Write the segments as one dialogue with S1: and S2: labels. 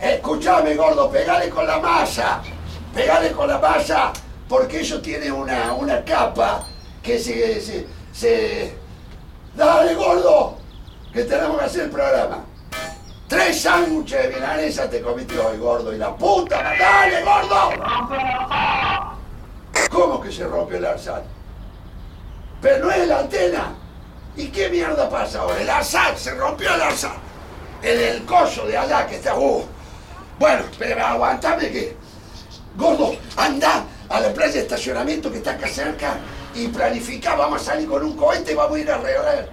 S1: Escúchame, gordo, pegale con la masa. Pegale con la masa, porque eso tiene una, una capa que se, se, se- Dale, gordo, que tenemos que hacer el programa. Tres sándwiches de milanesa te comiste hoy, gordo, y la puta, ma- dale, gordo. ¿Cómo que se rompe el arsat? Pero no es la antena. ¿Y qué mierda pasa ahora? El arsat, se rompió el arsat. El, el coso de allá que está... uh. Bueno, pero aguantame que... Gordo, anda a la playa de estacionamiento que está acá cerca y planifica, vamos a salir con un cohete y vamos a ir a arreglar.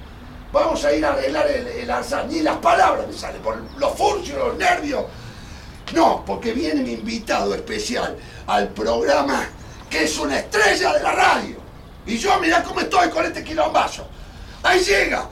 S1: Vamos a ir a arreglar el, el arsat. Ni las palabras me salen, por los furcios, los nervios. No, porque viene mi invitado especial al programa que es una estrella de la radio. Y yo mirá cómo estoy con este quilombazo. Ahí llega.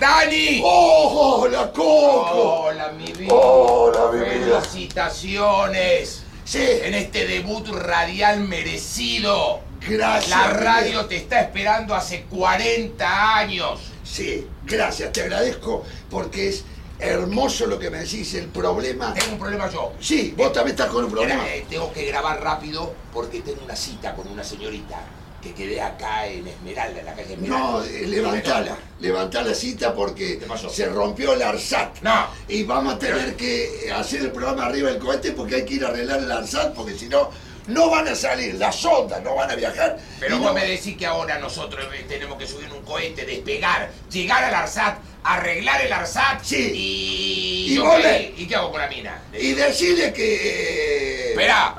S2: ¡Dani!
S1: ¡Oh, hola, Coco!
S2: Hola, mi vida.
S1: Hola, mi vida.
S2: Felicitaciones
S1: Sí,
S2: en este debut radial merecido.
S1: gracias.
S2: La
S1: mi
S2: radio
S1: vida.
S2: te está esperando hace 40 años.
S1: Sí, gracias, te agradezco porque es hermoso lo que me decís, el problema.
S2: Tengo un problema yo.
S1: Sí, vos también estás con un problema.
S2: Eh, tengo que grabar rápido porque tengo una cita con una señorita que quedé acá en Esmeralda, en la calle Esmeralda.
S1: No, eh, levantala, levantá la cita porque
S2: ¿Qué pasó?
S1: se rompió el ARSAT.
S2: No.
S1: Y vamos a tener que hacer el programa arriba del cohete porque hay que ir a arreglar el ARSAT porque si no, no van a salir, las ondas no van a viajar.
S2: Pero
S1: y
S2: vos
S1: no-
S2: me decís que ahora nosotros eh, tenemos que subir un cohete, despegar, llegar al ARSAT, arreglar el ARSAT
S1: Sí.
S2: y...
S1: Y
S2: yo
S1: vos
S2: qué-
S1: le-
S2: ¿Y qué hago con la mina?
S1: Y decirle que... eh,
S2: Espera.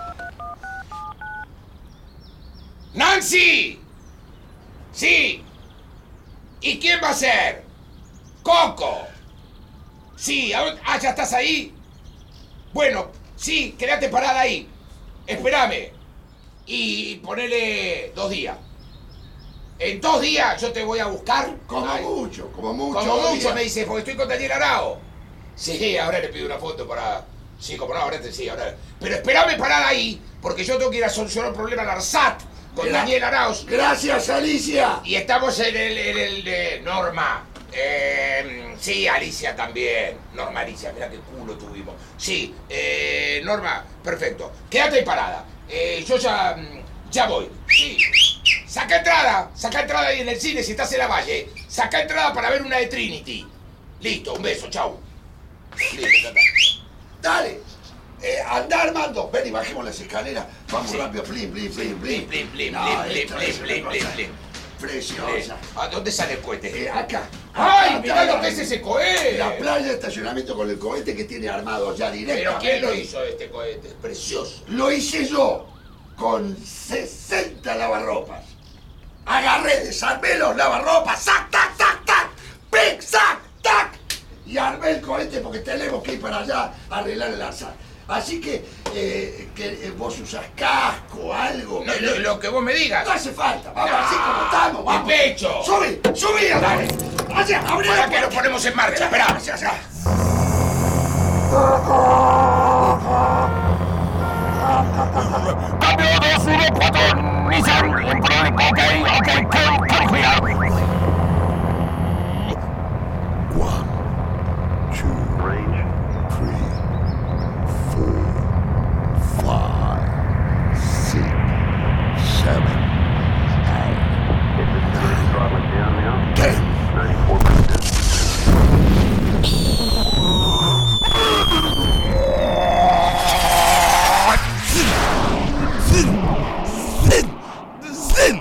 S2: ¡Nancy! Sí. ¿Y quién va a ser? Coco. Sí, ahora- ah, ya estás ahí. Bueno, sí, quédate parada ahí. Espérame. Y ponele dos días. En dos días yo te voy a buscar.
S1: Como
S2: Ay,
S1: mucho, como mucho.
S2: como mucho
S1: María.
S2: me dice, porque estoy con Daniel Arao. Sí, ahora le pido una foto para. Sí, como no, ahora te sí, ahora. Pero espérame parar ahí, porque yo tengo que ir a solucionar un problema al ARSAT con
S1: Mira.
S2: Daniel Araos.
S1: Gracias, Alicia.
S2: Y estamos en el. en el, eh, Norma. Eh, sí, Alicia también. Norma Alicia, mira qué culo tuvimos. Sí, eh, Norma, perfecto. Quédate ahí parada. Eh, yo ya. mm, ya voy. Sí. Saca entrada, saca entrada ahí en el cine si estás en la valle. Saca entrada para ver una de Trinity. Listo, un beso, chau. Listo, ya está.
S1: Dale. Eh, andá Armando, ven y bajemos las escaleras. Vamos rápido, flim, flim, flim, flim.
S2: Flim, flim, flim,
S1: No,
S2: flim,
S1: esto
S2: flim,
S1: es una
S2: flim,
S1: cosa
S2: flim, flim.
S1: Preciosa.
S2: Eh, ¿A dónde sale el cohete?
S1: Eh, acá.
S2: ¡Ay,
S1: Acá,
S2: mirá
S1: acá,
S2: lo que es ese cohete!
S1: Ah, La playa de estacionamiento con el cohete que tiene armado ya
S2: ¿Pero
S1: directamente.
S2: quién lo hizo este cohete? Es Precioso.
S1: Lo hice yo con 60 lavarropas. Agarré, desarmé los lavarropas, ¡zac, tac, tac, tac! ¡Pic, zac, tac! Y armé el cohete porque tenemos que ir para allá a arreglar el azar. Así que, eh, que eh, vos usás casco, algo.
S2: No, lo, lo que vos me digas.
S1: No hace falta, vamos,
S2: No.
S1: así como estamos, vamos.
S2: Mi pecho.
S1: ¡Subí, subí, dale! ¡Allá, abrí la
S2: Para que
S1: puerta.
S2: lo ponemos en marcha.
S1: Esperá,
S2: Esperá.
S1: allá, allá.
S3: Cambio de sube patrón, Nissan, en pro de cocaína, ok, con, con cuidado.
S4: One, two, three, four, five, six, seven,
S5: Throttling down now,
S4: ten.
S5: 94%.
S4: Zin, zin, zin.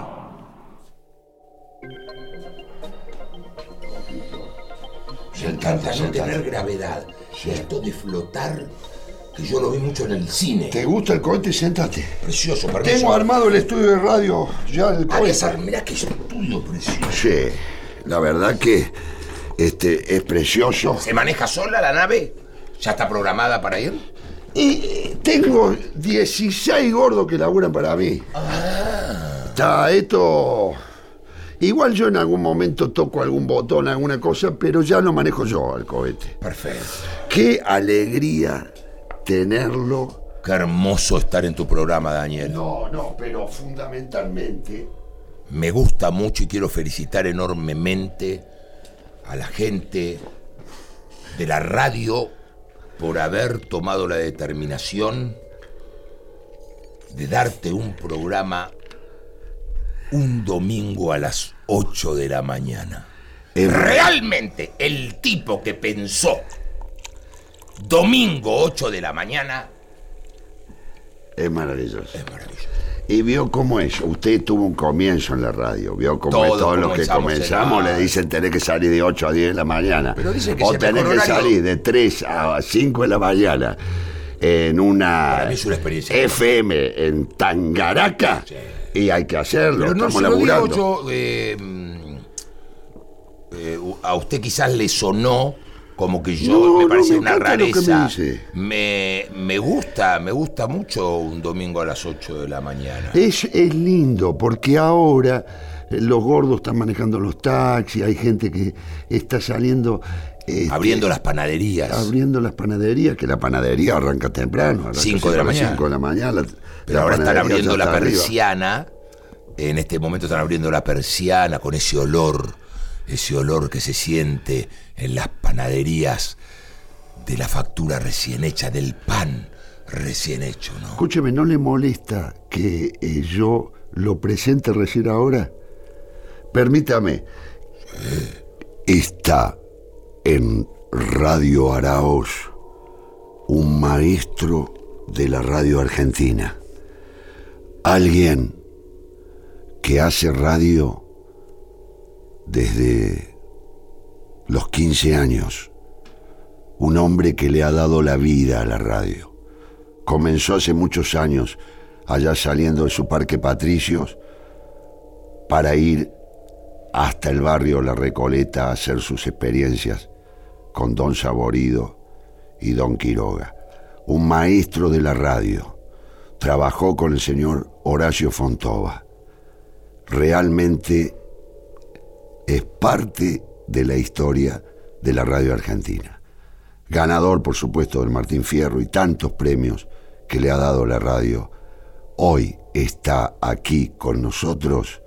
S2: Para no tener gravedad. Esto de flotar, que yo lo vi mucho en el cine.
S1: ¿Te gusta el cohete? Siéntate.
S2: Precioso,
S1: Tengo armado el estudio de radio ya el
S2: Ah,
S1: cohete.
S2: esa- mirá que estudio precioso.
S1: Sí, la verdad que este es precioso.
S2: ¿Se maneja sola la nave? ¿Ya está programada para ir?
S1: Y eh, tengo 16 gordos que laburan para mí. Está esto. Igual yo en algún momento toco algún botón, alguna cosa, pero ya no manejo yo al cohete.
S2: Perfecto.
S1: Qué alegría tenerlo.
S2: Qué hermoso estar en tu programa, Daniel.
S1: No, no, pero fundamentalmente
S2: Me gusta mucho y quiero felicitar enormemente a la gente de la radio por haber tomado la determinación de darte un programa un domingo a las 8 de la mañana. Realmente el tipo que pensó domingo 8 de la mañana
S1: Es maravilloso.
S2: es maravilloso.
S1: Y vio cómo es. Usted tuvo un comienzo en la radio. Vio cómo
S2: Todos
S1: es. Todos los que
S2: comenzamos en
S1: comenzamos
S2: la-
S1: le dicen tenés que salir de 8 a 10 de la mañana.
S2: Pero dicen que
S1: o
S2: es el
S1: tenés
S2: mejor
S1: que
S2: horario.
S1: salir de 3 a 5 de la mañana en una,
S2: Para mí es una experiencia.
S1: FM en Tangaraca.
S2: Sí.
S1: Y hay que hacerlo.
S2: Pero no
S1: Estamos
S2: se lo
S1: laburando.
S2: digo yo. eh, mm, eh, u- a usted quizás le sonó como que yo
S1: No,
S2: me
S1: no,
S2: parece
S1: me
S2: una
S1: encanta lo que me
S2: rareza.
S1: dice.
S2: me, me gusta, me gusta mucho un domingo a las 8 de la mañana.
S1: Es, es lindo porque ahora eh, los gordos están manejando los taxis, hay gente que está saliendo... este,
S2: Abriendo las panaderías.
S1: abriendo las panaderías, que la panadería arranca temprano. Arranca
S2: Cinco de
S1: siempre
S2: la
S1: a las
S2: mañana.
S1: cinco de la mañana. la-
S2: Pero
S1: la
S2: ahora están
S1: panadería
S2: abriendo
S1: ya
S2: la
S1: está arriba.
S2: persiana. En este momento están abriendo la persiana con ese olor, ese olor que se siente en las panaderías de la factura recién hecha, del pan recién hecho, ¿no?
S1: Escúcheme, ¿no le molesta que eh, yo lo presente recién ahora? Permítame. Está en Radio Araos un maestro de la radio argentina. Alguien que hace radio desde los 15 años. Un hombre que le ha dado la vida a la radio comenzó hace muchos años, allá saliendo de su parque Patricios, para ir hasta el barrio La Recoleta a hacer sus experiencias con Don Saborido y Don Quiroga. Un maestro de la radio, trabajó con el señor Horacio Fontova. Realmente es parte de la historia de la radio argentina ganador por supuesto del Martín Fierro y tantos premios que le ha dado la radio, hoy está aquí con nosotros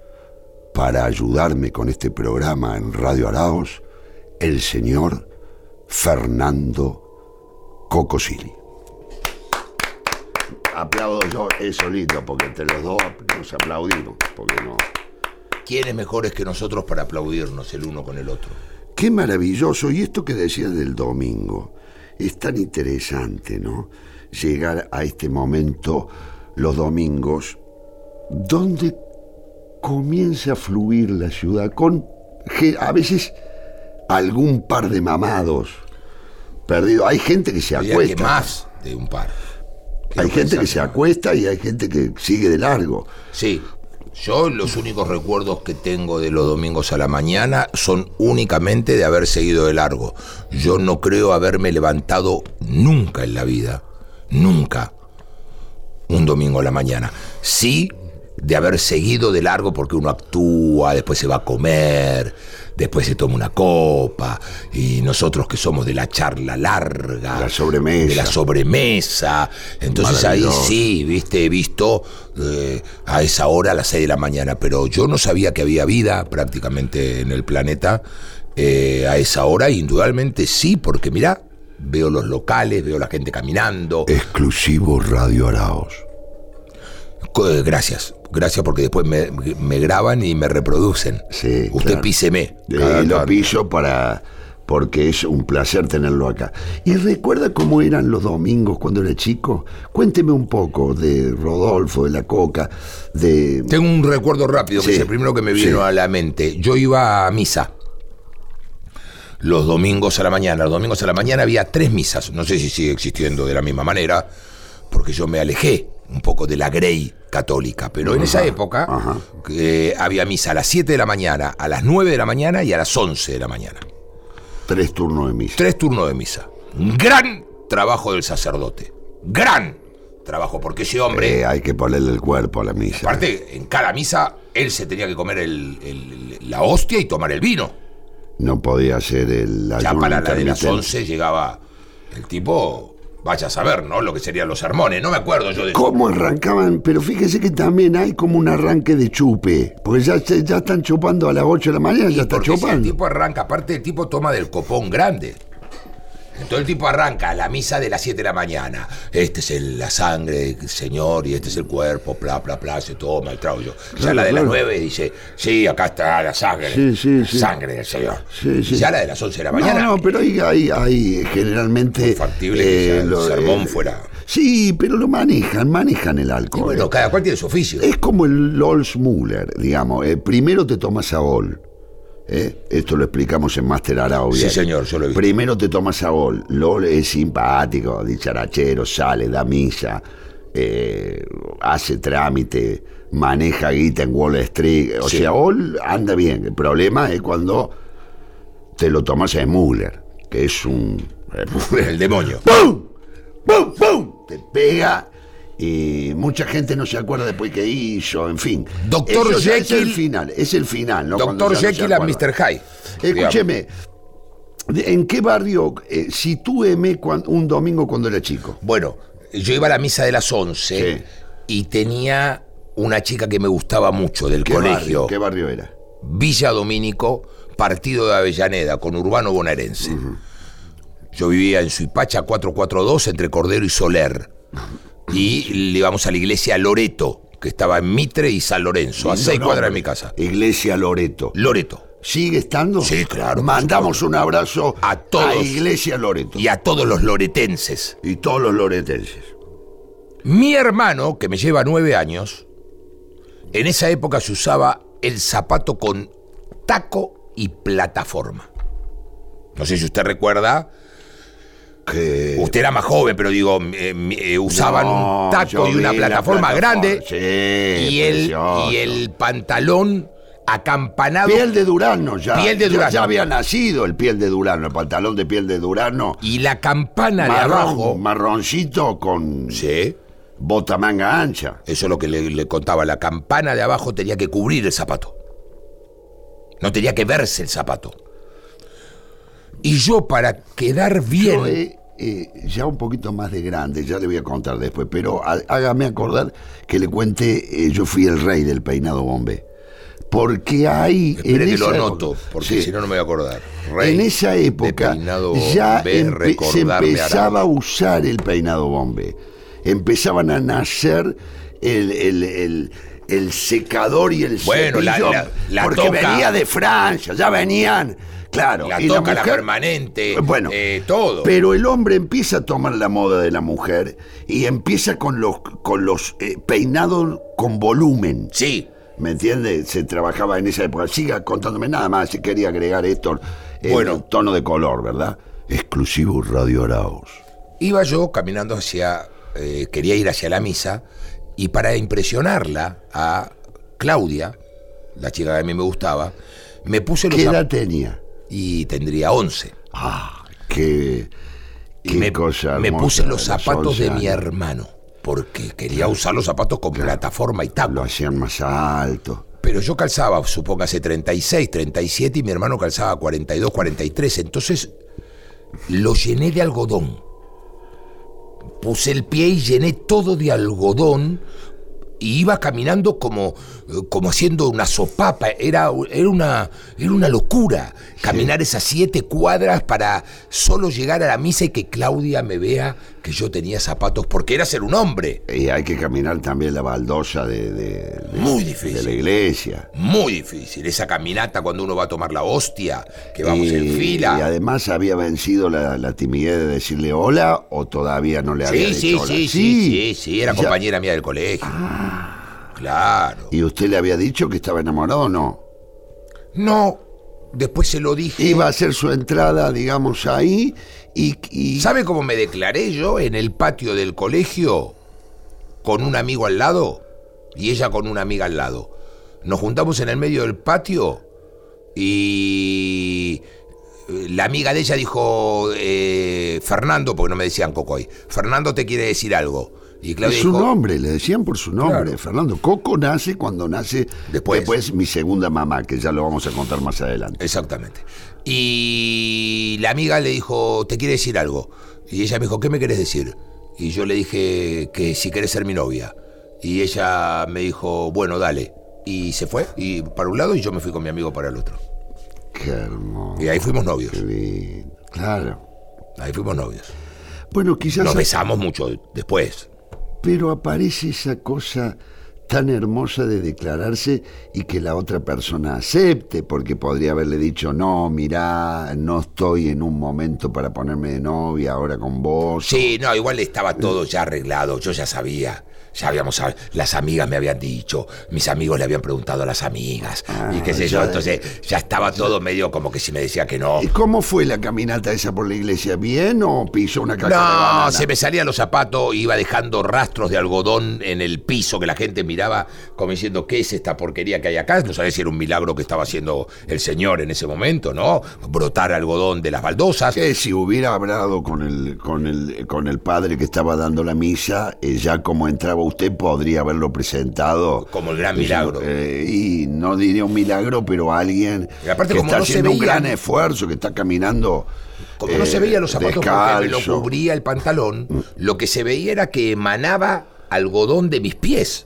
S1: para ayudarme con este programa en Radio Araos, el señor Fernando Cocosili. Aplaudo yo eso lindo, porque entre los dos nos aplaudimos, porque no.
S2: ¿Quién es mejores que nosotros para aplaudirnos el uno con el otro?
S1: Qué maravilloso. Y esto que decías del domingo, es tan interesante, ¿no? Llegar a este momento los domingos, donde comienza a fluir la ciudad, con ge- a veces algún par de mamados perdidos. Hay gente que se
S2: Diría que
S1: acuesta.
S2: más de un par. Quiero
S1: hay gente
S2: pensar
S1: que se
S2: más.
S1: acuesta y hay gente que sigue de largo.
S2: Sí. Yo los únicos recuerdos que tengo de los domingos a la mañana son únicamente de haber seguido de largo. Yo no creo haberme levantado nunca en la vida, nunca, un domingo a la mañana. Sí de haber seguido de largo porque uno actúa, después se va a comer, después se toma una copa, y nosotros que somos de la charla larga,
S1: La sobremesa.
S2: Ah, de la sobremesa, entonces ahí
S1: Maravilloso.
S2: sí Sí, viste, he visto eh, a esa hora, a las 6 de la mañana, pero yo no sabía que había vida prácticamente en el planeta eh, a esa hora, indudablemente sí, porque mirá, veo los locales, veo la gente caminando.
S1: Eh. Exclusivo Radio Araos.
S2: Co- eh, gracias, gracias porque después me, me graban y me reproducen.
S1: Sí,
S2: Usted
S1: claro.
S2: píseme.
S1: Eh,
S2: cada
S1: lo
S2: tanto.
S1: piso para porque es un placer tenerlo acá. ¿Y recuerda cómo eran los domingos cuando era chico? Cuénteme un poco de Rodolfo, de la Coca, de...
S2: Tengo un recuerdo rápido, que
S1: Sí,
S2: es el primero que me vino
S1: sí.
S2: a la mente. Yo iba a misa. Los domingos a la mañana. Los domingos a la mañana había tres misas. No sé si sigue existiendo de la misma manera, porque yo me alejé un poco de la grey católica. Pero en esa
S1: Ajá,
S2: época
S1: ajá.
S2: eh, había misa a las 7 de la mañana, a las 9 de la mañana y a las 11 de la mañana.
S1: Tres turnos de misa.
S2: Tres turnos de misa. Gran trabajo del sacerdote. Gran trabajo, porque ese hombre...
S1: Eh, hay que ponerle el cuerpo a la misa.
S2: Aparte, en cada misa él se tenía que comer el- el- el- la hostia y tomar el vino.
S1: No podía hacer el
S2: Ya
S1: ayuno
S2: para la de las
S1: intermitente.
S2: 11 llegaba el tipo, vaya a saber, ¿no? Lo que serían los sermones. No me acuerdo yo de
S1: ¿Cómo arrancaban? Pero fíjese que también hay como un arranque de chupe. Porque ya, se- ya están chupando a las 8 de la mañana, ya está
S2: Porque si el
S1: chupando.
S2: tipo arranca, aparte el tipo toma del copón grande. Todo el tipo arranca la misa de las 7 de la mañana. Este es el- la sangre del Señor y este es el cuerpo, bla, bla, bla, se toma el trago. ya
S1: Claro,
S2: la de
S1: claro.
S2: las 9 dice, sí, acá está la sangre.
S1: Sí, sí, sí.
S2: Sangre del Señor.
S1: Sí, sí.
S2: Ya la de las 11 de la
S1: No,
S2: mañana.
S1: no, pero ahí, ahí, ahí generalmente.
S2: Muy factible
S1: eh,
S2: que ya el sermón fuera.
S1: Sí, pero lo manejan, manejan el alcohol.
S2: Bueno, cada cual tiene su oficio.
S1: Es como el Olsmuller, digamos. eh, primero te tomas a Ol. ¿eh? Esto lo explicamos en Master Arabia.
S2: Sí, señor, yo lo he visto.
S1: Primero te tomas a Ol. LOL es simpático, dicharachero, sale, da misa, eh, hace trámite, maneja guita en Wall Street. O
S2: Sí.
S1: sea, Ol anda bien. El problema es cuando te lo tomas a Smuller, que es un.
S2: El demonio.
S1: ¡Pum! ¡Pum! ¡Pum! Te pega y mucha gente no se acuerda después qué hizo, en fin.
S2: Doctor
S1: Eso ya Es el
S2: Jekyll-
S1: final, es el final. ¿no? Cuando ya
S2: Doctor
S1: no se
S2: Jekyll and
S1: acuerda.
S2: Mr. Hyde.
S1: Escúcheme, ¿de- ¿en qué barrio eh, sitúeme cuan- un domingo cuando era chico?
S2: Bueno, yo iba a la misa de las 11
S1: Sí.
S2: y tenía una chica que me gustaba mucho del
S1: ¿Qué
S2: colegio.
S1: barrio? ¿Qué barrio era?
S2: Villa Domínico, partido de Avellaneda, con Urbano Bonaerense. Yo vivía en Suipacha 442, entre Cordero y Soler. Y le íbamos a la iglesia Loreto, que estaba en Mitre y San Lorenzo, a
S1: Lindo
S2: seis cuadras de
S1: nombre.
S2: mi casa.
S1: Iglesia Loreto.
S2: Loreto.
S1: ¿Sigue estando?
S2: Sí, claro, por
S1: Mandamos un abrazo
S2: A todos.
S1: Iglesia Loreto
S2: Y a todos los loretenses.
S1: y todos los loretenses.
S2: Mi hermano, que me lleva nueve años, en esa época se usaba el zapato con taco y plataforma. No sé si usted recuerda,
S1: Que
S2: usted era más joven, pero digo, eh, mi- eh, usaban
S1: Eh, No,
S2: un
S1: yo
S2: taco y una
S1: vi la
S2: plataforma
S1: plataforma,
S2: grande
S1: sí,
S2: y, el,
S1: precioso.
S2: y el pantalón acampanado
S1: Piel de Durano ya.
S2: Piel de
S1: Ya-
S2: durazno.
S1: Ya, había nacido el piel de Durano, el pantalón de piel de Durano.
S2: y la campana de
S1: marrón,
S2: abajo.
S1: Marroncito con
S2: Sí,
S1: bota manga ancha.
S2: eso es lo que le, le contaba, la campana de abajo tenía que cubrir el zapato. No tenía que verse el zapato. Y yo para quedar bien...
S1: Yo, eh, eh, ya un poquito más de grande, ya le voy a contar después, pero há- hágame acordar que le cuente, eh, yo fui el rey del peinado bombe. Porque ahí... en
S2: Espere que lo
S1: esa época-
S2: anoto, porque
S1: Sí.
S2: si no, no me voy a acordar. Rey
S1: en esa
S2: de
S1: época
S2: peinado
S1: ya
S2: bombé,
S1: empe- se
S2: recordarle
S1: empezaba
S2: Arabia.
S1: a usar el peinado bombe. Empezaban a nacer el, el- el- el secador y el
S2: Bueno, la-
S1: cepillo,
S2: la- la
S1: porque
S2: toca-
S1: venía de Francia, ya venían, claro.
S2: La
S1: y
S2: toca, la
S1: mujer-
S2: permanente, eh, todo.
S1: Pero el hombre empieza a tomar la moda de la mujer y empieza con los, con los eh, peinados con volumen.
S2: Sí,
S1: ¿Me entiendes? Se trabajaba en esa época. Siga contándome nada más si quería agregar esto en
S2: Bueno.
S1: un tono de color, ¿verdad? Exclusivo Radio Araos.
S2: iba yo caminando hacia. eh, quería ir hacia la misa y para impresionarla a Claudia, la chica que a mí me gustaba, me puse los
S1: ¿Qué edad
S2: zapatos
S1: tenía?
S2: y tendría 11.
S1: Ah, qué,
S2: Y
S1: qué
S2: me,
S1: cosa
S2: me
S1: hermosa,
S2: puse los
S1: a
S2: zapatos
S1: 11
S2: de mi
S1: años.
S2: hermano porque quería usar los zapatos con plataforma y taco.
S1: Lo hacían más alto.
S2: Pero yo calzaba, supóngase, 36, 37 y mi hermano calzaba 42, 43. Entonces lo llené de algodón. Puse el pie y llené todo de algodón y iba caminando como, como haciendo una sopapa. Era, era, una, era una locura caminar esas siete cuadras para solo llegar a la misa y que Claudia me vea que yo tenía zapatos, porque era ser un hombre.
S1: Y hay que caminar también la baldosa de, de- de-
S2: Muy difícil.
S1: de la iglesia.
S2: Muy difícil, esa caminata cuando uno va a tomar la hostia, que vamos
S1: y,
S2: en fila.
S1: Y además había vencido la, la timidez de decirle hola o todavía no le había
S2: sí,
S1: dicho
S2: sí,
S1: hola.
S2: sí, sí, sí, sí, era
S1: Ya. Ah.
S2: compañera mía del colegio. Claro.
S1: ¿Y usted le había dicho que estaba enamorado o no?
S2: No, después se lo dije.
S1: Iba a hacer su entrada, digamos, ahí y... y-
S2: ¿Sabe cómo me declaré yo en el patio del colegio? Con un amigo al lado y ella con una amiga al lado. Nos juntamos en el medio del patio y eh, la amiga de ella dijo, eh, Fernando, porque no me decían Cocoy, Fernando te quiere decir algo. Y Claudia
S1: es su
S2: dijo,
S1: nombre, le decían por su nombre,
S2: Claro.
S1: Fernando. Coco nace cuando nace
S2: Después.
S1: mi segunda mamá, que ya lo vamos a contar más adelante.
S2: Exactamente. Y la amiga le dijo, te quiere decir algo. Y ella me dijo, ¿qué me querés decir? Y yo le dije que si querés ser mi novia. Y ella me dijo, bueno, dale. Y se fue y para un lado y yo me fui con mi amigo para el otro.
S1: Qué hermoso.
S2: Y ahí fuimos novios.
S1: Qué lindo. Claro.
S2: Ahí fuimos novios.
S1: Bueno, quizás...
S2: Nos
S1: a-
S2: besamos mucho después.
S1: Pero aparece esa cosa tan hermosa de declararse y que la otra persona acepte, porque podría haberle dicho, no, mirá, no estoy en un momento para ponerme de novia ahora con vos.
S2: Sí, no, igual estaba todo ya arreglado, yo ya sabía. Ya habíamos sab- las amigas me habían dicho, mis amigos le habían preguntado a las amigas, y qué sé yo,
S1: ya-
S2: entonces ya estaba todo medio como que si me decía que no.
S1: ¿Y cómo fue la caminata esa por la iglesia? ¿Bien o pisó una caca de banana?
S2: No, se me salían los zapatos, iba dejando rastros de algodón en el piso que la gente miraba como diciendo, ¿qué es esta porquería que hay acá? No sabés si era un milagro que estaba haciendo el señor en ese momento, ¿no? Brotar algodón de las baldosas.
S1: Que si hubiera hablado con el, con, el, con el padre que estaba dando la misa, eh, ya como entraba usted podría haberlo presentado.
S2: Como el gran milagro.
S1: Eh, y no diría un milagro, pero alguien
S2: Y aparte,
S1: que
S2: como
S1: está
S2: no se
S1: haciendo un
S2: veía-
S1: gran esfuerzo, que está caminando. eh,
S2: Como no se veían los zapatos porque me lo
S1: descalzo. Mm.
S2: cubría el pantalón, lo que se veía era que emanaba algodón de mis pies.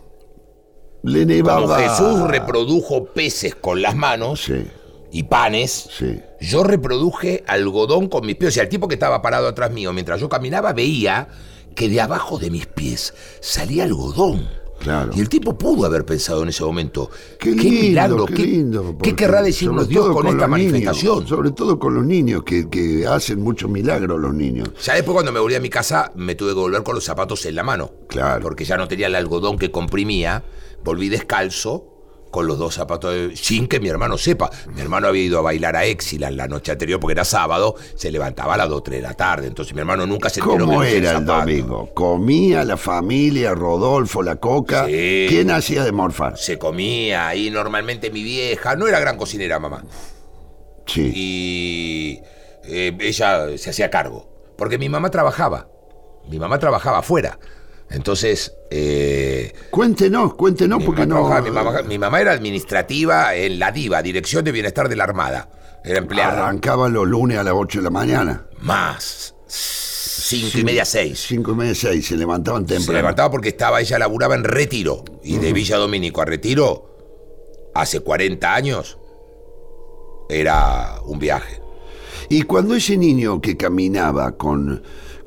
S1: Le
S2: Como
S1: nevaba.
S2: Jesús reprodujo peces con las manos
S1: Sí,
S2: y panes,
S1: sí.
S2: yo reproduje algodón con mis pies. O sea, el tipo que estaba parado atrás mío mientras yo caminaba veía que de abajo de mis pies salía algodón.
S1: Claro.
S2: Y el tipo pudo haber pensado en ese momento.
S1: Qué lindo, qué, lindo.
S2: ¿Qué
S1: porque
S2: querrá decirnos
S1: sobre
S2: Dios
S1: todo
S2: con, esta
S1: los niños,
S2: manifestación?
S1: sobre todo con los niños, que, que hacen muchos milagros los niños.
S2: Ya después cuando me volví a mi casa me tuve que volver con los zapatos en la mano.
S1: Claro.
S2: Porque ya no tenía el algodón que comprimía. Volví descalzo con los dos zapatos de- sin que mi hermano sepa. Mi hermano había ido a bailar a Exila la noche anterior porque era sábado. Se levantaba a las 2, 3 de la tarde. Entonces mi hermano nunca se enteró
S1: ¿Cómo
S2: que
S1: era el
S2: zapato.
S1: domingo? ¿Comía la familia, Rodolfo, la coca?
S2: Sí.
S1: ¿Quién hacía de morfar?
S2: Se comía ahí normalmente mi vieja. No era gran cocinera mamá.
S1: Sí.
S2: y eh, ella se hacía cargo. Porque mi mamá trabajaba. Mi mamá trabajaba afuera. Entonces, eh,
S1: Cuéntenos, cuéntenos,
S2: mi,
S1: porque
S2: mamá
S1: no.
S2: trabajaba- mi mamá- mi mamá era administrativa en la DIVA, Dirección de Bienestar de la Armada. Era empleada.
S1: Arrancaba los lunes a las 8 de la mañana.
S2: Más. Cinco y media, seis.
S1: Cinco y media, seis. Se levantaban
S2: Se
S1: temprano.
S2: levantaba porque estaba, ella laburaba en Retiro. Y de Villa Domínico a Retiro, hace 40 años, era un viaje.
S1: Y cuando ese niño que caminaba con,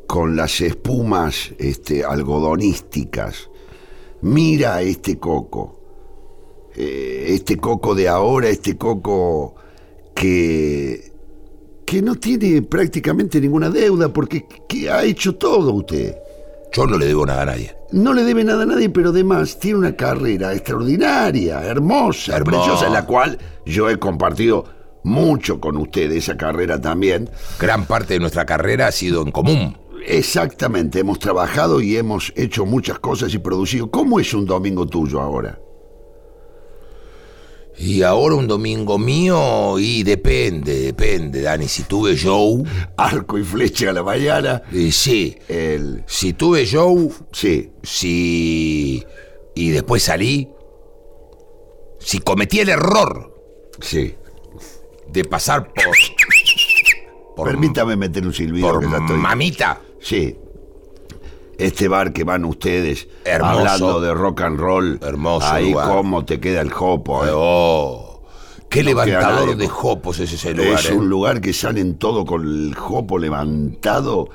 S1: con las espumas este, algodonísticas mira a este coco, eh, este coco de ahora, este coco que, que no tiene prácticamente ninguna deuda porque que ha hecho todo usted.
S2: Yo no le debo nada a nadie.
S1: No le debe nada a nadie, pero además tiene una carrera extraordinaria, hermosa,
S2: Hermosa.
S1: preciosa, la cual yo he compartido mucho con usted, esa carrera también.
S2: Gran parte de nuestra carrera ha sido en común.
S1: Exactamente, hemos trabajado y hemos hecho muchas cosas y producido. ¿Cómo es un domingo tuyo ahora?
S2: Y ahora un domingo mío, y depende, depende, Dani. Si tuve show,
S1: Arco y flecha a la mañana.
S2: y sí.
S1: El...
S2: Si tuve show,
S1: Sí,
S2: si. y después salí. Si cometí el error
S1: sí.
S2: de pasar por. por,
S1: Permítame meter un silbido.
S2: por
S1: que ya estoy-
S2: mamita.
S1: Sí. Este bar que van ustedes
S2: Hermoso.
S1: hablando de rock and roll.
S2: Hermoso
S1: Ahí
S2: lugar.
S1: cómo te queda el jopo. eh.
S2: Oh, qué levantador
S1: nadie.
S2: de jopos es ese lugar.
S1: Es
S2: eh.
S1: un lugar que salen todo con el jopo levantado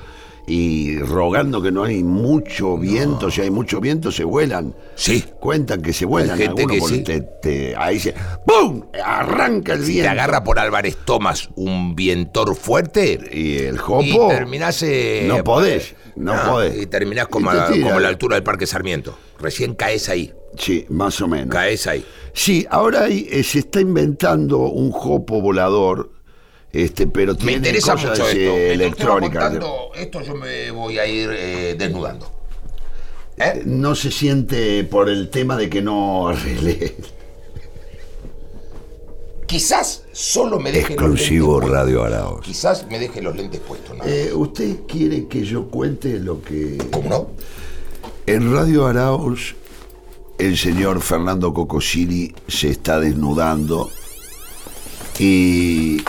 S1: y rogando que no hay mucho viento. Si hay mucho viento, se vuelan.
S2: Sí.
S1: Cuentan que se vuelan.
S2: Hay gente
S1: algunos
S2: que
S1: por-
S2: sí.
S1: te- te- ahí se. ¡Pum! Arranca el
S2: Te
S1: viento.
S2: agarra por Álvarez Tomás un vientor fuerte.
S1: y el
S2: Y
S1: jopo.
S2: terminás. eh,
S1: no podés. No,
S2: Ah,
S1: podés.
S2: Y terminás como,
S1: Y te
S2: a,
S1: tira.
S2: como a la altura del Parque Sarmiento. Recién caes ahí.
S1: Sí, más o menos.
S2: Caes ahí.
S1: Sí, ahora hay- eh, se está inventando un jopo volador, este, pero
S2: Me
S1: tiene
S2: interesa
S1: cosas
S2: mucho
S1: eh,
S2: esto. Mientras usted va
S1: electrónicas.
S2: contando esto yo me voy a ir eh, desnudando. ¿Eh?
S1: No se siente por el tema de que no arregle.
S2: Quizás solo me deje
S6: Exclusivo
S2: los lentes
S6: Radio
S2: puestos.
S6: Araos.
S2: Quizás me deje los lentes puestos. ¿no?
S1: Eh, ¿Usted quiere que yo cuente lo que...
S2: ¿Cómo no?
S1: En Radio Araos, el señor Fernando Cocosini se está desnudando y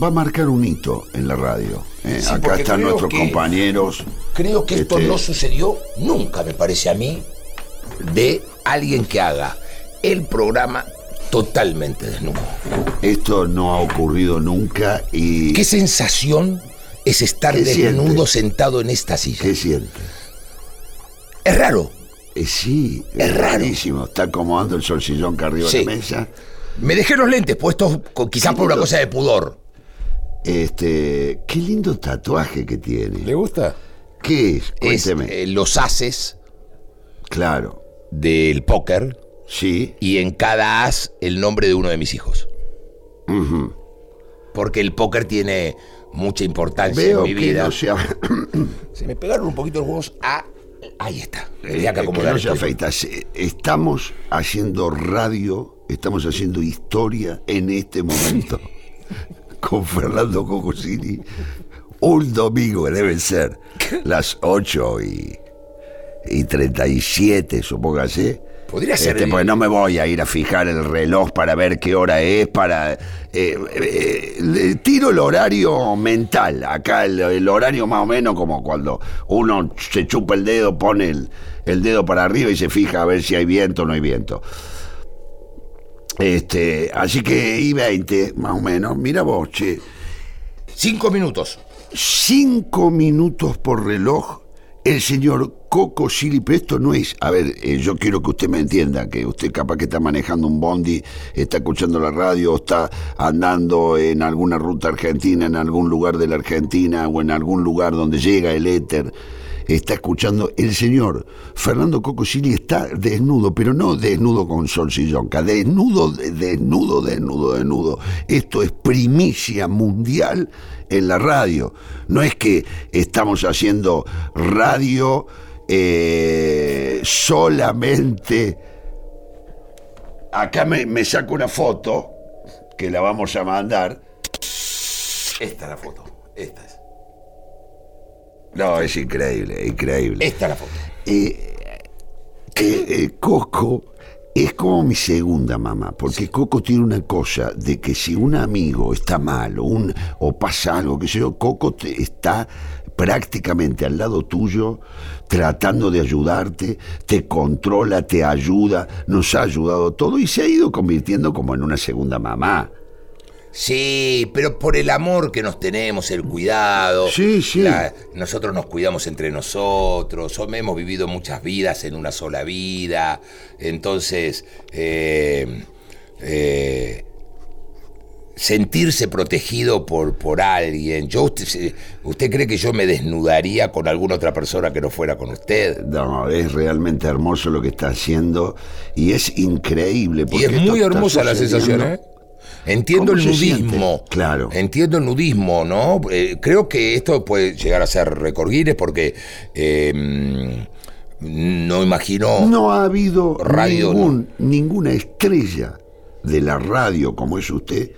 S1: va a marcar un hito en la radio. eh.
S2: Sí,
S1: Acá
S2: porque
S1: están
S2: creo
S1: nuestros
S2: que-
S1: compañeros.
S2: Creo que esto
S1: Este-
S2: no sucedió nunca, me parece a mí, de alguien que haga el programa totalmente desnudo.
S1: Esto no ha ocurrido nunca y...
S2: Qué sensación es estar
S1: ¿Qué
S2: desnudo
S1: sientes?
S2: sentado en esta silla.
S1: ¿Qué siente?
S2: Es raro.
S1: Eh, sí, es rarísimo. Está acomodando el solsillón que arriba
S2: Sí.
S1: de la mesa.
S2: Me dejé los lentes puestos co- quizás por una
S1: lindo.
S2: cosa de pudor.
S1: Este, qué lindo tatuaje que tiene.
S7: ¿Le gusta?
S1: ¿Qué es?
S2: Es,
S1: Cuénteme.
S2: eh, los haces
S1: Claro.
S2: del póker
S1: Sí.
S2: y en cada as el nombre de uno de mis hijos. Porque el póker tiene mucha importancia
S1: Veo
S2: en mi
S1: que
S2: vida.
S1: no se, ha-
S2: Se me pegaron un poquito los huevos a... Ahí está.
S1: eh,
S2: Tenía que
S1: que
S2: acomodar
S1: no se
S2: esto.
S1: afeita. Se- Estamos haciendo radio, estamos haciendo historia en este momento con Fernando Cocosini. Un domingo deben ser las 8 y, y 37, supóngase.
S2: Podría ser...
S1: Este, pues no me voy a ir a fijar el reloj para ver qué hora es, para... eh, eh, le tiro el horario mental, acá el, el horario más o menos como cuando uno se chupa el dedo, pone el, el dedo para arriba y se fija a ver si hay viento o no hay viento. Este, así que y 20, más o menos, mira vos, che,
S2: Cinco minutos.
S1: cinco minutos por reloj, el señor Coco Silip, esto no es, a ver, eh, yo quiero que usted me entienda, que usted capaz que está manejando un bondi, está escuchando la radio, o está andando en alguna ruta argentina, en algún lugar de la Argentina o en algún lugar donde llega el éter. Está escuchando el señor Fernando Coco Silip está desnudo, pero no desnudo con sol sillonca, desnudo, de- desnudo, desnudo, desnudo. Esto es primicia mundial en la radio. No es que estamos haciendo radio eh, solamente. Acá me, me saco una foto que la vamos a mandar.
S2: Esta es la foto. Esta es.
S1: No, es increíble, increíble.
S2: Esta es la foto.
S1: Eh, que eh, Coco es como mi segunda mamá, porque Coco tiene una cosa de que si un amigo está mal o, un- o pasa algo, que sé yo, Coco te- está prácticamente al lado tuyo, tratando de ayudarte, te controla, te ayuda, nos ha ayudado todo y se ha ido convirtiendo como en una segunda mamá.
S2: Sí, pero por el amor que nos tenemos, el cuidado.
S1: Sí, sí.
S2: nosotros nos cuidamos entre nosotros. som- Hemos vivido muchas vidas en una sola vida. Entonces, eh, eh, sentirse protegido por, por alguien. Yo, usted, se- ¿Usted cree que yo me desnudaría con alguna otra persona que no fuera con usted?
S1: No, es realmente hermoso lo que está haciendo y es increíble.
S2: Y
S1: porque
S2: es
S1: esto
S2: muy
S1: está
S2: hermosa la sensación,
S1: sucediendo.
S2: ¿eh?
S1: ¿Cómo
S2: Entiendo el
S1: se siente?
S2: nudismo.
S1: Claro.
S2: Entiendo el nudismo, ¿no? Eh, creo que esto puede llegar a ser récord Guinness porque eh, mm, no imagino.
S1: No ha habido
S2: Radio,
S1: ningún- ninguna estrella de la radio como es usted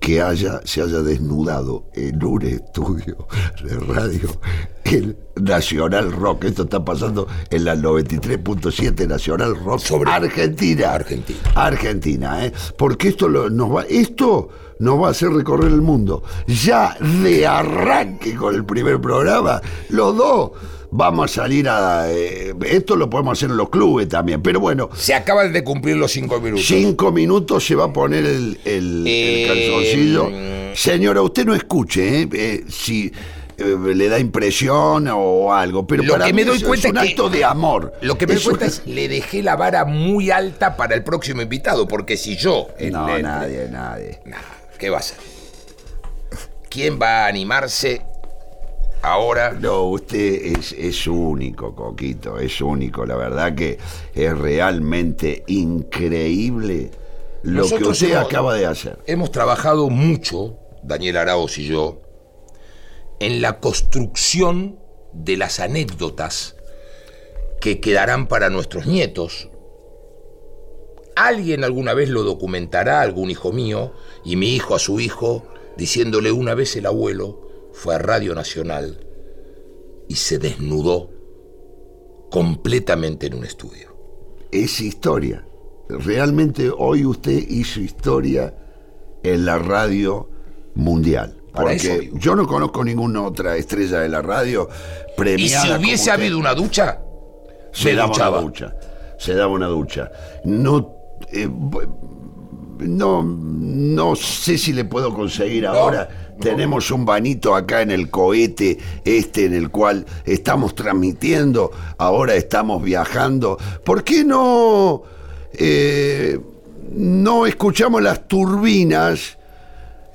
S1: que haya, se haya desnudado en un estudio de radio. El Nacional Rock, esto está pasando en la 93.7 Nacional Rock
S2: Sobre-
S1: Argentina.
S2: Argentina.
S1: Argentina, ¿eh? Porque esto lo- nos va, esto nos va a hacer recorrer el mundo. Ya de arranque con el primer programa, los dos vamos a salir a. eh, esto lo podemos hacer en los clubes también. Pero bueno,
S2: Se acaban de cumplir los cinco minutos.
S1: cinco minutos se va a poner el, el- el
S2: Eh,
S1: calzoncillo.
S2: mm.
S1: Señora, usted no escuche, ¿eh? Eh, si eh, le da impresión o algo. Pero
S2: Lo
S1: para
S2: que
S1: mí
S2: me doy
S1: eso
S2: cuenta
S1: es un
S2: es que-
S1: acto de amor.
S2: Lo que me doy
S1: Es un-
S2: cuenta es le dejé la vara muy alta para el próximo invitado, porque si yo.
S1: No,
S2: en- en-
S1: nadie, nadie.
S2: Nah, ¿Qué va a ser? ¿Quién va a animarse ahora?
S1: No, usted es, es único, Coquito, es único. La verdad que es realmente increíble lo que
S2: Nosotros
S1: usted
S2: somos-
S1: acaba de hacer.
S2: Hemos trabajado mucho, Daniel Araoz y yo, en la construcción de las anécdotas que quedarán para nuestros nietos. Alguien alguna vez lo documentará, algún hijo mío, y mi hijo a su hijo, diciéndole una vez el abuelo fue a Radio Nacional y se desnudó completamente en un estudio.
S1: Es historia. Realmente hoy usted hizo historia en la radio mundial.
S2: Para eso
S1: Porque
S2: vivo.
S1: yo no conozco ninguna otra estrella de la radio
S2: Y
S1: premiada.
S2: si
S1: como
S2: hubiese
S1: usted.
S2: habido una ducha,
S1: se
S2: me
S1: daba
S2: duchaba.
S1: una ducha. Se daba una ducha. No. eh, bu- no, no sé si le puedo conseguir ahora. Tenemos un banito acá en el cohete este en el cual estamos transmitiendo, ahora estamos viajando. ¿Por qué no, eh, no escuchamos las turbinas?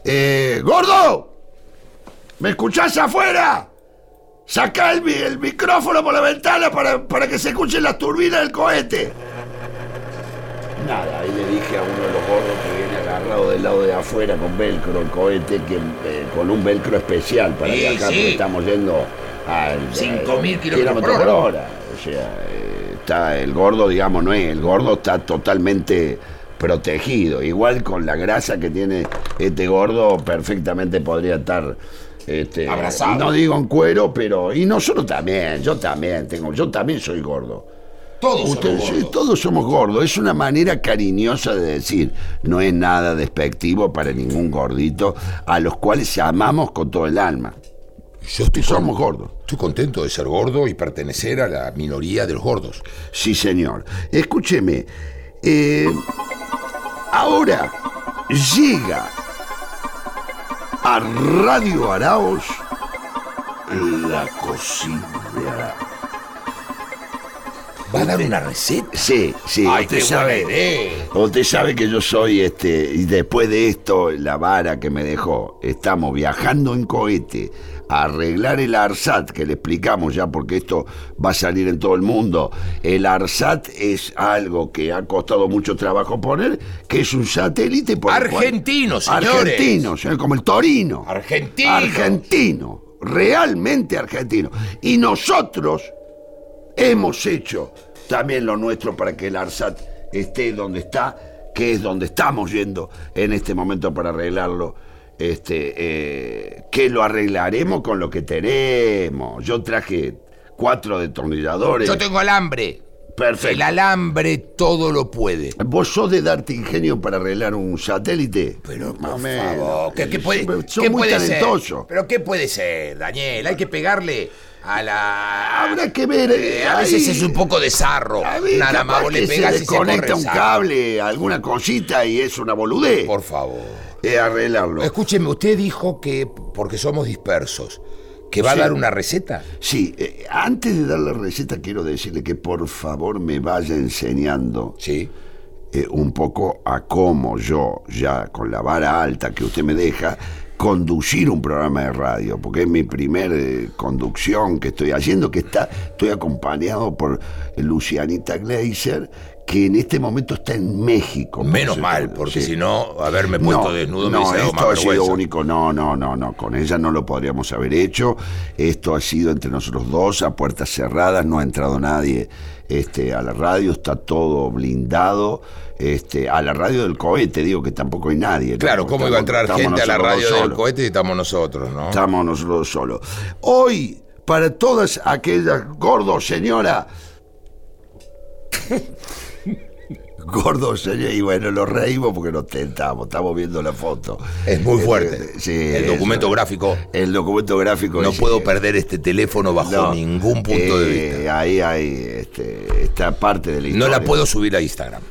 S1: Eh, ¡Gordo! ¿Me escuchás afuera? Sacá el, mi- el micrófono por la ventana para, para que se escuchen las turbinas del cohete. Nada, ahí le dije a uno de los gordos que viene agarrado del lado de afuera con velcro, el cohete, que, eh, con un velcro especial para
S8: Sí,
S1: viajar,
S8: sí.
S1: porque estamos yendo al
S8: 5.000
S1: eh,
S8: kilómetros por
S1: por hora. O sea, eh, está el gordo, digamos, no es, el gordo está totalmente protegido. Igual con la grasa que tiene este gordo, perfectamente podría estar. Este,
S8: Abrazado.
S1: No digo en cuero, pero. Y nosotros también, yo también tengo, yo también soy gordo.
S8: Todos
S1: Ustedes,
S8: somos
S1: sí,
S8: gordos.
S1: todos somos gordos, es una manera cariñosa de decir, no es nada despectivo para ningún gordito, a los cuales amamos con todo el alma.
S2: Yo estoy, con-
S1: Somos gordos.
S2: estoy contento de ser gordo y pertenecer a la minoría de los gordos.
S1: Sí, señor. Escúcheme, eh, ahora llega a Radio Araos la cocina de Araos.
S2: ¿Va a dar una receta?
S1: Sí, sí,
S8: Ay,
S1: usted
S8: qué buena
S1: sabe.
S8: idea.
S1: Usted sabe que yo soy este, y después de esto, la vara que me dejó, estamos viajando en cohete a arreglar el ARSAT, que le explicamos ya porque esto va a salir en todo el mundo. El ARSAT es algo que ha costado mucho trabajo poner, que es un satélite por el cual-
S8: Argentino, señores.
S1: Argentino, señor, como el Torino.
S8: Argentino.
S1: Argentino, realmente argentino. Y nosotros hemos hecho también lo nuestro para que el ARSAT esté donde está, que es donde estamos yendo en este momento para arreglarlo. Este, eh, que lo arreglaremos con lo que tenemos. Yo traje cuatro detornilladores.
S2: Yo tengo alambre.
S1: Perfecto.
S2: El alambre todo lo puede.
S1: ¿Vos sos de darte ingenio para arreglar un satélite?
S2: Pero
S1: Más
S2: por
S1: o menos.
S2: favor, ¿qué, qué puede,
S1: Sos
S2: qué
S1: muy
S2: puede ser?
S1: talentoso.
S2: Pero qué puede ser, Daniel. Hay que pegarle a la.
S1: Habrá que ver. eh,
S2: Eh, a veces
S1: ahí.
S2: es un poco de zarro.
S1: A ver,
S2: Nada
S1: capaz
S2: más vos le
S1: que
S2: pegas
S1: se
S2: y se corre
S1: desconecta
S2: el
S1: un
S2: zarro.
S1: cable, alguna cosita y es una boludez.
S2: Por favor.
S1: Eh, arreglarlo.
S2: Escúcheme, usted dijo que porque somos dispersos, que va
S1: Sí.
S2: a dar una receta.
S1: Sí, eh, antes de dar la receta quiero decirle que por favor me vaya enseñando
S2: Sí.
S1: eh, un poco a cómo yo, ya con la vara alta que usted me deja, conducir un programa de radio, porque es mi primer eh, conducción que estoy haciendo, que está, estoy acompañado por eh, Lucianita Gleiser, que en este momento está en México.
S2: Menos
S1: por
S2: mal,
S1: cierto.
S2: porque
S1: Sí.
S2: si no, haberme puesto desnudo me
S1: no,
S2: hubiese dado
S1: esto
S2: más
S1: ha sido
S2: vergüenza.
S1: único. No, no, no, no. Con ella no lo podríamos haber hecho. Esto ha sido entre nosotros dos, a puertas cerradas, no ha entrado nadie este, a la radio, está todo blindado. Este, a la radio del cohete, digo que tampoco hay nadie. ¿no?
S2: Claro, ¿cómo
S1: Estamos-
S2: iba a entrar
S1: estamos
S2: gente a la
S1: nosotros dos
S2: radio del
S1: solos.
S2: cohete y estamos nosotros, no?
S1: Estamos nosotros solos. Hoy, para todas aquellas gordo señora. Gordo señora, y bueno, lo reímos porque nos tentamos, estamos viendo la foto.
S2: Es muy fuerte.
S1: Este, sí,
S2: el
S1: es-
S2: documento gráfico.
S1: El documento gráfico.
S2: No
S1: es-
S2: puedo perder este teléfono bajo
S1: no.
S2: ningún punto de
S1: Eh,
S2: vista.
S1: Ahí hay este, esta parte de la
S2: No
S1: historia.
S2: la puedo subir a Instagram.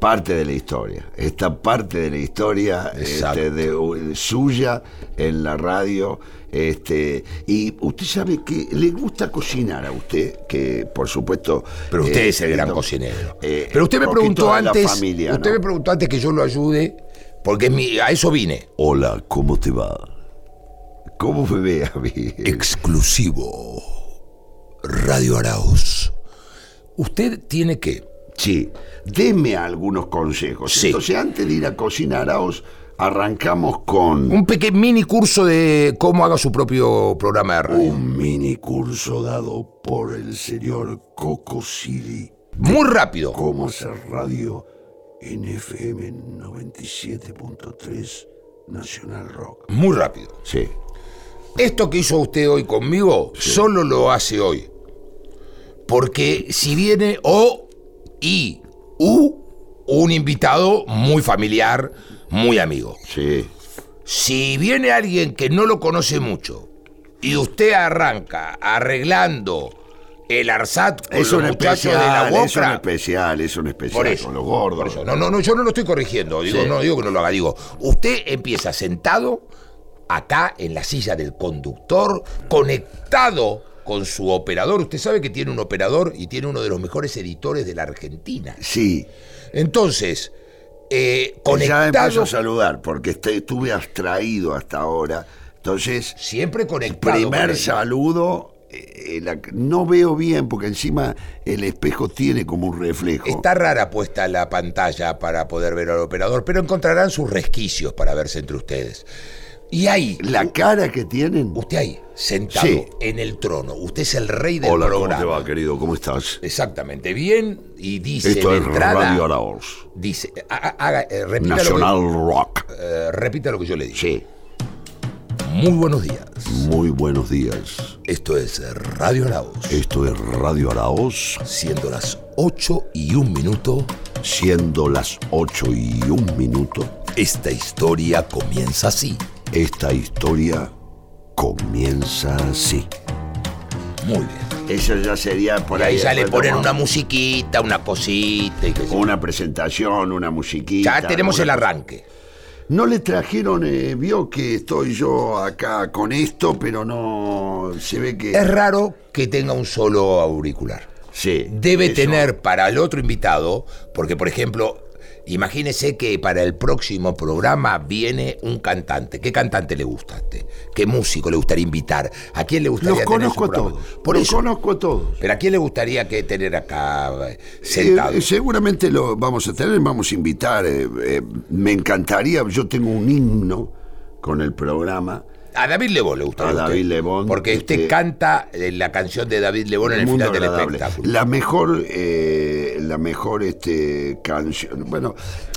S1: Parte de la historia. Esta parte de la historia
S2: Exacto.
S1: este, de, u- suya en la radio. Este, y usted sabe que le gusta cocinar a usted, que por supuesto.
S2: Pero usted
S1: eh,
S2: es el gran
S1: no,
S2: cocinero.
S1: eh,
S2: Pero usted me
S1: poquito
S2: preguntó
S1: de la
S2: antes.
S1: familia,
S2: usted
S1: ¿no?
S2: me preguntó antes que yo lo ayude, porque es mi- a eso vine.
S1: Hola, ¿cómo te va? ¿Cómo me ve a mí?
S2: Eh, Exclusivo. Radio Arauz. Usted tiene que.
S1: Sí, deme algunos consejos.
S2: Sí.
S1: Entonces, antes de ir a cocinar, Araos, arrancamos con
S2: Un pequeño mini curso de cómo haga su propio programa de radio.
S1: un mini curso dado por el señor Coco City.
S2: Muy rápido.
S1: Cómo hacer radio en FM 97.3 Nacional Rock.
S2: Muy rápido.
S1: Sí.
S2: Esto que hizo usted hoy conmigo, solo lo hace hoy. Porque si viene O y U, un invitado muy familiar, muy amigo.
S1: Sí.
S2: Si viene alguien que no lo conoce mucho y usted arranca arreglando el Arsat con
S1: Es
S2: los
S1: un
S2: muchachos
S1: especial,
S2: de la
S1: es un
S2: Boca.
S1: especial, es un especial
S2: Por eso.
S1: con los gordos.
S2: Por eso, No, no, no, yo no lo estoy corrigiendo. Digo,
S1: Sí.
S2: no digo que no lo haga. Digo, usted empieza sentado acá en la silla del conductor, conectado con su operador. Usted sabe que tiene un operador y tiene uno de los mejores editores de la Argentina.
S1: Sí,
S2: Entonces, eh,
S1: ya empiezo
S2: conectado.
S1: a saludar porque est- estuve abstraído hasta ahora. Entonces,
S2: Siempre conectado. con
S1: primer
S2: él.
S1: saludo, eh, eh, la- no veo bien porque encima el espejo tiene como un reflejo.
S2: Está rara puesta la pantalla para poder ver al operador, pero encontrarán sus resquicios para verse entre ustedes. Y ahí,
S1: La cara que tienen.
S2: usted ahí, sentado
S1: Sí.
S2: en el trono, usted es el rey del
S1: Hola, ¿cómo
S2: programa.
S1: te va, querido? ¿Cómo estás?
S2: Exactamente, bien, y dice
S1: Esto
S2: de
S1: es
S2: entrada,
S1: Radio Araos,
S2: dice, ha- ha- haga, eh, repita,
S1: Nacional
S2: Lo
S1: Rock.
S2: que, eh, repita lo que yo le dije.
S1: Sí.
S2: Muy buenos días,
S1: Muy buenos días.
S2: esto es Radio Laos,
S1: Esto es Radio Araos,
S2: siendo las 8 y un minuto,
S1: siendo las 8 y un minuto.
S2: esta historia comienza así.
S1: Esta historia comienza así.
S2: Muy bien.
S1: Eso ya sería por
S2: Y ahí ya le
S1: después
S2: ponen
S1: como
S2: una musiquita, una cosita y qué sé yo.
S1: una presentación, una musiquita.
S2: Ya tenemos el
S1: alguna
S2: arranque.
S1: cosa. No le trajeron, eh, vio que estoy yo acá con esto, pero no se ve que.
S2: Es raro que tenga un solo auricular.
S1: Sí,
S2: Debe
S1: eso.
S2: tener para el otro invitado, porque por ejemplo, imagínese que para el próximo programa viene un cantante. ¿Qué cantante le gusta a usted? ¿Qué músico le gustaría invitar? ¿A quién le gustaría
S1: Los
S2: tener en su
S1: conozco a
S2: programa?
S1: todos.
S2: Por
S1: los
S2: eso.
S1: conozco a todos.
S2: Pero ¿a quién le gustaría que tener acá eh, sentado?
S1: Eh, seguramente lo vamos a tener, vamos a invitar. eh, eh, me encantaría, yo tengo un himno con el programa.
S2: A David Lebón le gusta.
S1: A David Lebón,
S2: Porque usted
S1: este-
S2: canta eh, la canción de David Lebón en el
S1: Mundo
S2: final del
S1: agradable.
S2: espectáculo.
S1: La mejor, eh, la mejor este, canción. Bueno,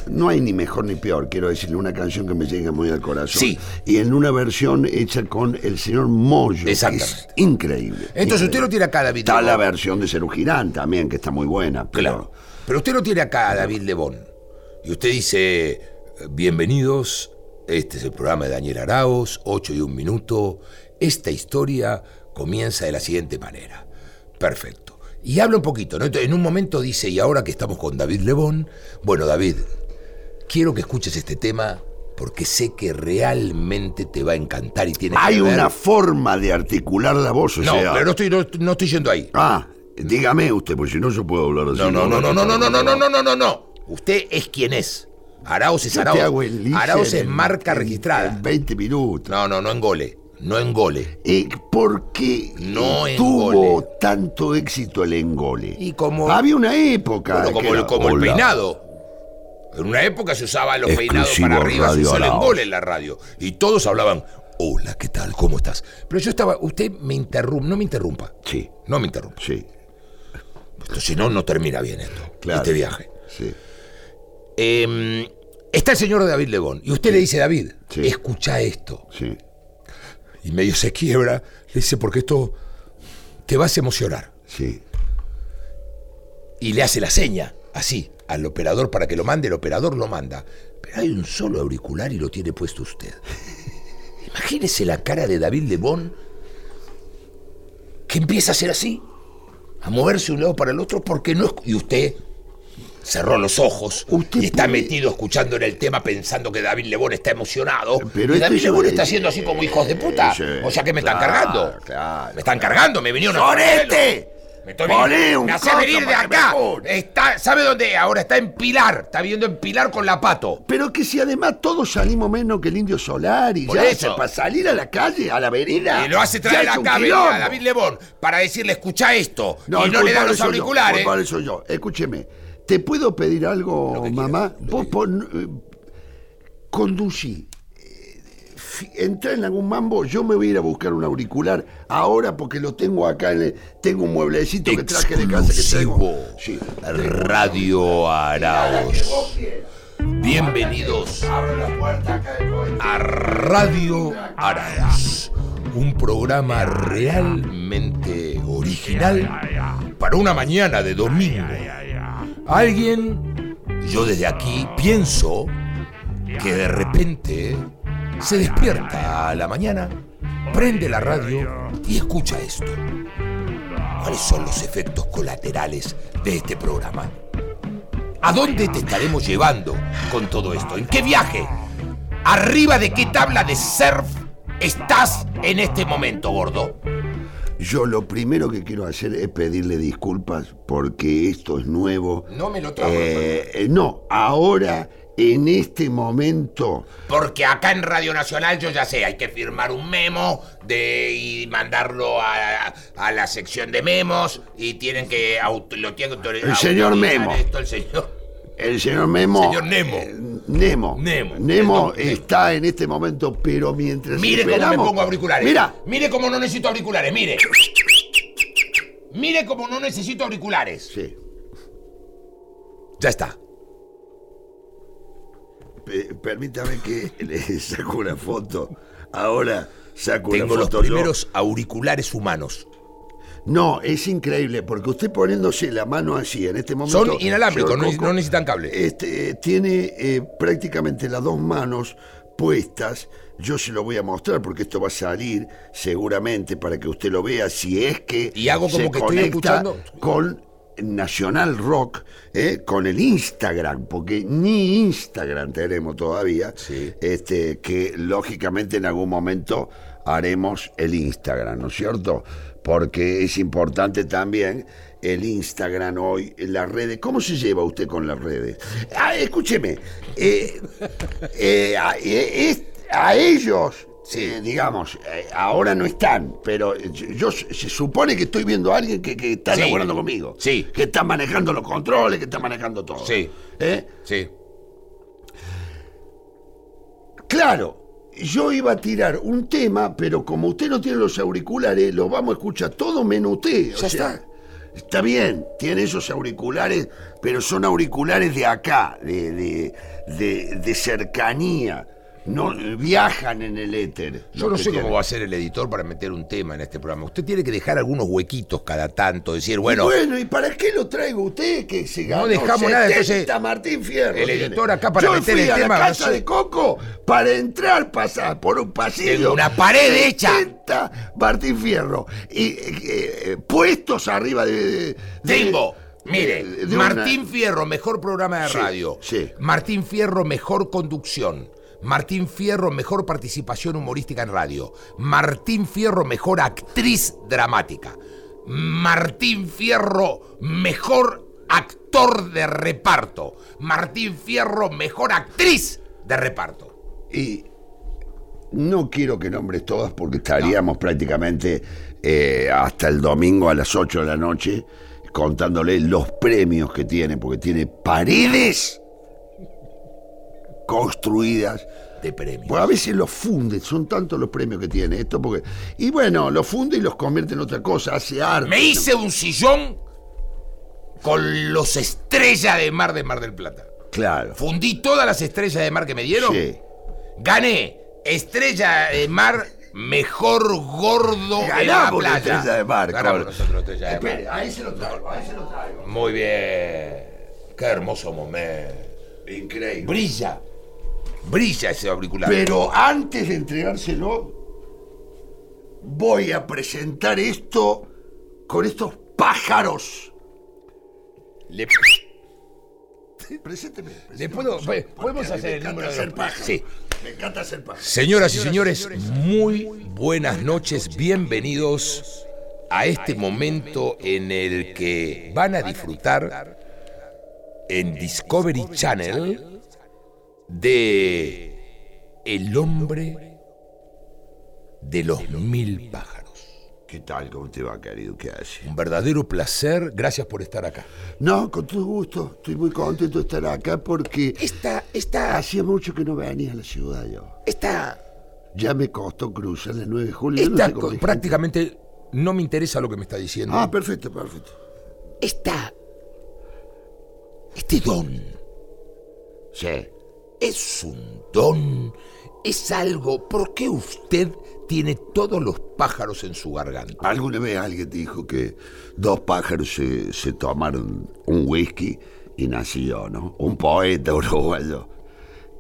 S1: no hay ni mejor ni peor, quiero decirle, una canción que me llega muy al corazón.
S2: Sí.
S1: Y en una versión hecha con el señor Moyo. que Es
S2: Exactamente.
S1: increíble.
S2: Entonces usted
S1: increíble.
S2: lo tiene acá, David
S1: Está
S2: Lebón.
S1: la versión de Cerú Girán también, que está muy buena. pero-
S2: Claro. Pero usted lo tiene acá, David Lebón. Y usted dice, bienvenidos, este es el programa de Daniel Araos, 8 y un minuto. Esta historia comienza de la siguiente manera. Perfecto. Y habla un poquito, ¿no? Entonces, en un momento dice, y ahora que estamos con David Lebón, bueno, David, quiero que escuches este tema porque sé que realmente te va a encantar y tiene que
S1: Hay
S2: ver-
S1: una forma de articular la voz, o
S2: No,
S1: sea.
S2: pero no estoy, no, no estoy yendo ahí.
S1: Ah, dígame usted, porque Pues si no yo puedo hablar así.
S2: No, no, no, no, no, no, no, no, no, no, no, no, no. Usted es quien es. Arauz es
S1: Yo te hago
S2: Arauz.
S1: el lice
S2: Arauz es
S1: en-
S2: marca
S1: en-
S2: registrada.
S1: En 20 minutos.
S2: No, no, no engole. No engole.
S1: Eh, ¿Por qué
S2: No
S1: eh, tuvo
S2: engole.
S1: tanto éxito el engole?
S2: Y como-
S1: Había una época.
S2: Bueno,
S1: que
S2: como, el,
S1: era-
S2: como el
S1: Hola.
S2: peinado. En una época se usaba los peinados
S1: Exclusivo
S2: para arriba, se
S1: Radio
S2: usaba el
S1: Arauz.
S2: engole en la radio. Y todos hablaban, hola, ¿qué tal? ¿Cómo estás? Pero yo estaba, usted me interrumpe, no me interrumpa.
S1: Sí,
S2: No me interrumpa.
S1: sí,
S2: Esto, Si no, no termina bien esto,
S1: Claro.
S2: este viaje.
S1: sí.
S2: Eh, está el señor David Lebón. Y usted le dice, David,
S1: Sí.
S2: escucha esto.
S1: sí.
S2: y medio se quiebra, le dice, porque esto te vas a emocionar.
S1: Sí,
S2: Y le hace la seña, así, al operador para que lo mande, el operador lo manda. Pero hay un solo auricular y lo tiene puesto usted. Imagínese la cara de David Lebón que empieza a ser así, a moverse de un lado para el otro, porque no es... Y usted cerró los ojos
S1: Usted
S2: y está
S1: puede-
S2: metido escuchando en el tema pensando que David Lebón está emocionado.
S1: Eh, Pero
S2: y
S1: esto
S2: David
S1: ya
S2: Lebón
S1: es-
S2: está haciendo así como hijos de puta.
S1: Sí,
S2: o sea que me
S1: claro,
S2: están cargando.
S1: claro.
S2: me están cargando, me vinieron... a
S1: ¡Sorete!
S2: Marcelo. Me estoy
S1: Poné
S2: viniendo-
S1: un
S2: me hace
S1: coso
S2: venir de
S1: para que me
S2: acá.
S1: cure.
S2: Está, ¿Sabe dónde? es? Ahora está en Pilar. Está viendo en Pilar con la pato.
S1: Pero que si además todos salimos menos que el indio solar y
S2: Por
S1: ya,
S2: eso.
S1: para salir a la calle, a la vereda.
S2: Y lo hace traer
S1: ya es un
S2: acá venía,
S1: quilombo.
S2: a David Lebón para decirle, escucha esto.
S1: el
S2: y no le dan
S1: culpable
S2: los
S1: soy yo,
S2: auriculares.
S1: culpable soy yo. Escúcheme, ¿te puedo pedir algo, mamá? Vos pon- eh, conducí. eh, fi- Entré en algún mambo, yo me voy a ir a buscar un auricular ahora porque lo tengo acá. En el- tengo un mueblecito que traje de casa que
S2: Exclusivo.
S1: tengo. Sí.
S2: Radio Araos. Bienvenidos
S9: Abre la puerta acá y voy.
S2: a Radio Araos. Un programa realmente original para una mañana de domingo. Alguien, yo desde aquí pienso que de repente se despierta a la mañana, prende la radio y escucha esto. ¿Cuáles son los efectos colaterales de este programa? ¿A dónde te estaremos llevando con todo esto? ¿En qué viaje? ¿Arriba de qué tabla de surf estás en este momento, gordo?
S1: Yo lo primero que quiero hacer es pedirle disculpas porque esto es nuevo.
S2: No me lo trajo,
S1: Eh, eh, no, ahora, en este momento,
S8: Porque acá en Radio Nacional, yo ya sé, hay que firmar un memo de, y mandarlo a, a la sección de memos y tienen que auto- lo tienen que autori-
S1: El señor
S8: autorizar
S1: Memo.
S8: Esto el señor.
S1: el señor Memo.
S8: Señor Nemo.
S1: eh, Nemo.
S8: Nemo.
S1: Nemo
S8: Perdón, Nemo.
S1: está en este momento, pero mientras.
S8: Mire cómo me
S1: esperamos-
S8: pongo auriculares.
S1: Mira,
S8: Mire cómo no necesito auriculares, mire. Mire cómo no necesito auriculares.
S1: sí,
S2: Ya está.
S1: pe- permítame que le saco una foto. Ahora saco
S2: Tengo
S1: una
S2: los
S1: foto. yo.
S2: primeros auriculares humanos.
S1: No, es increíble, porque usted poniéndose la mano así en este momento.
S2: Son inalámbricos,
S1: señor
S2: no,
S1: Coco,
S2: no necesitan
S8: Eh,
S2: cable.
S1: Este, tiene eh, prácticamente las dos manos puestas. Yo se lo voy a mostrar porque esto va a salir seguramente para que usted lo vea. Si es que.
S2: Y hago como
S1: se
S2: que estoy
S1: conecta
S2: escuchando.
S1: Con Nacional Rock, eh, con el Instagram, porque ni Instagram tenemos todavía.
S2: Sí.
S1: Este, que lógicamente en algún momento haremos el Instagram, ¿no es cierto? Porque es importante también el Instagram hoy, las redes. ¿Cómo se lleva usted con las redes? Ah, escúcheme, eh, eh, a, eh, es- a ellos, eh, digamos, eh, ahora no están, pero yo, yo se se supone que estoy viendo a alguien que, que está
S2: Sí.
S1: laburando conmigo,
S2: Sí.
S1: que está manejando los controles, que está manejando todo.
S2: Sí.
S1: ¿Eh?
S2: Sí.
S1: Claro, yo iba a tirar un tema, pero como usted no tiene los auriculares, lo vamos a escuchar todo menos usted. o sea,
S2: Ya está.
S1: Está bien, tiene esos auriculares, pero son auriculares de acá, de, de- de- de cercanía. No eh, viajan en el éter.
S2: Yo
S1: los
S2: no
S1: que
S2: sé cómo
S1: tienen.
S2: va a ser el editor para meter un tema en este programa. Usted tiene que dejar algunos huequitos cada tanto, decir, bueno,
S1: Bueno, ¿y para qué lo traigo usted que se ganó
S2: dejamos nada,
S1: 70
S2: entonces,
S1: Martín Fierro.
S2: el
S1: tiene?
S2: editor acá para
S1: Yo
S2: meter
S1: fui
S2: el
S1: a
S2: tema,
S1: la
S2: no
S1: casa
S2: sé.
S1: de Coco para entrar, pasar por un pasillo.
S2: Tengo una pared hecha.
S1: 70 Martín Fierro. Y eh, eh, puestos arriba de. de-
S2: tengo.
S1: de-
S2: Mire,
S1: de una-
S2: Martín Fierro, mejor programa de
S1: Sí,
S2: radio.
S1: sí.
S2: Martín Fierro, mejor conducción. Martín Fierro, mejor participación humorística en radio. Martín Fierro, mejor actriz dramática. Martín Fierro, mejor actor de reparto. Martín Fierro, mejor actriz de reparto.
S1: Y no quiero que nombres todas porque estaríamos prácticamente eh, hasta el domingo a las 8 de la noche contándole los premios que tiene, porque tiene paredes construidas.
S2: de premio.
S1: Pues a veces los funde, son tantos los premios que tiene esto, porque. Y bueno, los funde y los convierte en otra cosa, hace arte.
S2: Me hice un sillón con los estrellas de mar de Mar del Plata.
S1: Claro.
S2: Fundí todas las estrellas de mar que me dieron.
S1: Sí.
S2: Gané estrella de mar mejor gordo en la
S1: Ganamos la
S2: playa.
S1: estrella de mar,
S2: Ganamos
S1: con-
S2: nosotros la estrella de mar.
S1: Espere, ahí se lo traigo, ahí se lo traigo.
S2: Muy bien. Qué hermoso momento.
S1: Increíble.
S2: Brilla. Brilla ese auricular.
S1: Pero antes de entregárselo, voy a presentar esto con estos pájaros.
S2: Le-
S1: Presénteme.
S2: ¿Le puedo-
S1: presénteme.
S2: podemos
S1: Porque a mí
S2: hacer el
S1: me encanta
S2: número de
S1: hacer
S2: los pájaros?
S1: pájaros.
S2: Sí.
S1: Me encanta hacer pájaros.
S2: Señoras y señores, muy buenas noches, bienvenidos a este momento en el que van a disfrutar en Discovery Channel de El hombre de los mil pájaros.
S1: ¿Qué tal? ¿Cómo te va, querido? ¿Qué haces?
S2: Un verdadero placer, gracias por estar acá.
S1: No, con todo gusto. Estoy muy contento de estar acá porque
S2: Esta, esta,
S1: hacía mucho que no venía a la ciudad yo.
S2: esta,
S1: Ya me costó cruzar la 9 de julio. yo no
S2: esta
S1: sé cómo hay gente.
S2: prácticamente no me interesa lo que me está diciendo.
S1: Ah, perfecto, perfecto.
S2: Esta, este don.
S1: Sí.
S2: Es un don, es algo. ¿Por qué usted tiene todos los pájaros en su garganta?
S1: Alguna vez alguien dijo que dos pájaros se, se tomaron un whisky y nació, ¿no? Un poeta uruguayo.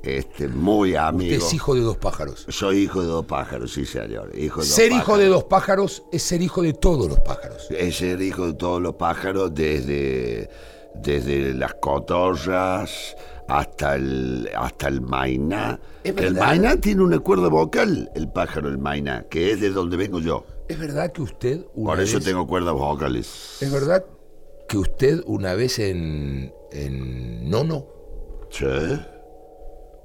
S1: este, muy amigo.
S2: Es hijo de dos pájaros.
S1: Soy hijo de dos pájaros, sí, señor. Hijo de dos
S2: ser hijo de
S1: pájaros.
S2: dos pájaros es ser hijo de todos los pájaros.
S1: Es ser hijo de todos los pájaros, desde, desde las cotorras hasta el, hasta el mainá.
S2: Es
S1: Que El
S2: verdad.
S1: mainá tiene una cuerda vocal, el pájaro, el mainá, que es de donde vengo yo.
S2: ¿Es verdad que usted una
S1: Por eso
S2: vez-
S1: tengo cuerdas vocales.
S2: ¿Es verdad que usted una vez en, en Nono?
S1: Sí.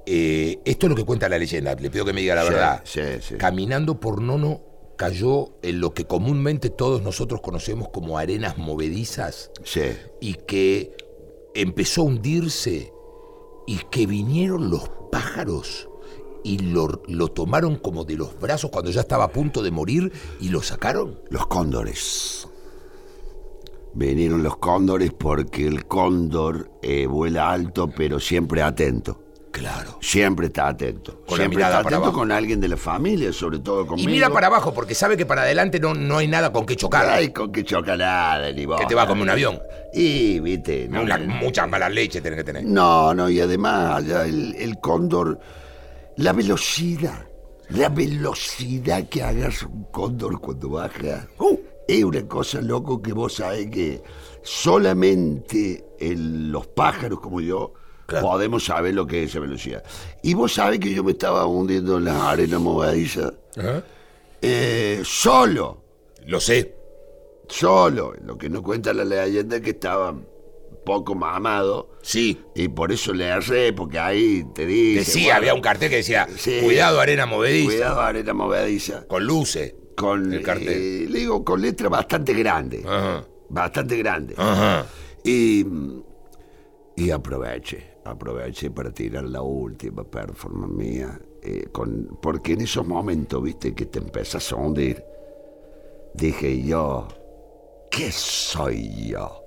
S2: eh, esto es lo que cuenta la leyenda, le pido que me diga la
S1: Sí,
S2: verdad.
S1: sí, sí.
S2: Caminando por Nono cayó en lo que comúnmente todos nosotros conocemos como arenas movedizas
S1: Sí.
S2: y que empezó a hundirse y que vinieron los pájaros y lo, lo tomaron como de los brazos cuando ya estaba a punto de morir y lo sacaron.
S1: Los cóndores. Vinieron los cóndores porque el cóndor eh, vuela alto, pero siempre atento.
S2: Claro.
S1: Siempre está atento.
S2: Con la
S1: siempre
S2: mirada
S1: está
S2: para
S1: atento
S2: abajo.
S1: con alguien de la familia, sobre todo conmigo.
S2: Y mira para abajo porque sabe que para adelante no, no hay nada con qué chocar.
S1: Ay, con qué chocolate, ni vos.
S2: que te va a comer un avión.
S1: Y, viste. No,
S2: Una- muchas malas leches tenés que tener.
S1: no, no, y además allá el, el cóndor, la velocidad, la velocidad que hagas un cóndor cuando baja, es una cosa loco que vos sabés que solamente el- los pájaros como yo podemos saber lo que es esa velocidad. Y vos sabés que yo me estaba hundiendo en las arenas movedizas.
S2: Ajá.
S1: Eh, solo,
S2: Lo sé.
S1: solo. Lo que no cuenta la leyenda es que estaba poco mamado.
S2: Sí.
S1: Y por eso le erré, porque ahí te dice.
S2: Decía,
S1: bueno,
S2: había un cartel que decía,
S1: Sí.
S2: cuidado arena movediza,
S1: Cuidado, arena movediza.
S2: con luces.
S1: Con,
S2: El cartel. Ah.
S1: eh, le digo, con letra bastante grande.
S2: Ajá.
S1: Bastante grande.
S2: Ajá.
S1: Y, y aproveché, aproveché para tirar la última performance mía. eh, con, porque en esos momentos, viste, que te empezás a hundir, dije yo, ¿qué soy yo?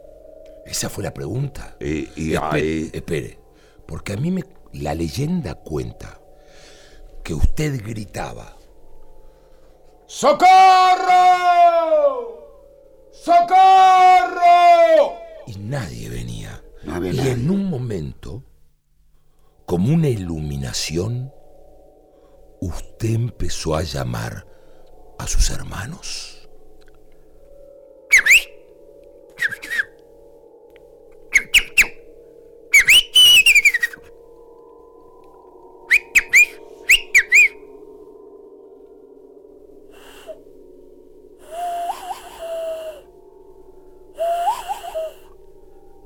S2: Esa fue la pregunta.
S1: Y, y
S2: espere,
S1: ahí,
S2: espere, porque a mí me, la leyenda cuenta que usted gritaba. ¡Socorro! ¡Socorro! Y nadie venía.
S1: No había
S2: y
S1: nadie.
S2: en un momento, como una iluminación, usted empezó a llamar a sus hermanos.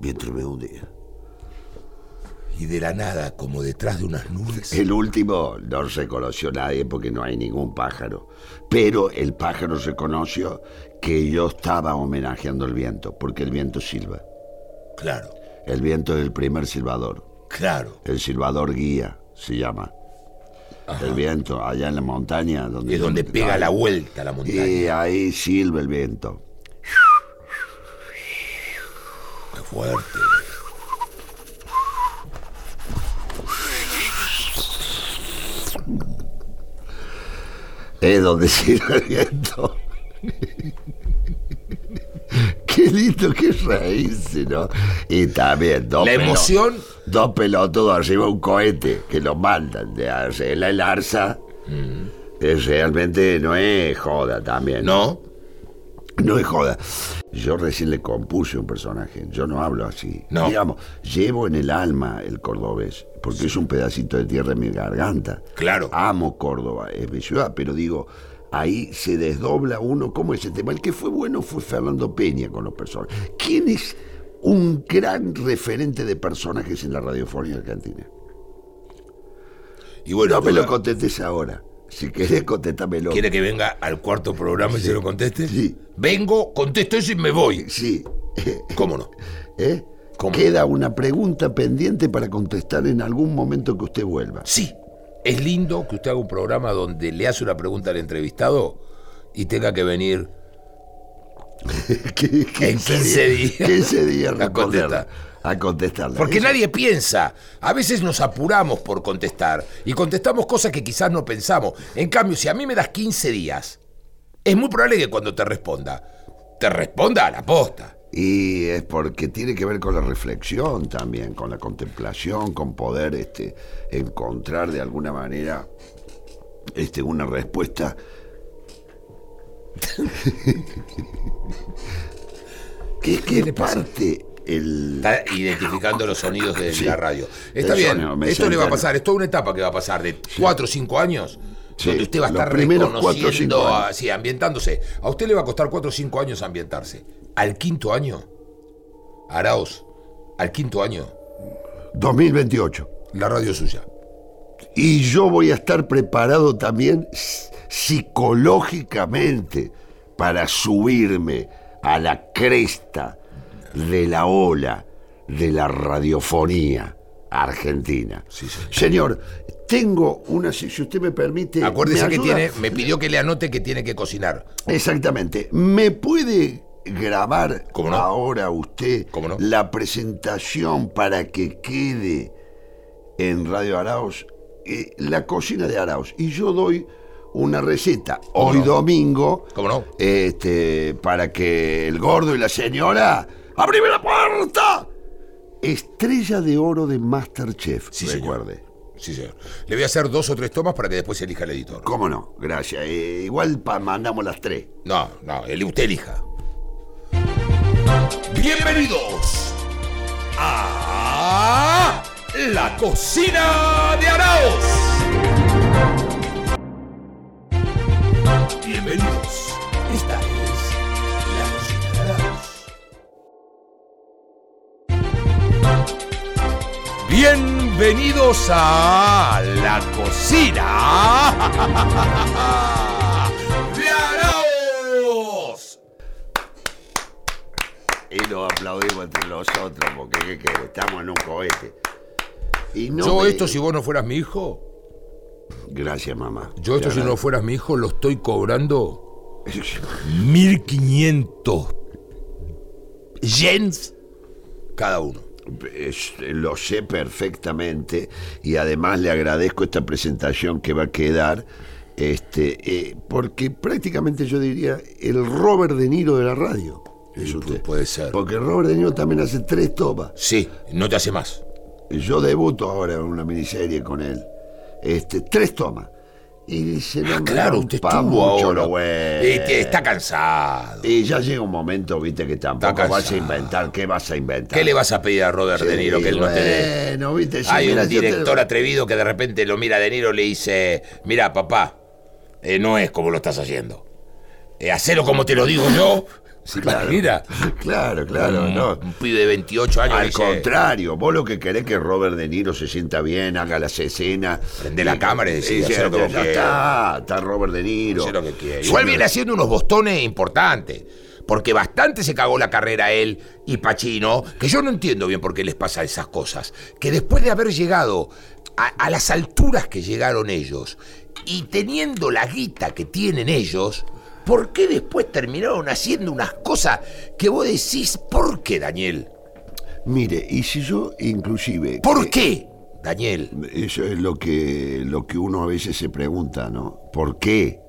S1: mientras me hundía.
S2: Y de la nada, como detrás de unas nubes,
S1: El último no reconoció nadie porque no hay ningún pájaro. Pero el pájaro reconoció que yo estaba homenajeando al viento, porque el viento silba.
S2: claro,
S1: El viento es el primer silbador.
S2: claro.
S1: El silbador guía se llama. El viento, allá en la montaña. Donde
S2: Es donde pega la vuelta a la montaña.
S1: Y ahí silba el viento.
S2: Qué fuerte.
S1: Es donde silba el viento. Qué lindo que es reírse, ¿no? Y también, dos
S2: La
S1: pelo-
S2: emoción.
S1: Dos pelotudos arriba un cohete que lo mandan de Arcela el Arsa. Es realmente no es joda también.
S2: No,
S1: No es joda. Yo recién le compuse un personaje. Yo no hablo así.
S2: No.
S1: Digamos, llevo en el alma el cordobés, porque es un pedacito de tierra en mi garganta.
S2: Claro.
S1: Amo Córdoba, es mi ciudad, pero digo, ahí se desdobla uno como ese tema. El que fue bueno fue Fernando Peña con los personajes. ¿Quién es un gran referente de personajes en la radiofonía argentina?
S2: y bueno,
S1: no me lo
S2: toda-
S1: contestes ahora. Si querés, contéstamelo.
S2: ¿quiere que venga al cuarto programa y se lo conteste?
S1: Sí.
S2: Vengo, contesto eso y me voy.
S1: Sí.
S2: ¿Cómo no?
S1: ¿Eh?
S2: ¿Cómo?
S1: Queda una pregunta pendiente para contestar en algún momento que usted vuelva.
S2: Sí, es lindo que usted haga un programa donde le hace una pregunta al entrevistado y tenga que venir.
S1: ¿Qué- qué-
S2: En 15 días.
S1: 15 días
S2: A
S1: responderla,
S2: contestar.
S1: A contestarla.
S2: Porque
S1: Eso-
S2: nadie piensa. A veces nos apuramos por contestar y contestamos cosas que quizás no pensamos. En cambio, si a mí me das 15 días, es muy probable que cuando te responda, te responda a la posta.
S1: Y es porque tiene que ver con la reflexión también, con la contemplación, con poder este, encontrar de alguna manera este, una respuesta. que es que parte el...
S2: Está identificando los sonidos de
S1: Sí.
S2: la radio. Está
S1: El
S2: bien,
S1: sonido, me
S2: esto le va a
S1: sentaron.
S2: pasar, es toda una etapa que va a pasar de 4 o 5 años.
S1: Sí,
S2: Donde usted va a
S1: los
S2: estar
S1: primeros cuatro o
S2: reconociendo,
S1: cinco años.
S2: así, ambientándose. A usted le va a costar 4 o 5 años ambientarse. Al quinto año, Araos, al quinto año,
S1: 2028.
S2: la radio es suya.
S1: Y yo voy a estar preparado también s- psicológicamente para subirme a la cresta de la ola de la radiofonía argentina.
S2: Sí, señor.
S1: tengo una, si si usted me permite... ¿me
S2: Acuérdese que
S1: ayuda?
S2: tiene, me pidió que le anote que tiene que cocinar.
S1: Exactamente. ¿Me puede grabar
S2: ¿Cómo no?
S1: ahora usted
S2: ¿Cómo no?
S1: la presentación para que quede en Radio Araos, eh, la cocina de Araos? Y yo doy una receta hoy
S2: no?
S1: domingo
S2: ¿Cómo no?
S1: este, para que el gordo y la señora abrime la puerta. Estrella de oro de Masterchef,
S2: Sí, señor.
S1: recuerde.
S2: Sí, señor. Le voy a hacer dos o tres tomas para que después elija el editor.
S1: ¿Cómo no? Gracias. Eh, igual pa- mandamos las tres.
S2: No, no, el, usted elija. Bienvenidos a la cocina de Araos. Bienvenidos. Esta es la cocina de Araos. Bienvenidos a la cocina de Araos.
S1: Y lo aplaudimos entre nosotros, porque ¿qué querés? estamos en un cohete. Y no
S2: Yo
S1: me-
S2: esto si vos no fueras mi hijo,
S1: Gracias, mamá.
S2: yo esto
S1: Te
S2: si no
S1: agradezco.
S2: fueras mi hijo lo estoy cobrando 1500 yens cada uno.
S1: Es- Lo sé perfectamente y además le agradezco esta presentación que va a quedar, este, eh, porque prácticamente yo diría el Robert De Niro de la radio. Es
S2: Y pu-
S1: usted.
S2: puede ser.
S1: Porque Robert De Niro también hace tres tomas.
S2: Sí, no te hace más.
S1: Yo debuto ahora en una miniserie con él. Este, tres tomas. Y dice, no, me
S2: Ah, Claro,
S1: rompa
S2: usted estuvo
S1: mucho los
S2: ahora.
S1: huevos.
S2: Este, está cansado.
S1: Y ya llega un momento, viste, que tampoco
S2: Está
S1: vas a
S2: cansado.
S1: inventar. ¿Qué vas a inventar?
S2: ¿Qué le vas a pedir a Robert De Niro que él no te dé?
S1: Bueno, viste, sí,
S2: Hay
S1: mira,
S2: un
S1: yo te-
S2: director atrevido que de repente lo mira a De Niro y le dice, mira papá, eh, no es como lo estás haciendo. Eh, hacelo como te lo digo yo. ¿Se
S1: Claro,
S2: imagina? Mm,
S1: claro, claro,
S2: un,
S1: no.
S2: un pibe de 28 años.
S1: Al
S2: dice,
S1: contrario, vos lo que querés que Robert De Niro se sienta bien, haga las escenas.
S2: Prende la cámara y decís,
S1: Y
S2: "Hacé
S1: ya,
S2: lo que vos
S1: ya
S2: quieras".
S1: está, está Robert De Niro.
S2: "Hacé lo que quieras".
S1: Sí,
S2: Igual
S1: me-
S2: viene haciendo unos bostones importantes. Porque bastante se cagó la carrera él y Pacino, que yo no entiendo bien por qué les pasa esas cosas. Que después de haber llegado a, a las alturas que llegaron ellos y teniendo la guita que tienen ellos, ¿por qué después terminaron haciendo unas cosas que vos decís, ¿por qué, Daniel?
S1: Mire, y si yo inclusive... eh,
S2: ¿Por qué, Daniel?
S1: Eso es lo que, lo que uno a veces se pregunta, ¿no? ¿Por qué?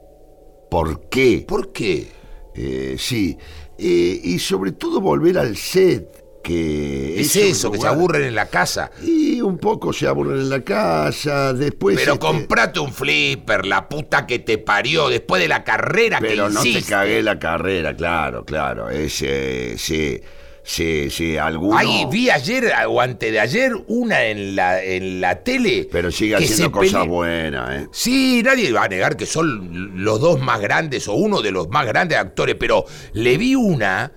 S1: ¿Por qué?
S2: ¿Por qué?
S1: Eh, sí. Eh, y sobre todo volver al set, que...
S2: Es
S1: un
S2: eso, que se
S1: lugar-
S2: aburren en la casa.
S1: Y un poco se aburren en la casa, después...
S2: Pero
S1: este,
S2: comprate un flipper, la puta que te parió, después de la carrera
S1: Pero
S2: que
S1: no te
S2: hiciste.
S1: cagué la carrera, claro, claro. Ese, sí, sí, sí, alguno...
S2: Ahí vi ayer o antes de ayer una en la, en la tele.
S1: Pero sigue
S2: que se
S1: haciendo cosas
S2: pele-
S1: buenas, ¿eh?
S2: Sí, nadie va a negar que son los dos más grandes o uno de los más grandes actores, pero le vi una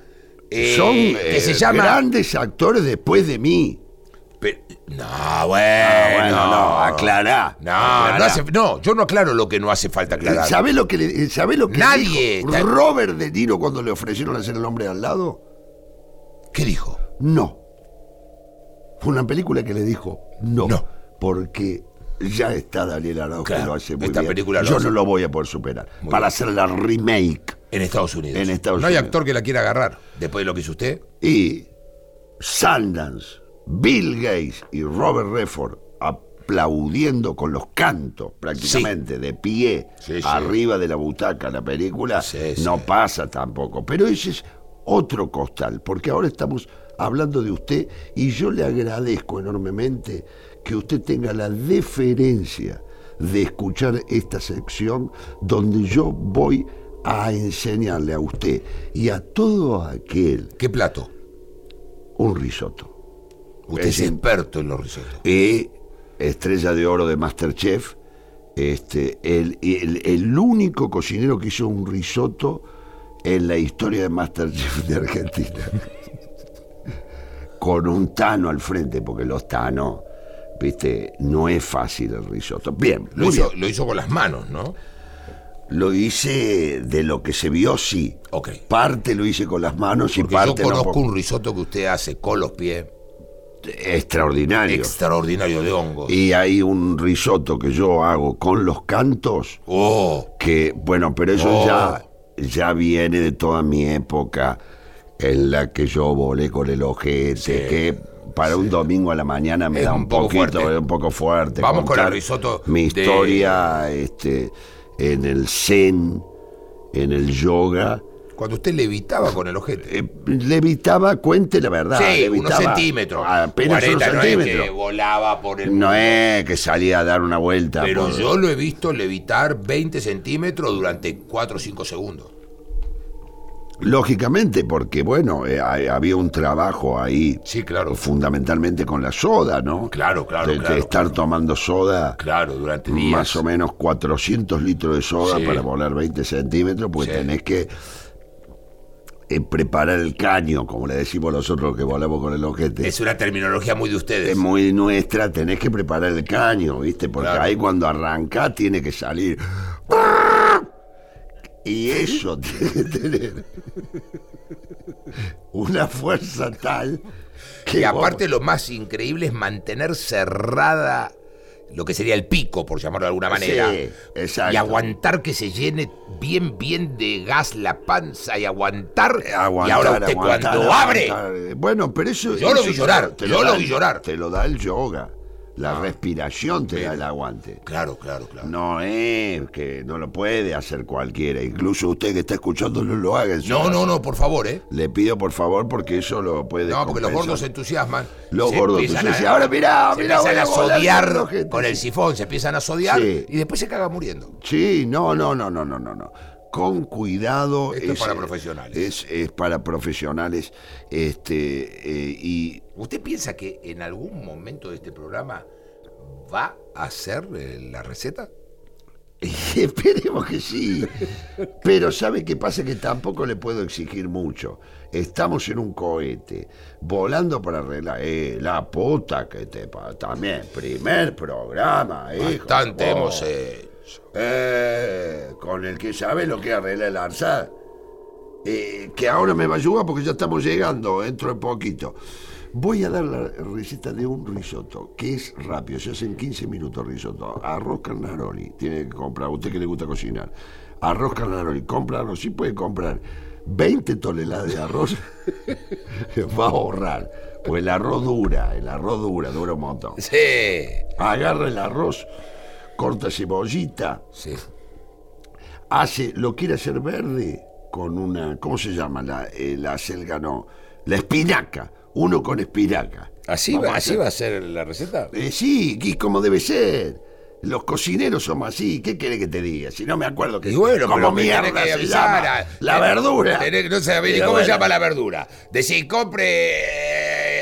S2: eh,
S1: Son
S2: que
S1: eh,
S2: se llama.
S1: grandes actores después de mí.
S2: Pe- No, bueno.
S1: Ah, bueno, no, aclará.
S2: Eh, No,
S1: aclará.
S2: no, hace- no, yo no aclaro lo que no hace falta aclarar.
S1: ¿Sabés lo que, le, sabés lo que
S2: Nadie
S1: dijo
S2: está-
S1: Robert De Niro cuando le ofrecieron hacer el hombre al lado?
S2: ¿Qué dijo?
S1: No. Fue una película que le dijo no.
S2: No.
S1: Porque ya está Daniel Araujo que
S2: Claro,
S1: lo hace muy
S2: esta
S1: bien.
S2: película lo
S1: Yo
S2: hace.
S1: no lo voy a poder superar.
S2: Muy
S1: para
S2: bien.
S1: hacer la remake.
S2: En Estados Unidos.
S1: En Estados
S2: no hay
S1: Unidos.
S2: actor que la quiera agarrar después de lo que hizo usted.
S1: Y Sundance, Bill Gates y Robert Redford aplaudiendo con los cantos prácticamente de pie
S2: Sí, sí.
S1: arriba de la butaca la película
S2: Sí, sí.
S1: no pasa tampoco pero ese es otro costal, porque ahora estamos hablando de usted y yo le agradezco enormemente que usted tenga la deferencia de escuchar esta sección donde yo voy a enseñarle a usted y a todo aquel
S2: ¿Qué plato?
S1: un risotto.
S2: Usted es,
S1: Es in-
S2: experto en los risotos.
S1: y estrella de oro de Masterchef. Este, el, el- el único cocinero que hizo un risotto en la historia de Masterchef de Argentina. Con un Tano al frente, porque los Tano, viste, no es fácil el risotto. Bien,
S2: Lo
S1: muy
S2: hizo,
S1: bien.
S2: lo hizo con las manos, ¿no?
S1: Lo hice de lo que se vio, sí.
S2: Ok.
S1: Parte lo hice con las manos y
S2: Porque yo
S1: parte no,
S2: conozco
S1: porque-
S2: un risoto que usted hace con los pies,
S1: extraordinario.
S2: extraordinario de hongos.
S1: y hay un risotto que yo hago con los cantos.
S2: Oh,
S1: que bueno, pero eso
S2: Oh.
S1: ya, ya viene de toda mi época en la que yo volé con el ojete, que para un domingo a la mañana me
S2: Es
S1: da un,
S2: un poco
S1: poquito,
S2: fuerte.
S1: es un poco fuerte.
S2: Vamos con
S1: contar
S2: el risotto
S1: Mi
S2: de-
S1: historia este, en el zen, en el yoga.
S2: cuando usted levitaba con el ojete.
S1: eh, levitaba, cuente la verdad.
S2: sí, unos
S1: levitaba
S2: centímetros.
S1: Apenas
S2: 40
S1: unos
S2: no es
S1: centímetros.
S2: que volaba por el...
S1: No es que salía a dar una vuelta.
S2: pero
S1: por-
S2: yo lo he visto levitar 20 centímetros durante 4 o 5 segundos.
S1: Lógicamente, porque bueno, eh, ha- había un trabajo ahí
S2: Sí, claro.
S1: fundamentalmente con la soda, ¿no?
S2: Claro, claro,
S1: De, de
S2: claro.
S1: estar tomando soda,
S2: Claro, durante días.
S1: más o menos 400 litros de soda
S2: Sí.
S1: para volar 20 centímetros, pues
S2: Sí.
S1: tenés que eh, preparar el caño, como le decimos nosotros que volamos con el ojete.
S2: Es una terminología muy de ustedes.
S1: Es muy nuestra, tenés que preparar el caño, ¿viste? Porque
S2: Claro.
S1: ahí cuando arrancás tiene que salir. Y eso tiene que tener una fuerza tal que.
S2: Y
S1: vos-
S2: aparte lo más increíble es mantener cerrada lo que sería el pico, por llamarlo de alguna manera.
S1: Sí, exacto.
S2: Y aguantar que se llene bien, bien de gas la panza y aguantar.
S1: Aguantar,
S2: y ahora usted
S1: aguantar,
S2: cuando abre,
S1: aguantar. Bueno, pero eso.
S2: Yo lo
S1: eso
S2: vi llorar, yo lo
S1: da
S2: vi
S1: el-
S2: llorar. Ah.
S1: Te lo da el yoga. La respiración te da
S2: Bien.
S1: el aguante.
S2: Claro, claro, claro. No,
S1: No es que no lo puede hacer cualquiera. Incluso usted que está escuchando no lo haga. en su
S2: no,
S1: casa.
S2: no, por favor, ¿eh?
S1: Le pido por favor porque eso lo puede.
S2: No, porque los
S1: compensar.
S2: gordos se entusiasman.
S1: Los
S2: se
S1: gordos,
S2: empiezan
S1: pues,
S2: a-
S1: sí, ahora mirá,
S2: se
S1: mirá, voy
S2: empiezan
S1: a volar
S2: a
S1: con los
S2: sodiar
S1: ojete.
S2: con el sifón, se empiezan a sodiar
S1: Sí.
S2: y después se cagan muriendo.
S1: Sí, no, no, no, no, no, no, no. Con cuidado. eh,
S2: Esto es para profesionales.
S1: Es, es para profesionales. Este eh, y
S2: ¿Usted piensa que en algún momento de este programa va a hacer eh, la receta?
S1: esperemos que sí. Pero sabe qué pasa que tampoco le puedo exigir mucho. Estamos en un cohete volando para arreglar. Eh, la puta que te pa- también. Primer programa. hijo.
S2: Bastante
S1: Oh.
S2: hemos hecho.
S1: Eh, con el que sabe lo que arregla el arzar. Eh, que ahora me va a ayudar porque ya estamos llegando, dentro de poquito. Voy a dar la receta de un risotto, que es rápido, se hace en 15 minutos risotto. Arroz carnaroli, tiene que comprar, a usted que le gusta cocinar. Arroz carnaroli, compra arroz, sí puede comprar 20 toneladas de arroz, va a ahorrar. Pues el arroz dura, el arroz dura, dura un montón.
S2: Sí.
S1: Agarra el arroz, corta cebollita,
S2: Sí.
S1: hace, lo quiere hacer verde con una, ¿cómo se llama? La, eh, la acelga, no, la espinaca, uno con espinaca.
S2: ¿Así,
S1: Vamos
S2: va,
S1: a
S2: así
S1: hacer-
S2: va a ser la receta?
S1: Eh, sí, y como debe ser. Los cocineros somos así, ¿qué quiere que te diga? Si no me acuerdo que
S2: Y bueno,
S1: como
S2: pero me
S1: mierda
S2: tenés que
S1: se
S2: avisar
S1: llama,
S2: a-
S1: la
S2: tenés-
S1: verdura.
S2: tenés que- no sé,
S1: Pero
S2: ¿cómo se
S1: bueno.
S2: llama la verdura? Decir, compre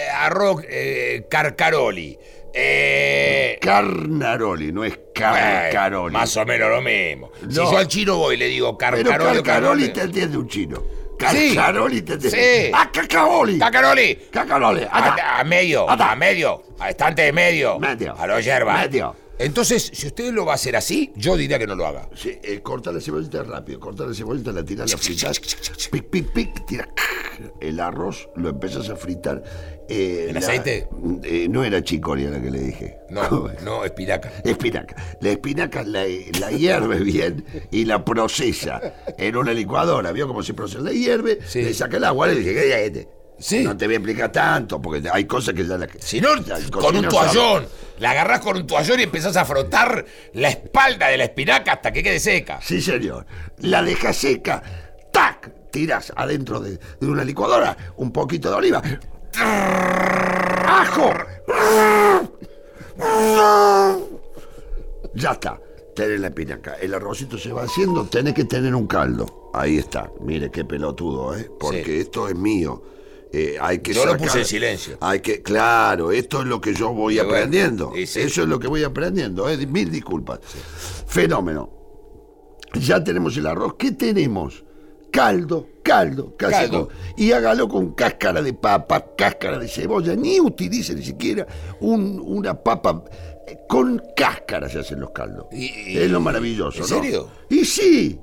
S2: eh, arroz eh, carcaroli. Eh,
S1: Carnaroli, no es carcaroli.
S2: bueno, Más o menos lo mismo. Si
S1: No.
S2: yo al chino voy y le digo
S1: Pero
S2: carcaroli. o
S1: carcaroli
S2: carcaroli-
S1: te entiende un chino.
S2: Sí.
S1: Carcaroli te entiende.
S2: Sí.
S1: ¡Ah, cacaoli!
S2: Carcaroli.
S1: Cacaroli,
S2: A, a medio,
S1: Ata.
S2: a medio, a estante de medio,
S1: Medio.
S2: a los hierbas.
S1: Medio.
S2: Entonces, si usted lo va a hacer así, yo diría que no lo haga.
S1: Sí, eh, corta la cebollita rápido, corta la cebollita, la tiras, la fritas, pic, pic, pic, tira el arroz, lo empiezas a fritar. eh,
S2: ¿En
S1: la-
S2: aceite?
S1: eh, no era chicoria la que le dije.
S2: No, no, espinaca.
S1: Espinaca. La espinaca la, la hierve bien y la procesa en una licuadora. ¿Vio cómo se procesa? La hierve,
S2: Sí.
S1: le saca el agua y le dice, ¿qué es este?
S2: Sí.
S1: No te voy a explicar tanto, porque hay cosas que ya las...
S2: Si no,
S1: ya el
S2: con un
S1: cocinero sabe.
S2: toallón. La agarrás con un toallón y empezás a frotar la espalda de la espinaca hasta que quede seca.
S1: Sí, señor. La deja seca. ¡Tac! tiras adentro de, de una licuadora, un poquito de oliva. ¡Ajo! Ya está, tenés la espinaca. El arrocito se va haciendo, tenés que tener un caldo. Ahí está, mire qué pelotudo, ¿eh? Porque
S2: Sí.
S1: esto es mío. Eh, hay que
S2: Yo lo
S1: sacar-
S2: puse en silencio.
S1: Hay que, claro, esto es lo que yo voy
S2: Y bueno,
S1: aprendiendo.
S2: y sí.
S1: Eso es lo que voy aprendiendo. eh, Mil disculpas. Fenómeno. Ya tenemos el arroz. ¿Qué tenemos? Caldo, caldo, caldo.
S2: Caldo.
S1: Y hágalo con cáscara de papa, cáscara de cebolla. Ni utilice ni siquiera un- una papa. eh, Con cáscara se hacen los caldos.
S2: Y- y-
S1: es lo maravilloso,
S2: ¿en
S1: ¿no?
S2: serio?
S1: Y sí,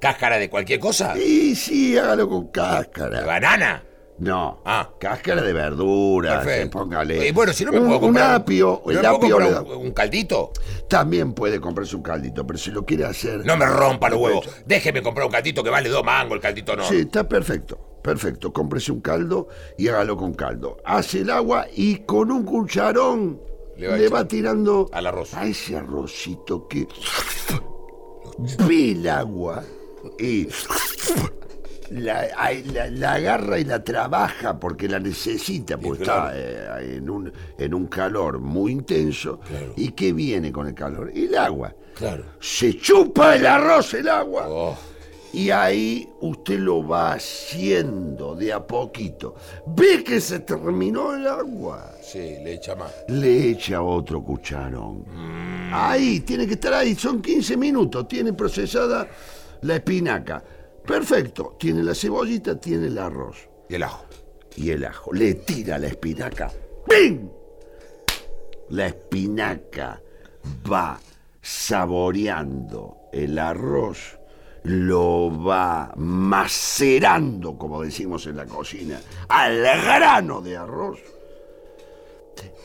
S2: ¿Cáscara de cualquier cosa?
S1: y sí, hágalo con
S2: ¿De
S1: cáscara.
S2: banana?
S1: No.
S2: Ah.
S1: Cáscara de verduras, eh,
S2: Perfecto.
S1: póngale.
S2: Eh, bueno, si no me
S1: un,
S2: puedo
S1: un
S2: comprar...
S1: apio,
S2: ¿no
S1: el
S2: me puedo
S1: apio
S2: comprar
S1: le da-
S2: un, un caldito?
S1: también puede comprarse un caldito, pero si lo quiere hacer.
S2: No me rompa los huevos.
S1: Perfecto.
S2: Déjeme comprar un caldito que vale dos mangos el caldito no.
S1: Sí, está perfecto, perfecto. Cómprese un caldo y hágalo con caldo. Hace el agua y con un cucharón
S2: Le va
S1: le va
S2: echando.
S1: tirando
S2: Al arroz.
S1: a ese arrocito que ve el agua y la, ahí la- la agarra y la trabaja porque la necesita, porque
S2: claro.
S1: está eh, en, un, en un calor muy intenso.
S2: Claro.
S1: ¿Y qué viene con el calor? El agua.
S2: Claro.
S1: Se chupa el arroz, el agua.
S2: Oh.
S1: Y ahí usted lo va haciendo de a poquito. Ve que se terminó el agua.
S2: Sí, le echa más.
S1: Le echa otro cucharón. Ahí, tiene que estar ahí. Son 15 minutos. Tiene procesada la espinaca. Perfecto. Tiene la cebollita, tiene el arroz
S2: Y el ajo.
S1: y el ajo. Le tira la espinaca. ¡Pim! La espinaca va saboreando el arroz, lo va macerando, como decimos en la cocina, al grano de arroz.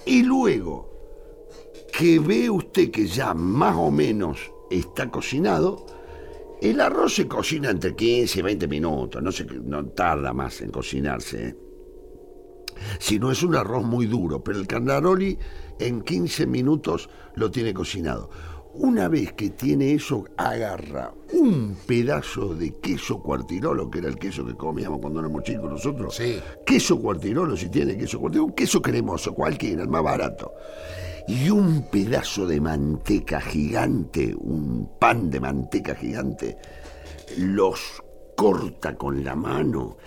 S1: Y luego que ve usted que ya más o menos está cocinado, el arroz se cocina entre 15 y 20 minutos, no, se, no tarda más en cocinarse. ¿eh? Si no es un arroz muy duro, pero el candaroli en 15 minutos lo tiene cocinado. Una vez que tiene eso, agarra un pedazo de queso cuartirolo, que era el queso que comíamos cuando éramos chicos nosotros.
S2: Sí.
S1: Queso cuartirolo, si tiene queso cuartirolo, un queso cremoso, cualquiera, el más barato y un pedazo de manteca gigante, un pan de manteca gigante, los corta con la mano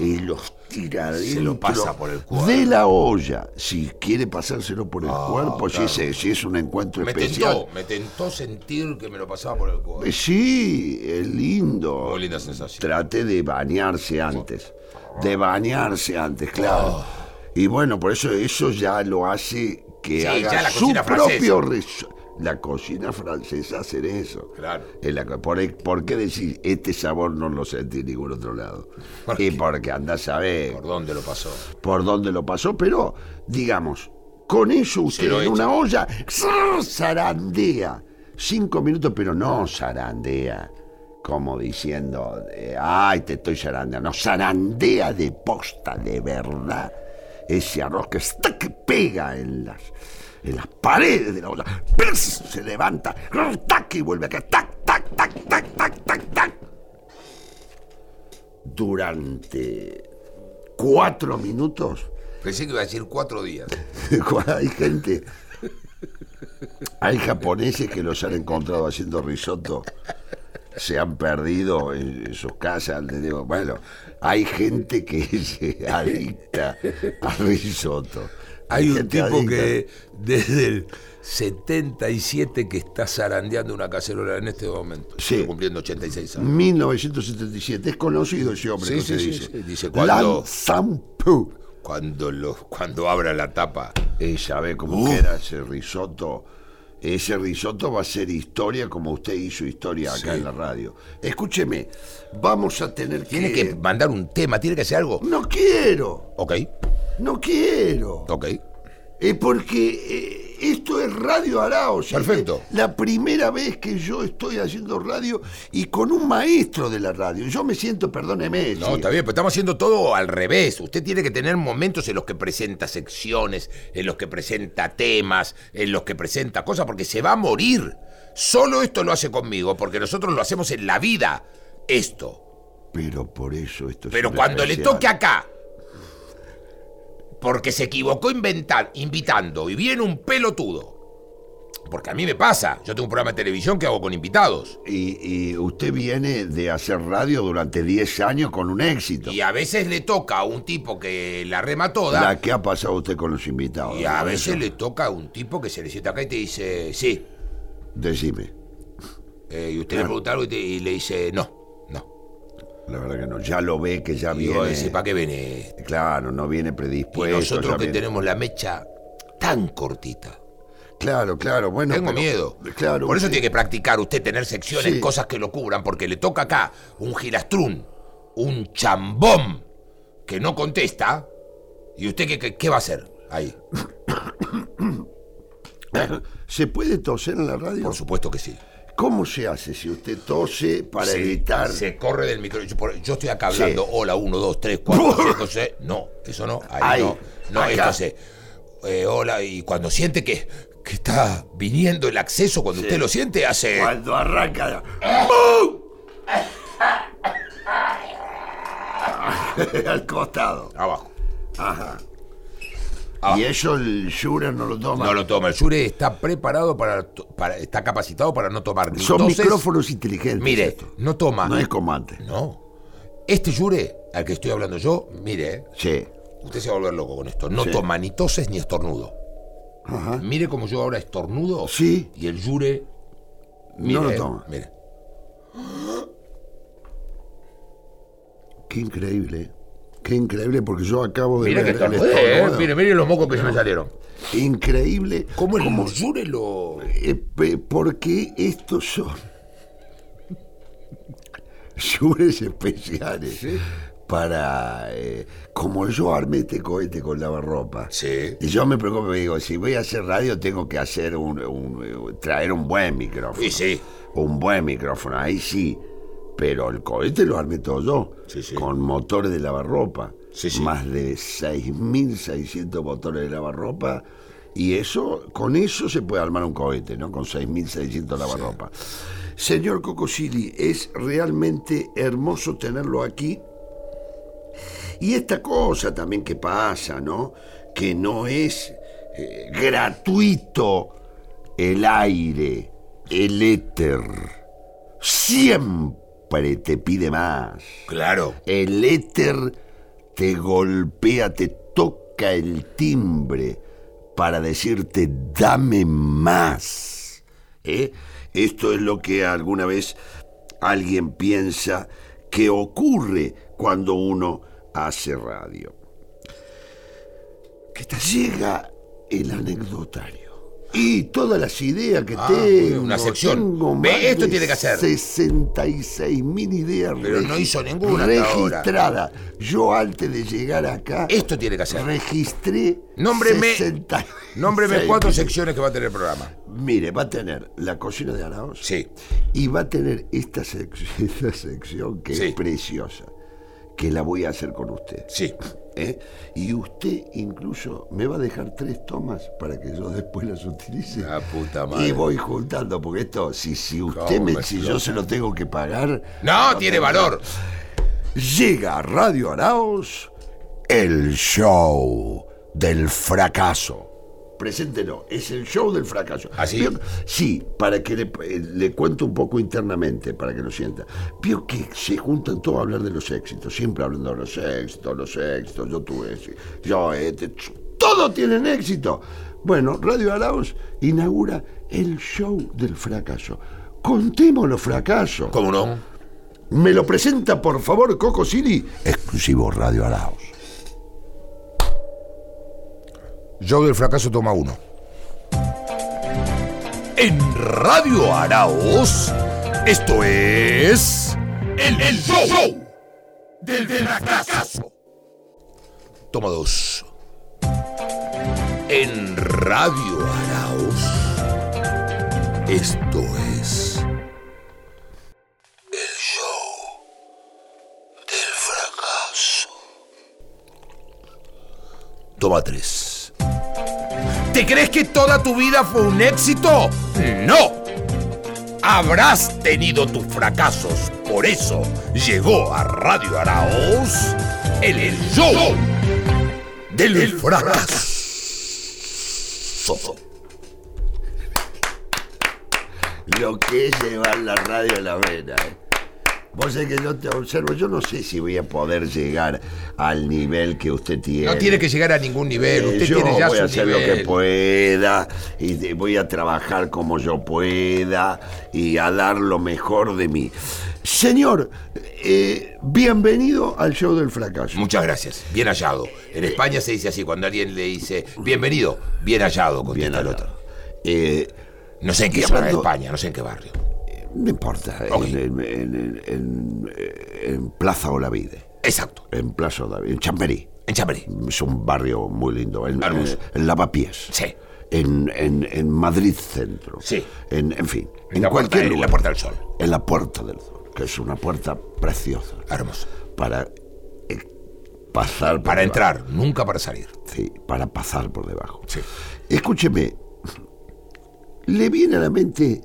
S1: y los tira
S2: Se lo
S1: dentro
S2: pasa por el cuerpo. Ah,
S1: de la olla. Si quiere pasárselo por el cuerpo, si, es, si es un encuentro
S2: Me
S1: especial.
S2: tentó, me tentó sentir que me lo pasaba por el cuerpo.
S1: Eh, Sí, es lindo.
S2: Muy linda sensación.
S1: Trate de bañarse antes. De bañarse antes, claro. Y bueno, por eso eso ya lo hace que
S2: Sí,
S1: haga
S2: ya la
S1: su
S2: cocina francesa.
S1: propio res- La cocina francesa hacer eso.
S2: Claro.
S1: Es la co- por, ¿por qué decir este sabor no lo sentí en ningún otro lado?
S2: ¿Por
S1: y
S2: qué?
S1: porque anda a saber
S2: ¿Por dónde lo pasó?
S1: por dónde lo pasó, pero digamos, con eso usted
S2: lo
S1: en
S2: echa.
S1: una olla zar- zarandea. Cinco minutos, pero no zarandea. Como diciendo, eh, ay, te estoy zarandeando. No, zarandea de posta, de verdad. Ese arroz que está que pega en las, en las paredes de la olla. ¡Pers! Se levanta, ¡grr! tac, y vuelve acá. Tac, tac, tac, tac, tac, tac, tac. Durante cuatro minutos
S2: Pensé que iba a decir cuatro días.
S1: hay gente. Hay japoneses que los han encontrado haciendo risotto. Se han perdido en, en sus casas. les digo, bueno, hay gente que se adicta al risotto.
S2: Hay un
S1: gente
S2: tipo
S1: adicta.
S2: que desde el 77 que está zarandeando una cacerola en este momento.
S1: Sí.
S2: Estoy cumpliendo 86 años.
S1: 1977. Es conocido ese hombre.
S2: Sí,
S1: que
S2: sí,
S1: se
S2: sí,
S1: dice.
S2: sí. Dice, cuando-
S1: Lan Zampu.
S2: Cuando, lo, cuando abra la tapa.
S1: Ella ve
S2: Uh.
S1: cómo queda ese risotto. Ese risotto va a ser historia como usted hizo historia acá
S2: Sí.
S1: en la radio. Escúcheme, vamos a tener
S2: Tiene
S1: que...
S2: que mandar un tema, tiene que hacer algo.
S1: No quiero,
S2: Ok,
S1: no quiero.
S2: ok.
S1: Es porque eh, esto es Radio Arao. ¿sí?
S2: Perfecto.
S1: Es La primera vez que yo estoy haciendo radio y con un maestro de la radio. Yo me siento, perdóneme.
S2: No,
S1: sí.
S2: está bien, pero estamos haciendo todo al revés. Usted tiene que tener momentos en los que presenta secciones, en los que presenta temas, en los que presenta cosas, porque se va a morir. Solo esto lo hace conmigo, porque nosotros lo hacemos en la vida. Esto.
S1: Pero por eso esto es
S2: Pero
S1: un
S2: cuando le
S1: especial.
S2: toque acá, porque se equivocó inventar, invitando y viene un pelotudo, porque a mí me pasa, yo tengo un programa de televisión que hago con invitados,
S1: Y, y usted viene de hacer radio durante 10 años con un éxito.
S2: y a veces le toca a un tipo que la rema toda,
S1: La que ha pasado usted con los invitados.
S2: y a
S1: ¿no?
S2: veces
S1: Eso.
S2: le toca a un tipo que se le sienta acá y te dice, sí,
S1: Decime,
S2: Eh, y
S1: Ah.
S2: usted le pregunta algo y, te- y le dice, no, no.
S1: la verdad que no, ya lo ve que ya
S2: Y vos
S1: viene.
S2: decís, ¿para qué viene?
S1: Claro, no viene
S2: Pues
S1: predispuesto.
S2: nosotros
S1: ya
S2: que
S1: viene-
S2: tenemos la mecha tan cortita.
S1: Claro, claro, bueno.
S2: Tengo
S1: pero-
S2: miedo.
S1: Claro.
S2: Por eso
S1: usted-
S2: tiene que practicar usted tener secciones,
S1: Sí.
S2: cosas que lo cubran, porque le toca acá un gilastrún, un chambón que no contesta. ¿Y usted qué, qué- qué va a hacer ahí?
S1: ¿Se puede toser en la radio?
S2: Por supuesto que sí.
S1: ¿Cómo se hace si usted tose para
S2: Se-
S1: evitar?
S2: Se corre del micrófono. Yo, por- yo estoy acá
S1: Sí.
S2: hablando, hola, 1, 2, 3, 4, 5, 6. No, eso no. Ahí,
S1: Ahí,
S2: no. No,
S1: acá.
S2: esto se. eh, hola, y cuando siente que, que está viniendo el acceso, cuando usted lo siente, hace.
S1: Cuando arranca. Al costado.
S2: Abajo.
S1: Y eso el Shura no lo toma.
S2: Ah. No lo toma. El Shure está preparado para, to- para- está capacitado para no tomar ni
S1: Son
S2: toses.
S1: micrófonos inteligentes.
S2: Mire,
S1: esto.
S2: no toma.
S1: No es como antes.
S2: No. Este Shure al que estoy hablando yo, mire, eh,
S1: Sí.
S2: usted se va a volver loco con esto. No
S1: Sí.
S2: toma ni toses ni estornudo.
S1: Ajá.
S2: Mire como yo ahora estornudo.
S1: Sí.
S2: Y el Shure mire,
S1: no lo
S2: eh,
S1: toma.
S2: Mire.
S1: Qué increíble. eh. Qué increíble, porque yo acabo de
S2: Mire que
S1: ver el
S2: estornudé, eh.
S1: estornudo.
S2: Mire, mire los mocos que se me salieron.
S1: Increíble.
S2: ¿Cómo el Shure lo...?
S1: Eh, pe- porque estos son Yures especiales para eh, como yo arme este cohete con lavarropa
S2: Sí.
S1: y yo me preocupo me digo si voy a hacer radio tengo que hacer un, un- eh, traer un buen micrófono
S2: Y sí.
S1: un buen micrófono ahí sí pero el cohete lo armé todo yo
S2: Sí, sí.
S1: con motores de lavarropa
S2: Sí, sí.
S1: más de 6.600 motores de lavarropa y eso, con eso se puede armar un cohete, ¿no? Con 6.600 lavarropa. Señor Cocosili, es realmente hermoso tenerlo aquí. Y esta cosa también que pasa, ¿no? Que no es eh, gratuito el aire, el éter. Siempre te pide más.
S2: Claro.
S1: El éter te golpea, te toca el timbre para decirte dame más. ¿Eh? Esto es lo que alguna vez alguien piensa que ocurre cuando uno hace radio. Que te llega el anecdotario. Y todas las ideas que
S2: Ah,
S1: tengo.
S2: una sección.
S1: Tengo
S2: Ve,
S1: más
S2: esto
S1: de
S2: tiene que hacer.
S1: 66 mil ideas
S2: Pero
S1: regi-
S2: no hizo ninguna hasta ahora.
S1: registrada. Yo antes de llegar acá
S2: Esto tiene que hacer.
S1: registré
S2: Nómbreme,
S1: 60
S2: nómbreme
S1: seis
S2: cuatro
S1: mil.
S2: secciones que va a tener el programa.
S1: Mire, va a tener la cocina de Araos
S2: Sí.
S1: y va a tener esta, sec- esta sección que
S2: Sí.
S1: es preciosa, que la voy a hacer con usted.
S2: Sí.
S1: ¿eh? Y usted incluso me va a dejar tres tomas para que yo después las utilice.
S2: La puta madre.
S1: Y voy juntando, porque esto, si, si usted
S2: ¿Cómo
S1: me,
S2: me
S1: si
S2: explota?
S1: yo se lo tengo que pagar.
S2: No, tiene
S1: tengo-
S2: valor.
S1: Llega a Radio Araos el show del fracaso. Preséntelo, es el show del fracaso.
S2: ¿Ah, sí?
S1: Vio- Sí, para que le, eh, le cuento un poco internamente, para que lo sienta. Vio que se juntan todos a hablar de los éxitos, siempre hablando de los éxitos, los éxitos, yo tuve éxito, yo este, ch- todos tienen éxito. Bueno, Radio Araos inaugura el show del fracaso. Contemos los fracasos.
S2: ¿Cómo no?
S1: Me lo presenta, por favor, Coco City, exclusivo Radio Araos.
S2: Yo del fracaso toma uno. En Radio Araos, esto es. El, el show, del, del fracaso. Toma dos. En Radio Araos, esto es. El show del fracaso. Toma tres. ¿Te crees que toda tu vida fue un éxito? No. Habrás tenido tus fracasos, por eso llegó a Radio Araos el, el show del fracaso.
S1: Lo que es llevar la radio a la vena. ¿eh? Vos sé que yo te observo, yo no sé si voy a poder llegar al nivel que usted tiene.
S2: No tiene que llegar a ningún nivel,
S1: Eh,
S2: usted
S1: yo
S2: tiene ya
S1: voy
S2: su
S1: a hacer lo que
S2: nivel.
S1: pueda y te- voy a trabajar como yo pueda y a dar lo mejor de mí. Señor, eh, bienvenido al show del fracaso.
S2: Muchas gracias, bien hallado. En España se dice así, cuando alguien le dice bienvenido, bien hallado, contesta
S1: Bien,
S2: el
S1: Alberto.
S2: otro.
S1: Eh,
S2: No sé en
S1: ¿Y
S2: qué zona de
S1: cuándo?
S2: España, no sé en qué barrio.
S1: no importa,
S2: Ok.
S1: en, en- en- en- en Plaza Olavide,
S2: Exacto,
S1: en Plaza Olavide, en Chamberí.
S2: en Chamberí.
S1: Es un barrio muy lindo, en,
S2: Hermoso.
S1: en, en Lavapiés.
S2: Sí.
S1: En, en- en Madrid Centro.
S2: Sí.
S1: En, en fin,
S2: En
S1: en
S2: la puerta-
S1: cualquier
S2: en la
S1: lugar.
S2: Puerta del Sol.
S1: En la Puerta del Sol, que es una puerta preciosa
S2: Hermoso.
S1: para eh, pasar por debajo.
S2: Para entrar, nunca para salir.
S1: Sí, para pasar por debajo.
S2: Sí.
S1: Escúcheme, ¿le viene a la mente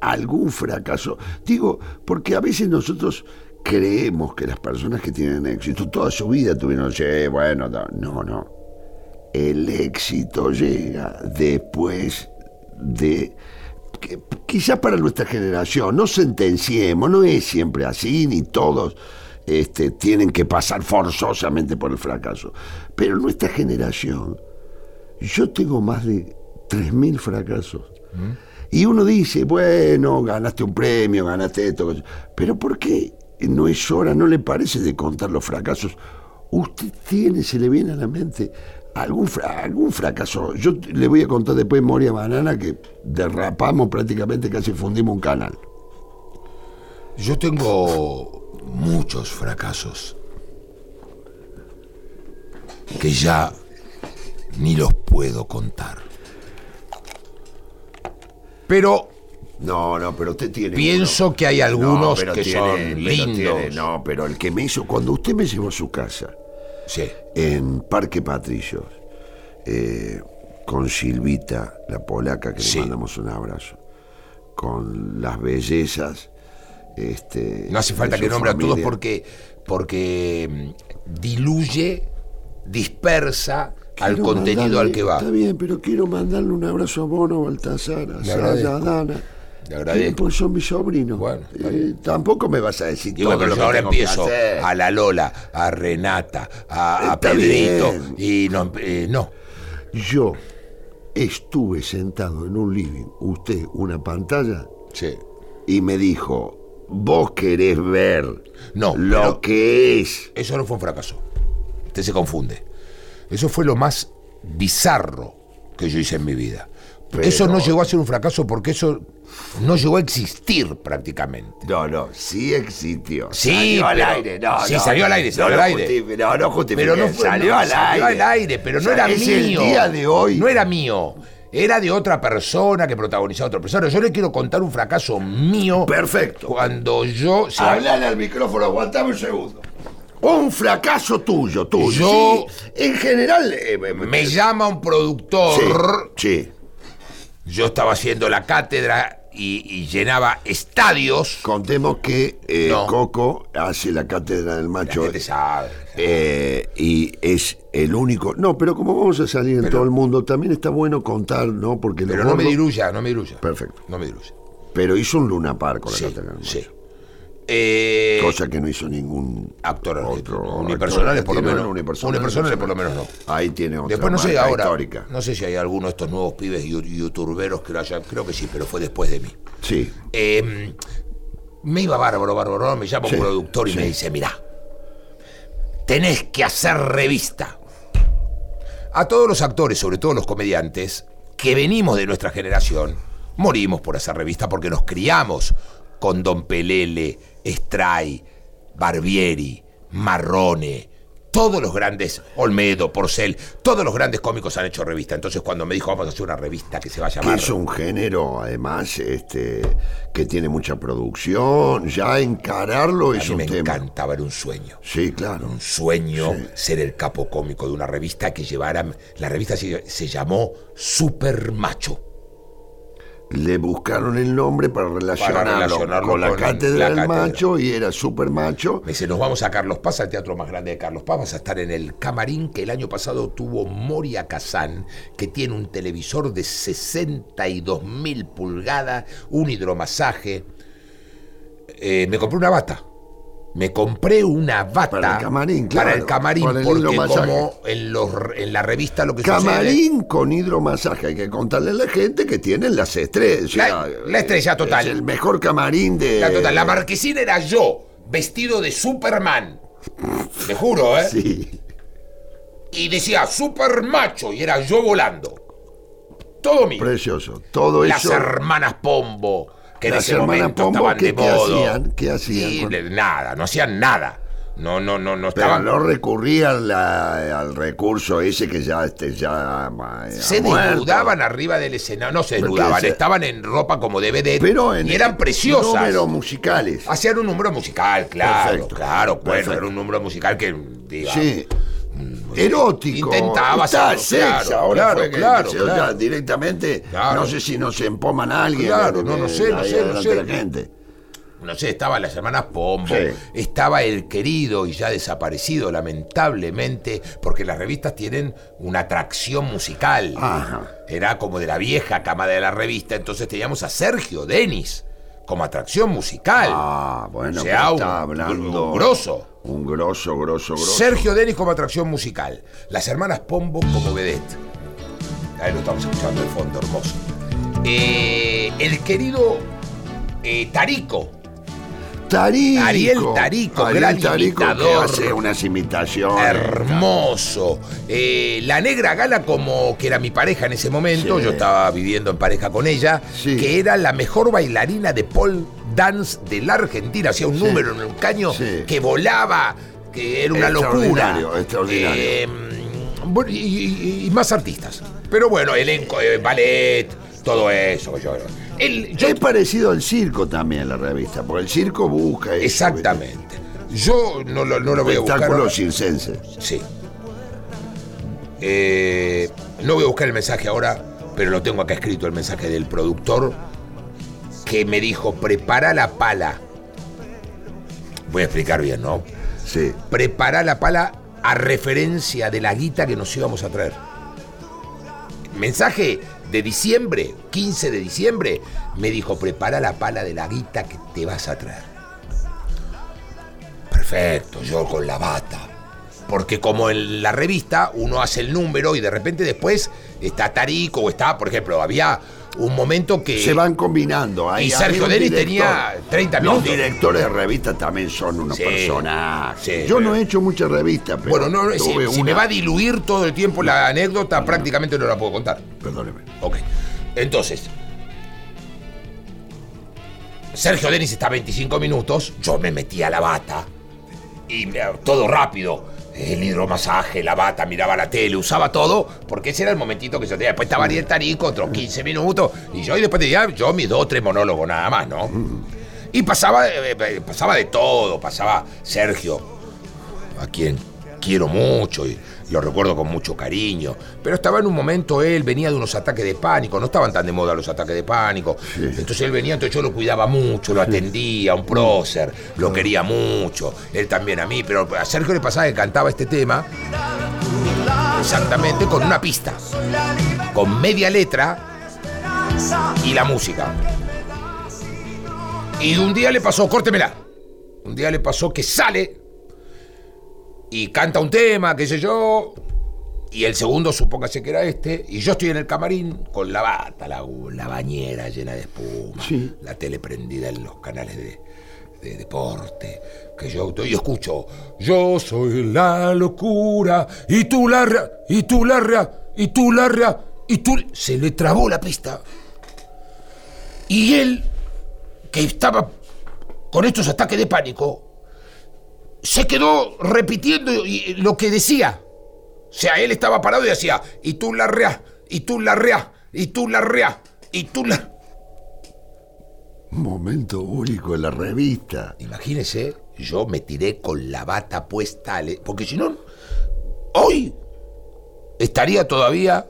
S1: algún fracaso? Digo, porque a veces nosotros creemos que las personas que tienen éxito toda su vida tuvieron, "Sí, bueno, no, no. no. El éxito llega después de... que- Quizás para nuestra generación, no sentenciemos, no es siempre así, ni todos este, tienen que pasar forzosamente por el fracaso. Pero nuestra generación, yo tengo más de 3.000 fracasos. Y uno dice, bueno, ganaste un premio, ganaste esto. Pero ¿por qué no es hora, no le parece de contar los fracasos? Usted tiene, se le viene a la mente algún, fra- algún fracaso. Yo t- le voy a contar después Moria Banana que derrapamos prácticamente, casi fundimos un canal.
S2: Yo tengo muchos fracasos que ya ni los puedo contar. Pero
S1: No, no, pero usted tiene...
S2: pienso que hay
S1: No,
S2: algunos
S1: pero
S2: que
S1: tiene- pero
S2: son lindos.
S1: tiene- no, pero el que me hizo, cuando usted me llevó a su casa,
S2: Sí,
S1: en Parque Patricios, eh, con Silvita, la polaca, que
S2: Sí.
S1: le mandamos un abrazo, con las bellezas. Este,
S2: no hace
S1: de
S2: falta
S1: su
S2: que nombre a todos
S1: familia.
S2: porque, porque mm, diluye, dispersa al
S1: Quiero
S2: contenido al
S1: mandarle-
S2: que va.
S1: Está bien, pero quiero mandarle un abrazo a Bono, Baltasar, a
S2: agradezco.
S1: Saya, a Dana.
S2: Le agradezco.
S1: Eh, Porque son mis sobrinos.
S2: Bueno, está
S1: Eh, tampoco me vas a decir
S2: Y
S1: todo
S2: bueno, pero
S1: lo
S2: yo
S1: que
S2: ahora
S1: tengo que
S2: empiezo
S1: hacer.
S2: a la Lola, a Renata, a, a
S1: Está
S2: Pedrito.
S1: bien.
S2: Y no, eh, no.
S1: Yo estuve sentado en un living, usted una pantalla,
S2: Sí.
S1: y me dijo, vos querés ver
S2: No,
S1: lo
S2: pero-
S1: que es.
S2: Eso no fue un fracaso. Usted se confunde. Eso fue lo más bizarro que yo hice en mi vida. Eso no llegó a ser un fracaso porque eso no llegó a existir prácticamente.
S1: No, no, sí existió.
S2: Sí,
S1: salió al
S2: pero-
S1: aire, no.
S2: sí,
S1: no,
S2: salió al aire,
S1: no
S2: salió
S1: lo
S2: al aire.
S1: justifique, No, no justifique,
S2: Pero no fue,
S1: salió,
S2: no,
S1: al
S2: salió
S1: aire.
S2: al aire, pero no
S1: O sea,
S2: era
S1: es
S2: mío.
S1: el día de hoy.
S2: No era mío. Era de otra persona que protagonizaba a otra persona. Yo le quiero contar un fracaso mío.
S1: Perfecto.
S2: Cuando yo. se-
S9: Hablale al micrófono, aguantame un segundo.
S1: Un fracaso tuyo, tuyo.
S2: Yo-
S1: sí. en general... eh,
S2: me llama un productor.
S1: Sí, sí,
S2: Yo estaba haciendo la cátedra y, y llenaba estadios.
S1: contemos que eh,
S2: No.
S1: Coco hace la cátedra del
S2: La
S1: macho.
S2: gente sabe.
S1: Eh, y es el único. No, pero como vamos a salir en
S2: Pero-
S1: todo el mundo, también está bueno contar, ¿no? Porque lo
S2: Pero no me
S1: gordo-
S2: diluya, no me diluya.
S1: Perfecto.
S2: No me diluya.
S1: Pero hizo un Luna Par con la
S2: Sí,
S1: Catedral Mayor,
S2: sí. Eh,
S1: Cosa que no hizo ningún.
S2: actor argentino.
S1: otro
S2: Unipersonales, por lo
S1: argentino,
S2: menos.
S1: unipersonales,
S2: Unipersonales, por lo menos, no.
S1: Ahí tiene otra
S2: Después no sé
S1: marca
S2: ahora.
S1: histórica.
S2: No sé si hay alguno de estos nuevos pibes yu- youtuberos que lo hayan. Creo que sí, pero fue después de mí.
S1: Sí.
S2: Eh, me iba bárbaro, bárbaro. Me llama
S1: Sí,
S2: un productor y
S1: sí.
S2: me dice, mirá, tenés que hacer revista. A todos los actores, sobre todo los comediantes, que venimos de nuestra generación, morimos por hacer revista porque nos criamos con Don Pelele, Stray, Barbieri, Marrone, todos los grandes, Olmedo, Porcel, todos los grandes cómicos han hecho revista. Entonces cuando me dijo, vamos a hacer una revista que se va a
S1: Que
S2: llamar...
S1: es un género, además, este, que tiene mucha producción. Ya encararlo
S2: a
S1: es
S2: mí
S1: un
S2: me
S1: tema.
S2: encantaba, era un sueño.
S1: Sí, claro.
S2: un sueño ser el capo cómico de una revista que llevara. La revista se, se llamó Super Macho.
S1: Le buscaron el nombre para relacionarlo,
S2: relacionarlo
S1: con la
S2: con
S1: cátedra
S2: la
S1: del
S2: cátedra.
S1: macho y era super macho.
S2: Me dice, nos vamos a Carlos Paz, al teatro más grande de Carlos Paz. Vas a estar en el camarín que el año pasado tuvo Moria Kazán, que tiene un televisor de 62 mil pulgadas, un hidromasaje. Eh, me compré una bata. Me compré una bata.
S1: Para el camarín, claro,
S2: Para el camarín,
S1: para el
S2: porque
S1: hidromasaje.
S2: como en, los- en la revista lo que sucede-
S1: Camarín con hidromasaje. Hay que contarle a la gente que tienen las estrellas.
S2: La- la estrella total.
S1: Es el mejor camarín de.
S2: La, total, la marquesina era yo, vestido de Superman. Te juro, ¿eh?
S1: Sí.
S2: y decía super macho y era yo volando. Todo mío.
S1: Precioso. Todo
S2: Las
S1: eso.
S2: hermanas Pombo, que en
S1: Las
S2: ese
S1: hermanas
S2: momento
S1: Pombo,
S2: estaban
S1: ¿qué-
S2: de
S1: qué
S2: modo.
S1: hacían? ¿Qué hacían
S2: Y
S1: con-
S2: le- nada, no hacían nada. No, no, no, no
S1: Pero
S2: estaban.
S1: no recurría a la- al recurso ese que ya, este, ya ma-
S2: se
S1: ha muerto.
S2: desnudaban arriba del escenario, no se
S1: Porque
S2: desnudaban,
S1: se-
S2: estaban en ropa como de vedette
S1: Pero en
S2: y eran preciosas.
S1: Números musicales.
S2: Hacían un número musical, claro,
S1: Perfecto.
S2: claro, bueno,
S1: Perfecto.
S2: era un número musical que, digamos,
S1: Sí. Erótico.
S2: Mm, Intentaba
S1: Está
S2: hacerlo,
S1: sex
S2: claro,
S1: ahora.
S2: claro,
S1: fue que-
S2: claro,
S1: o sea,
S2: claro.
S1: directamente,
S2: Claro.
S1: no sé si nos empoman a alguien.
S2: Claro,
S1: en-
S2: no, no sé, no
S1: ahí
S2: sé, no
S1: adelante
S2: sé.
S1: la gente.
S2: no sé, estaban las hermanas Pombo,
S1: Sí.
S2: estaba el querido y ya desaparecido lamentablemente, porque las revistas tienen una atracción musical.
S1: Ajá.
S2: Era como de la vieja camada de la revista, entonces teníamos a Sergio Denis como atracción musical.
S1: Ah, bueno,
S2: O sea,
S1: pero
S2: un-
S1: está hablando.
S2: un grosso.
S1: Un grosso, grosso, grosso.
S2: Sergio Denis como atracción musical, las hermanas Pombo como vedette. Ahí lo estamos escuchando de fondo, hermoso. Eh, el querido eh, Tarico,
S1: Tarico.
S2: Ariel Tarico,
S1: Ariel
S2: gran
S1: Tarico, que
S2: imitador.
S1: hace unas imitaciones.
S2: hermoso. Eh, la negra gala como que era mi pareja en ese momento,
S1: Sí.
S2: yo estaba viviendo en pareja con ella,
S1: Sí.
S2: que era la mejor bailarina de pole dance de la Argentina, hacía un
S1: Sí.
S2: número en un caño
S1: Sí.
S2: que volaba, que era una
S1: Extraordinario,
S2: locura.
S1: extraordinario.
S2: Eh, bueno, y, y- y más artistas. Pero bueno, elenco, eh, ballet, todo eso. Yo, el- yo-
S1: Es parecido al circo también la revista, porque el circo busca eso,
S2: exactamente. Yo no lo, no lo voy
S1: ¿viste?
S2: a buscar.
S1: Espectáculo
S2: ahora.
S1: circense.
S2: Sí. Eh, no voy a buscar el mensaje ahora, pero lo tengo acá escrito, el mensaje del productor, que me dijo, prepara la pala. Voy a explicar bien, ¿no?
S1: Sí.
S2: Prepara la pala a referencia de la guita que nos íbamos a traer. Mensaje de diciembre, 15 de diciembre, me dijo, prepara la pala de la guita que te vas a traer. Perfecto, yo con la bata. Porque como en la revista uno hace el número y de repente después está Tarico o está, por ejemplo, había un momento que...
S1: Se van combinando. Ahí
S2: Y
S1: había
S2: Sergio
S1: un
S2: Denis
S1: director.
S2: tenía 30
S1: Los
S2: minutos.
S1: directores de revistas también son unos
S2: Sí,
S1: personajes.
S2: sí,
S1: Yo
S2: pero-
S1: no he hecho muchas revistas, pero.
S2: Bueno, no, no, si,
S1: tuve
S2: si me
S1: una-
S2: va a diluir todo el tiempo la anécdota, prácticamente no la puedo contar.
S1: Perdóneme.
S2: Ok. Entonces, Sergio Denis está 25 minutos, yo me metí a la bata y me- todo rápido. El hidromasaje, la bata, miraba la tele, usaba todo, porque ese era el momentito que yo tenía. Después estaba Ariel Tarico, otros 15 minutos, y yo, y después tenía yo mis dos, tres monólogos nada más, ¿no? Y pasaba, eh, eh, pasaba de todo, pasaba Sergio, a quien quiero mucho y lo recuerdo con mucho cariño. Pero estaba en un momento, él venía de unos ataques de pánico, no estaban tan de moda los ataques de pánico. Entonces él venía, entonces yo lo cuidaba mucho, lo atendía, un prócer, lo quería mucho, él también a mí, pero a Sergio le pasaba que cantaba este tema exactamente con una pista, con media letra y la música. Y un día le pasó, córtemela. Un día le pasó que sale y canta un tema, qué sé yo. Y el segundo supóngase que era este. Y yo estoy en el camarín con la bata, la, la bañera llena de espuma, la tele prendida en los canales de, de deporte. Que yo, y escucho, yo soy la locura, y tú larga, y tú larga, y tú larga, y tú... Se le trabó la pista. Y él, que estaba con estos ataques de pánico, se quedó repitiendo y- eh, lo que decía. O sea, él estaba parado y hacía, y tú la rea, y tú la rea, y tú la rea, y tú la...
S1: Un momento único en la revista.
S2: Imagínese, yo me tiré con la bata puesta, le- porque si no, hoy estaría todavía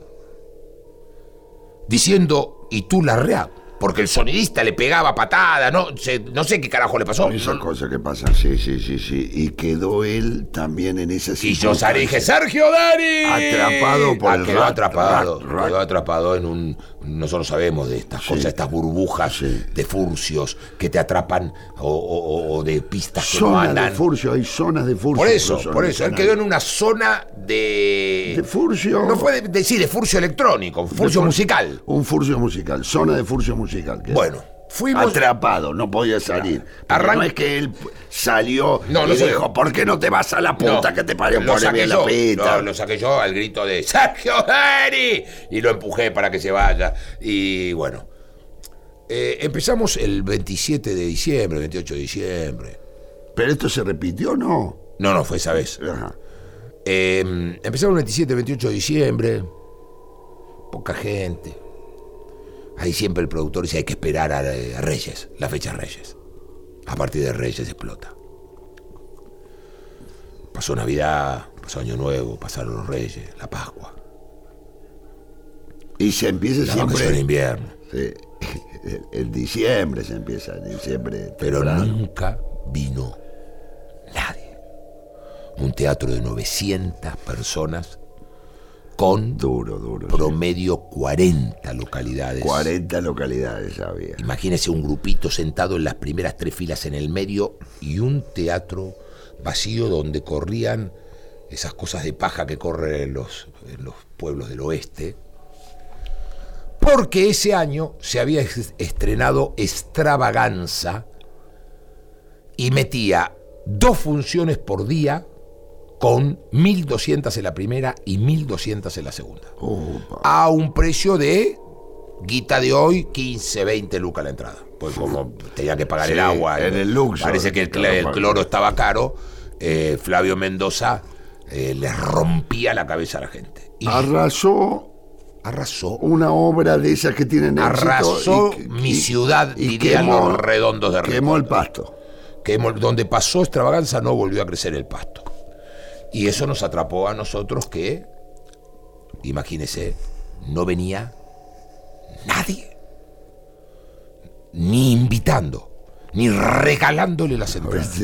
S2: diciendo, y tú la rea, porque el sonidista le pegaba patada, no, sé- no sé qué carajo le pasó.
S1: Esas
S2: No-
S1: cosas que pasan, sí, sí, sí, sí. Y quedó él también en esa
S2: y yo
S1: situación.
S2: salí y dije, Sergio Dani. Ah,
S1: Atrapado por el
S2: quedó
S1: rat-
S2: atrapado.
S1: rat- rat.
S2: Quedó atrapado en un... Nosotros sabemos de estas
S1: Sí.
S2: cosas, estas burbujas
S1: Sí.
S2: de furcios que te atrapan o, o- o- o de pistas que no
S1: Zonas de
S2: andan.
S1: furcio, hay zonas de furcio.
S2: Por eso,
S1: profesor,
S2: por
S1: que
S2: eso. Él
S1: son
S2: quedó
S1: ahí.
S2: en una zona de...
S1: De furcio.
S2: No puede decir de furcio electrónico,
S1: de
S2: furcio
S1: fur-
S2: musical.
S1: Un furcio musical, zona de furcio musical. quedó.
S2: Bueno, fuimos...
S1: Atrapado, no podía salir. Pero
S2: Arran-
S1: No es que él salió
S2: No,
S1: y
S2: no salió.
S1: dijo, ¿por qué no te vas a la puta
S2: No,
S1: que te parió?
S2: lo
S1: Poneme
S2: saqué
S1: la
S2: yo,
S1: pita.
S2: no, lo saqué yo al grito de Sergio Dani y lo empujé para que se vaya. Y bueno, eh, empezamos el 27 de diciembre, 28 de diciembre.
S1: Pero esto se repitió, ¿no?
S2: No, no, fue esa vez.
S1: Ajá.
S2: Eh, empezamos el 27, 28 de diciembre. Poca gente. Ahí siempre el productor dice hay que esperar a, a Reyes, la fecha de Reyes. A partir de Reyes explota. Pasó Navidad, pasó Año Nuevo, pasaron los Reyes, la Pascua,
S1: Y se empieza
S2: la
S1: siempre.
S2: vacación de invierno.
S1: Sí. En diciembre se empieza, en diciembre.
S2: Pero
S1: temprano.
S2: nunca vino nadie. Un teatro de 900 personas con
S1: Duro, duro. sí.
S2: promedio 40 localidades.
S1: 40 localidades había.
S2: Imagínese un grupito sentado en las primeras tres filas en el medio y un teatro vacío donde corrían esas cosas de paja que corren en los, en los pueblos del oeste. Porque ese año se había es- estrenado Extravaganza y metía dos funciones por día con 1.200 en la primera y 1.200 en la segunda
S1: Upa.
S2: a un precio de guita de hoy, 15, 20 lucas la entrada. Pues como tenía que pagar
S1: Sí,
S2: el agua.
S1: en
S2: eh,
S1: el Luxor.
S2: Parece que el, cl- el cloro estaba caro. eh, Flavio Mendoza eh, le rompía la cabeza a la gente. Y
S1: Arrasó
S2: arrasó.
S1: una obra de esas que tienen éxito
S2: Arrasó
S1: que-
S2: mi ciudad, dirían los redondos de Rincón.
S1: Quemó el pasto.
S2: que hemos- donde pasó extravaganza no volvió a crecer el pasto. Y eso nos atrapó a nosotros que, imagínese, no venía nadie, ni invitando, ni regalándole las entradas.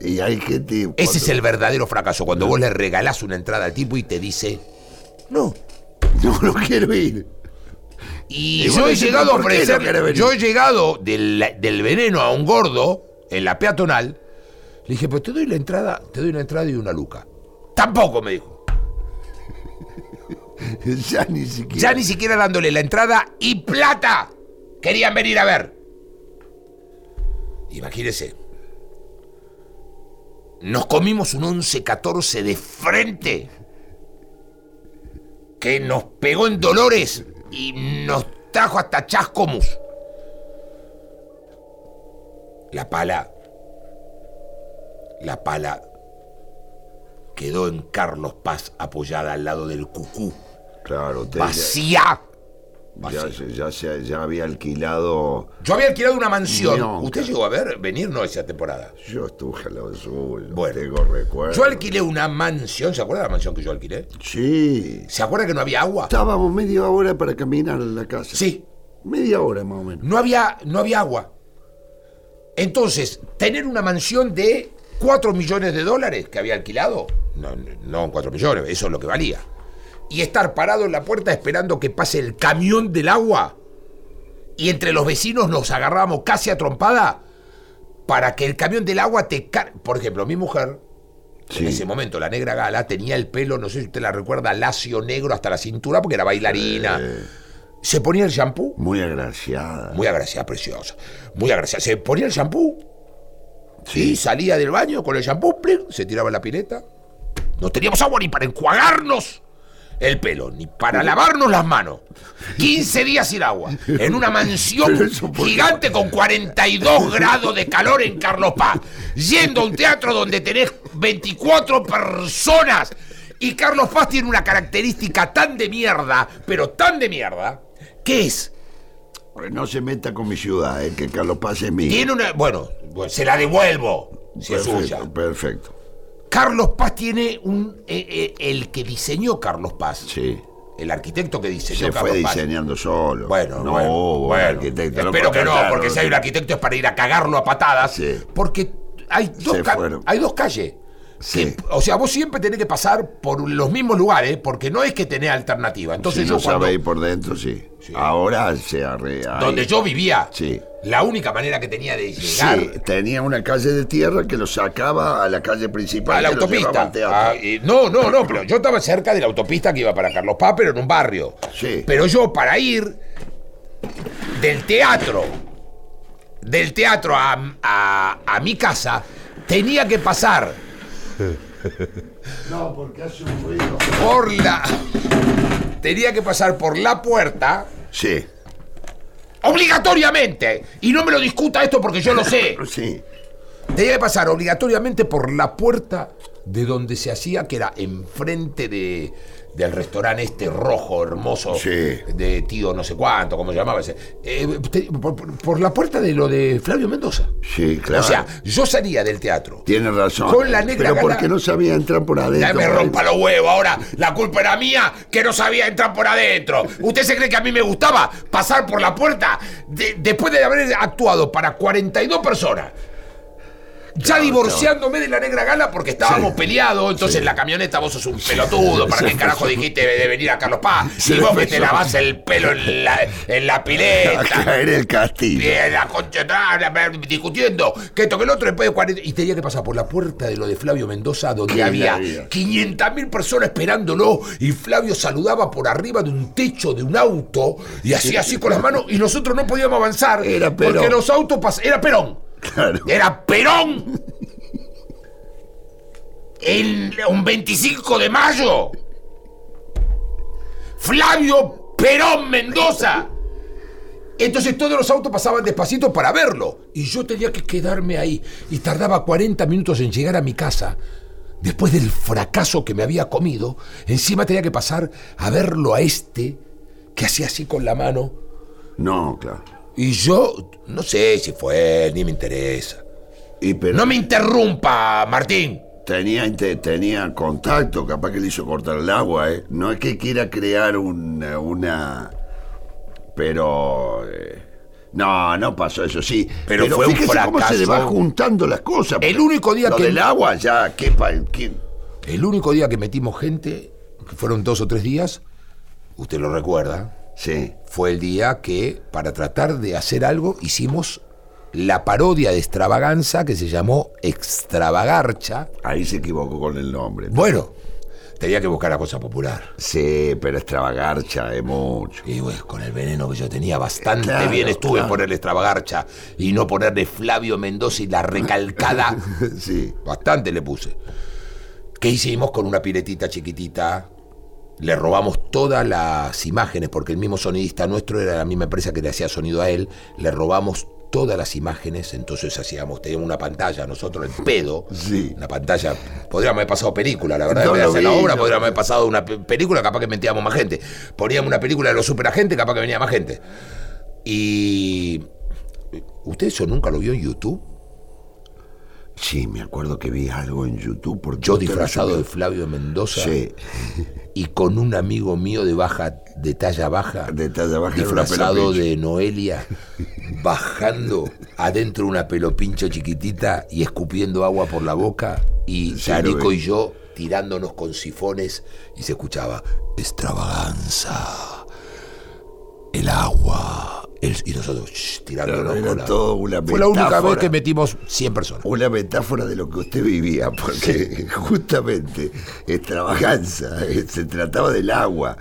S1: Y hay gente. cuando-
S2: Ese es el verdadero fracaso, cuando vos le regalás una entrada al tipo y te dice, no.
S1: No, no quiero ir.
S2: Y,
S1: Y vos
S2: yo he
S1: decís,
S2: llegado a
S1: ¿por qué no
S2: ofrecer,
S1: querés venir?
S2: yo he llegado del, del veneno a un gordo en la peatonal. Le dije, pues te doy la entrada, te doy una entrada y una luca. Tampoco, me dijo.
S1: Ya ni siquiera.
S2: Ya ni siquiera dándole la entrada y plata. Querían venir a ver. Imagínese. Nos comimos un 11-14 de frente. Que nos pegó en dolores y nos trajo hasta Chascomus. La pala. La pala quedó en Carlos Paz apoyada al lado del cucú
S1: Claro, te-
S2: vacía.
S1: ya, ya- ya se- ya había alquilado.
S2: Yo había alquilado una mansión.
S1: Nunca.
S2: ¿Usted llegó a ver venir no esa temporada?
S1: Yo estuve al lado suyo.
S2: Bueno.
S1: Tengo recuerdo.
S2: Yo alquilé una mansión, ¿se acuerda de la mansión que yo alquilé?
S1: Sí.
S2: ¿Se acuerda que no había agua?
S1: Estábamos media hora para caminar a la casa.
S2: Sí,
S1: Media hora más o menos.
S2: no había, no había agua. Entonces, tener una mansión de 4 millones de dólares que había alquilado, no, no 4 millones, eso es lo que valía. Y estar parado en la puerta esperando que pase el camión del agua. Y entre los vecinos nos agarramos casi a trompada para que el camión del agua te... car- Por ejemplo, mi mujer,
S1: Sí.
S2: en ese momento, la negra gala, tenía el pelo, no sé si usted la recuerda, lacio negro hasta la cintura porque era bailarina.
S1: Eh,
S2: Se ponía el shampoo
S1: Muy agraciada.
S2: muy agraciada, preciosa. Muy agraciada. Se ponía el shampoo y
S1: Sí.
S2: salía del baño con el shampoo, plin, se tiraba en la pileta. No teníamos agua ni para enjuagarnos el pelo, ni para lavarnos las manos. 15 días sin agua, en una
S1: Pero
S2: mansión
S1: eso por qué.
S2: gigante con 42 grados de calor en Carlos Paz, yendo a un teatro donde tenés 24 personas. Y Carlos Paz tiene una característica tan de mierda, pero tan de mierda, que es
S1: No se meta con mi ciudad, eh, que Carlos Paz es mío.
S2: Tiene una. Bueno, bueno, se la devuelvo. Si es suya.
S1: Perfecto, perfecto.
S2: Carlos Paz tiene un. eh, eh, el que diseñó Carlos Paz.
S1: Sí.
S2: el arquitecto que diseñó
S1: Se fue
S2: Carlos Paz.
S1: diseñando solo.
S2: Bueno,
S1: no
S2: bueno,
S1: hubo
S2: bueno.
S1: arquitecto. no
S2: Espero que no,
S1: contrataron.
S2: porque si hay un arquitecto es para ir a cagarlo a patadas.
S1: Sí.
S2: Porque hay dos,
S1: Se
S2: ca-
S1: fueron.
S2: hay dos calles.
S1: Sí.
S2: Que- o sea, vos siempre tenés que pasar por los mismos lugares ¿eh? porque no es que tenés alternativa. Entonces
S1: Si
S2: yo
S1: no
S2: cuando-
S1: sabéis por dentro, sí.
S2: Sí.
S1: Ahora se arrea.
S2: donde yo vivía,
S1: Sí.
S2: la única manera que tenía de
S1: Sí,
S2: llegar
S1: tenía una calle de tierra que lo sacaba a la calle principal.
S2: a la
S1: que lo llevaba
S2: autopista.
S1: al teatro.
S2: Ah, y- no, no, no, pero yo estaba cerca de la autopista que iba para Carlos Paz, pero en un barrio.
S1: Sí.
S2: Pero yo para ir del teatro, del teatro a, a- a mi casa, tenía que pasar
S9: No, porque hace un ruido.
S2: por la... Tenía que pasar por la puerta
S1: Sí,
S2: obligatoriamente. Y no me lo discuta esto porque yo lo sé.
S1: sí.
S2: Tenía que pasar obligatoriamente por la puerta de donde se hacía, que era enfrente de, del restaurante este rojo, hermoso,
S1: Sí.
S2: de tío no sé cuánto, cómo se llamaba ese. Eh, te- por, por- por la puerta de lo de Flavio Mendoza.
S1: Sí, claro.
S2: O sea, yo salía del teatro.
S1: Tiene razón.
S2: Con la negra
S1: Pero
S2: gala-
S1: porque no sabía entrar por
S2: Ya
S1: adentro.
S2: me
S1: por
S2: rompa los huevos ahora. La culpa era mía que no sabía entrar por adentro. ¿Usted se cree que a mí me gustaba pasar por la puerta de- después de haber actuado para 42 personas? Ya divorciándome de la negra gala porque estábamos peleados, entonces en la camioneta vos sos un pelotudo, ¿para qué carajo dijiste de venir a Carlos Paz?
S1: Se
S2: y vos que
S1: empezó.
S2: te lavás el pelo en la, en la
S1: el- A
S2: pileta,
S1: caer el castillo.
S2: Bien, la concha, ah, la- la- discutiendo que esto que el otro después de 40 y tenía que pasar por la puerta de lo de Flavio Mendoza donde
S1: Qué
S2: había
S1: maravilla.
S2: 500.000 personas esperándolo y Flavio saludaba por arriba de un techo de un auto y hacía así con las manos y nosotros no podíamos avanzar
S1: Era Perón.
S2: porque los autos pas- era Perón
S1: Claro.
S2: era Perón el un 25 de mayo Flavio Perón Mendoza entonces todos los autos pasaban despacito para verlo. Y yo tenía que quedarme ahí. Y tardaba 40 minutos en llegar a mi casa. Después del fracaso que me había comido, encima tenía que pasar a verlo a este, que hacía así con la mano.
S1: No, claro.
S2: Y yo no sé si fue, ni me interesa.
S1: Y pero
S2: No me interrumpa, Martín.
S1: tenía, inte- tenía contacto, capaz que le hizo cortar el agua, ¿eh? No es que quiera crear una. una- pero. eh, no, no pasó eso, sí.
S2: Pero fue un
S1: fíjese cómo se le va
S2: fracaso.
S1: juntando las cosas.
S2: El único día
S1: Lo
S2: que-
S1: del agua ya, ¿qué, pa- qué-
S2: El único día que metimos gente, que fueron dos o tres días, usted lo recuerda,
S1: Sí.
S2: fue el día que, para tratar de hacer algo, hicimos la parodia de extravaganza que se llamó Extravagarcha.
S1: Ahí se equivocó con el nombre.
S2: Bueno, tenía que buscar la cosa popular.
S1: Sí, pero extravagarcha es mucho.
S2: Y bueno, con el veneno que yo tenía, bastante
S1: Claro,
S2: bien estuve en
S1: claro.
S2: ponerle extravagarcha y no ponerle Flavio Mendoza y la recalcada.
S1: Sí.
S2: Bastante le puse. ¿Qué hicimos con una piletita chiquitita? Le robamos todas las imágenes, porque el mismo sonidista nuestro era la misma empresa que le hacía sonido a él. Le robamos todas las imágenes, entonces hacíamos, teníamos una pantalla, nosotros el pedo.
S1: Sí.
S2: Una pantalla. Podríamos haber pasado película, la verdad.
S1: No
S2: en vez de
S1: lo
S2: hacer la
S1: vi,
S2: obra,
S1: no.
S2: podríamos haber pasado una pe- película, capaz que mentíamos más gente. Poníamos una película de los superagentes, capaz que venía más gente. Y. ¿Usted eso nunca lo vio en YouTube?
S1: Sí, me acuerdo que vi algo en YouTube. Porque
S2: Yo
S1: usted lo
S2: disfrazado de
S1: subió.
S2: Flavio Mendoza
S1: Sí,
S2: y con un amigo mío de baja, de talla baja,
S1: de talla baja. era una
S2: disfrazado
S1: pelopincha.
S2: de Noelia, bajando adentro una pelopincho chiquitita y escupiendo agua por la boca, y
S1: Sí, lo
S2: Tarico
S1: vi.
S2: y yo tirándonos con sifones y se escuchaba extravaganza, el agua, el- y nosotros shh, tirándonos
S1: Era
S2: con la-
S1: todo una
S2: Fue la única vez
S1: metáfora.
S2: que metimos 100 personas.
S1: Una metáfora de lo que usted vivía, porque justamente extravaganza, eh, se trataba del agua,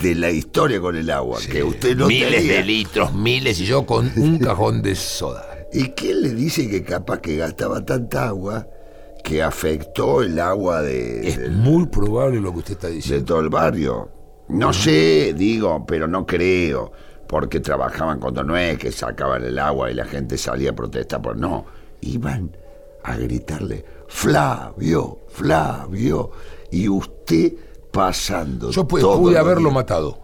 S1: de la historia con el agua, que usted no
S2: miles
S1: tenía.
S2: de litros, miles, y yo con un cajón de soda.
S1: ¿Y quién le dice que capaz que gastaba tanta agua que afectó el agua de-
S2: Es
S1: de,
S2: muy probable lo que usted está
S1: de
S2: diciendo.
S1: todo el barrio. No sé, digo, pero no creo, porque trabajaban con Donué, que sacaban el agua y la gente salía a protestar por no. Iban a gritarle, Flavio, Flavio, y usted pasando.
S2: Yo pu-
S1: todos
S2: pude
S1: los
S2: haberlo
S1: días-
S2: matado.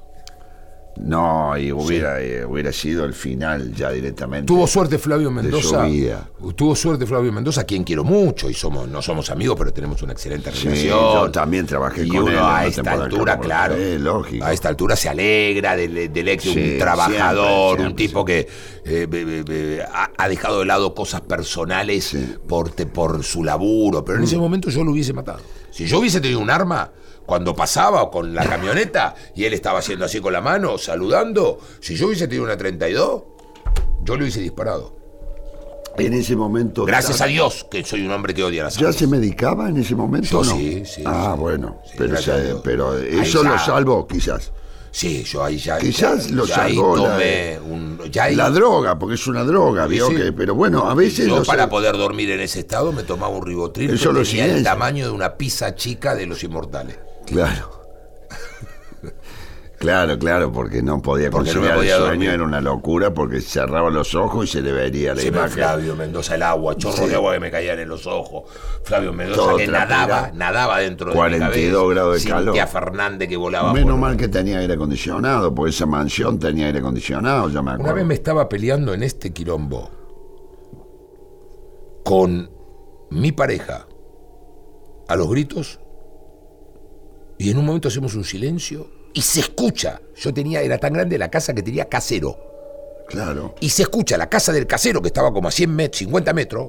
S1: No, y hubiera, eh, hubiera sido el final ya directamente.
S2: Tuvo suerte Flavio Mendoza.
S1: su vida.
S2: Tuvo suerte Flavio Mendoza, a quien quiero mucho y somos, no somos amigos, pero tenemos una excelente
S1: Sí,
S2: relación.
S1: yo también trabajé
S2: Y
S1: con
S2: uno
S1: él en
S2: A
S1: una
S2: esta
S1: temporada
S2: altura,
S1: como-
S2: claro.
S1: Sí, lógico.
S2: A esta altura se alegra del, del ex de
S1: Sí,
S2: un trabajador,
S1: siempre,
S2: un tipo que eh, be- be- be- ha, ha dejado de lado cosas personales por, te- por su laburo. Pero en
S1: Mm.
S2: ese momento yo lo hubiese matado. Si yo hubiese tenido un arma. Cuando pasaba o con la camioneta y él estaba haciendo así con la mano, saludando, si yo hubiese tenido una 32, yo le hubiese disparado.
S1: En ese momento.
S2: Gracias
S1: ya-
S2: a Dios que soy un hombre que odia las
S1: ¿Ya
S2: armas.
S1: se medicaba en ese momento?
S2: Yo
S1: o no?
S2: sí, sí,
S1: Ah,
S2: sí.
S1: bueno.
S2: Sí,
S1: pero,
S2: gracias
S1: ya-
S2: a Dios.
S1: pero
S2: Ahí
S1: eso
S2: ya.
S1: lo salvó, quizás.
S2: Sí, yo ahí ya.
S1: Quizás
S2: ya-
S1: lo
S2: ya ahí
S1: salvó la-
S2: tomé un. Ya ahí-
S1: La droga, porque es una droga,
S2: Sí,
S1: ¿vio?
S2: sí.
S1: Que, pero bueno, a veces.
S2: yo
S1: los-
S2: para poder dormir en ese estado me tomaba un ribotril
S1: Eso
S2: que
S1: lo
S2: tenía el
S1: silencio.
S2: tamaño de una pizza chica de los inmortales.
S1: Claro. Claro, claro, porque no podía
S2: Porque no me
S1: conciliar
S2: podía
S1: el
S2: dormir.
S1: sueño, era una locura, porque cerraba los ojos y se le vería la
S2: Se me
S1: imagen.
S2: Flavio Mendoza el agua, chorros
S1: Sí.
S2: de agua que me caían en los ojos. Flavio Mendoza
S1: Todo
S2: que
S1: transpirado.
S2: nadaba, nadaba dentro de
S1: 42
S2: mi cabeza.
S1: grados de
S2: Cintia
S1: calor.
S2: Fernández que volaba. por-
S1: Menos mal que tenía aire acondicionado, porque esa mansión tenía aire acondicionado, ya me acuerdo.
S2: Una vez me estaba peleando en este quilombo con mi pareja a los gritos y en un momento hacemos un silencio y se escucha. Yo tenía, era tan grande la casa que tenía casero.
S1: Claro.
S2: Y se escucha la casa del casero que estaba como a 100 metros, 50 metros.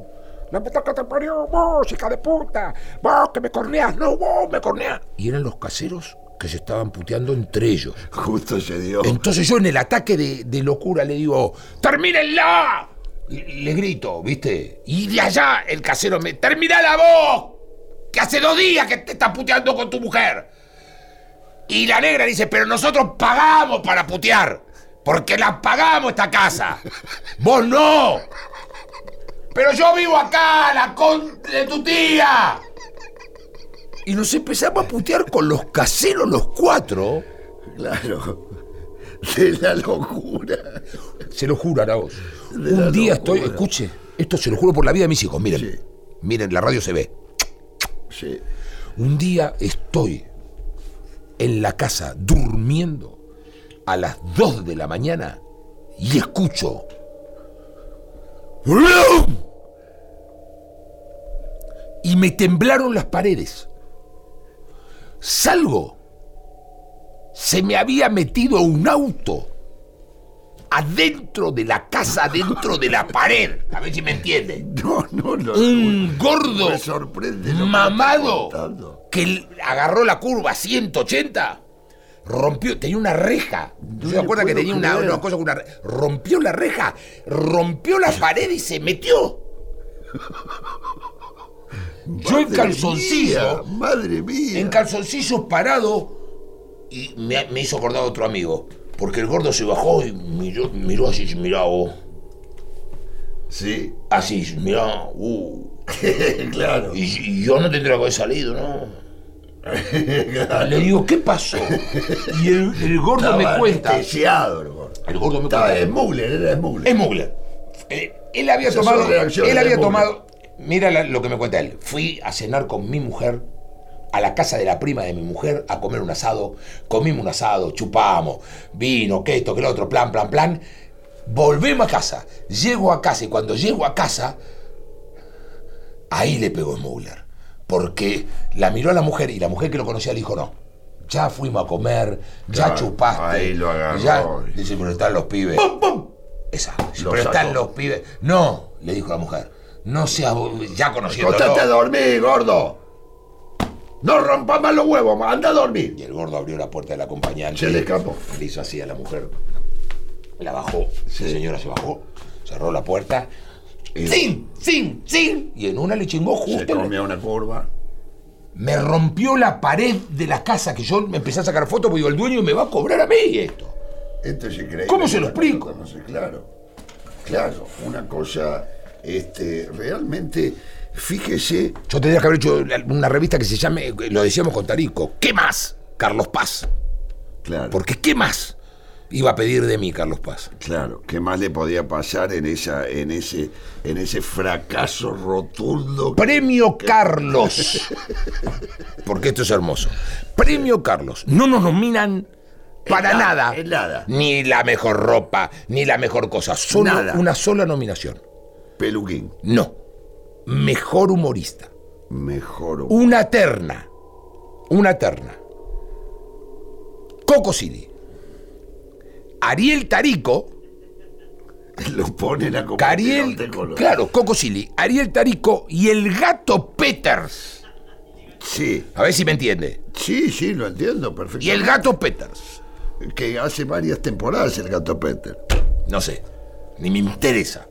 S2: La puta que te parió, vos, hija de puta. Vos que me corneas, no, vos me corneas. Y eran los caseros que se estaban puteando entre ellos.
S1: Justo se dio.
S2: Entonces yo en el ataque de, de locura le digo, ¡termínenla! Y Le grito, ¿viste? Y de allá el casero me, ¡terminala vos! Que hace dos días que te estás puteando con tu mujer. Y la negra dice, pero nosotros pagamos para putear. Porque la pagamos esta casa. Vos no. Pero yo vivo acá, la con de tu tía. Y nos empezamos a putear con los caseros los cuatro.
S1: Claro. De la locura.
S2: Se lo juro, Arauz.
S1: De la
S2: un día
S1: locura.
S2: estoy. Escuche, esto se lo juro por la vida de mis hijos. Miren,
S1: Sí.
S2: miren, la radio se ve.
S1: Sí.
S2: Un día estoy en la casa durmiendo a las 2 de la mañana y escucho. ¡Brum! Y me temblaron las paredes. Salgo. Se me había metido un auto adentro de la casa, adentro de la pared. A ver si me entienden
S1: No, no, no.
S2: un gordo
S1: Me sorprende lo que me
S2: mamado
S1: está contando.
S2: que l- agarró la curva 180 rompió tenía una reja
S1: No
S2: se
S1: le
S2: acuerda que
S1: puedo
S2: tenía una,
S1: creer.
S2: una cosa con una re- rompió la reja rompió la pared y se metió yo en
S1: Madre
S2: calzoncillo
S1: mía, madre mía.
S2: en calzoncillo parado y me, me hizo acordar otro amigo porque el gordo se bajó y miró, miró así mirá vos
S1: sí.
S2: así mirá uh.
S1: claro.
S2: Y, y yo no tendría que haber salido, ¿no? Le digo, ¿qué pasó? Y el, el gordo me
S1: Estaba este
S2: cuenta.
S1: anestesiado, el gordo.
S2: El gordo me
S1: Estaba
S2: cuenta.
S1: de Mugler, era de Mugler.
S2: Es Mugler. Eh, él había
S1: Esas
S2: tomado.
S1: son reacciones
S2: Él
S1: de
S2: había
S1: Mugler.
S2: tomado. Mira la- lo que me cuenta él. Fui a cenar con mi mujer a la casa de la prima de mi mujer a comer un asado. Comimos un asado, chupamos, vino, que esto, que lo otro, plan, plan, plan. Volvemos a casa. Llego a casa y cuando llego a casa, ahí le pegó Mugler. Porque la miró a la mujer y la mujer que lo conocía le dijo no. Ya fuimos a comer, ya
S1: Claro,
S2: chupaste.
S1: ahí lo agarró.
S2: Ya, dice, pero están los pibes. Esa. Sí,
S1: Lo
S2: pero están
S1: sacó.
S2: los pibes. No, le dijo la mujer. No seas bo- ya
S1: Acostate a
S2: conociéndolo.
S1: dormir, gordo. No rompas más los huevos, anda a dormir.
S2: Y el gordo abrió la puerta del acompañante.
S1: Se le escapó.
S2: Le hizo así a la mujer. La bajó. La señora se bajó. Cerró la puerta. ¡Sin! ¡Sin! ¡Sin! Y en una le chingó
S1: Se
S2: justo. en la-
S1: comía una curva.
S2: Me rompió la pared de la casa que yo me empecé a sacar fotos porque digo, el dueño me va a cobrar a mí esto.
S1: Esto es increíble.
S2: ¿Cómo se lo explico?
S1: No sé, claro. Claro, una cosa este, realmente, fíjese,
S2: Yo tendría que haber hecho la- una revista que se llame, eh, lo decíamos con Tarico, ¿qué más? Carlos Paz.
S1: claro,
S2: Porque ¿qué más iba a pedir de mí Carlos Paz?
S1: claro, ¿qué más le podía pasar en esa, en ese, en ese fracaso rotundo? que-
S2: Premio Carlos. Porque esto es hermoso. Premio Carlos. No nos nominan Para
S1: nada,
S2: nada.
S1: en nada.
S2: Ni la mejor ropa, ni la mejor cosa. Solo
S1: Nada.
S2: una sola nominación.
S1: Peluquín.
S2: No. Mejor humorista.
S1: Mejor. humor.
S2: Una terna. Una terna. Coco City. Ariel Tarico.
S1: Lo ponen a comer
S2: Cariel,
S1: de color.
S2: claro, Coco Silly, Ariel Tarico y el gato Peters.
S1: Sí,
S2: A ver si me entiende.
S1: sí, sí, lo entiendo
S2: Y el
S1: perfectamente.
S2: gato Peters.
S1: Que hace varias temporadas el gato Peter.
S2: No sé, ni me interesa.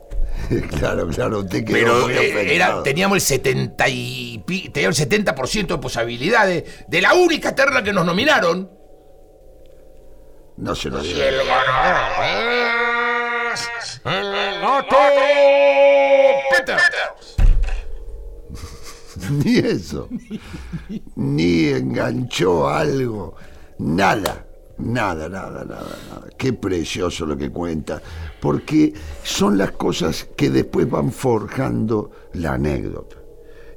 S1: claro, claro, usted quedó
S2: Pero
S1: muy
S2: eh, era,
S1: afectado.
S2: teníamos el 70 y pi- teníamos el 70% de posibilidades de la única terna que nos nominaron.
S1: No se lo
S8: Y
S1: digo.
S8: el ganador es el gato Peter.
S1: Ni eso. Ni enganchó algo. Nada. Nada, nada, nada, nada. Qué precioso lo que cuenta. Porque son las cosas que después van forjando la anécdota.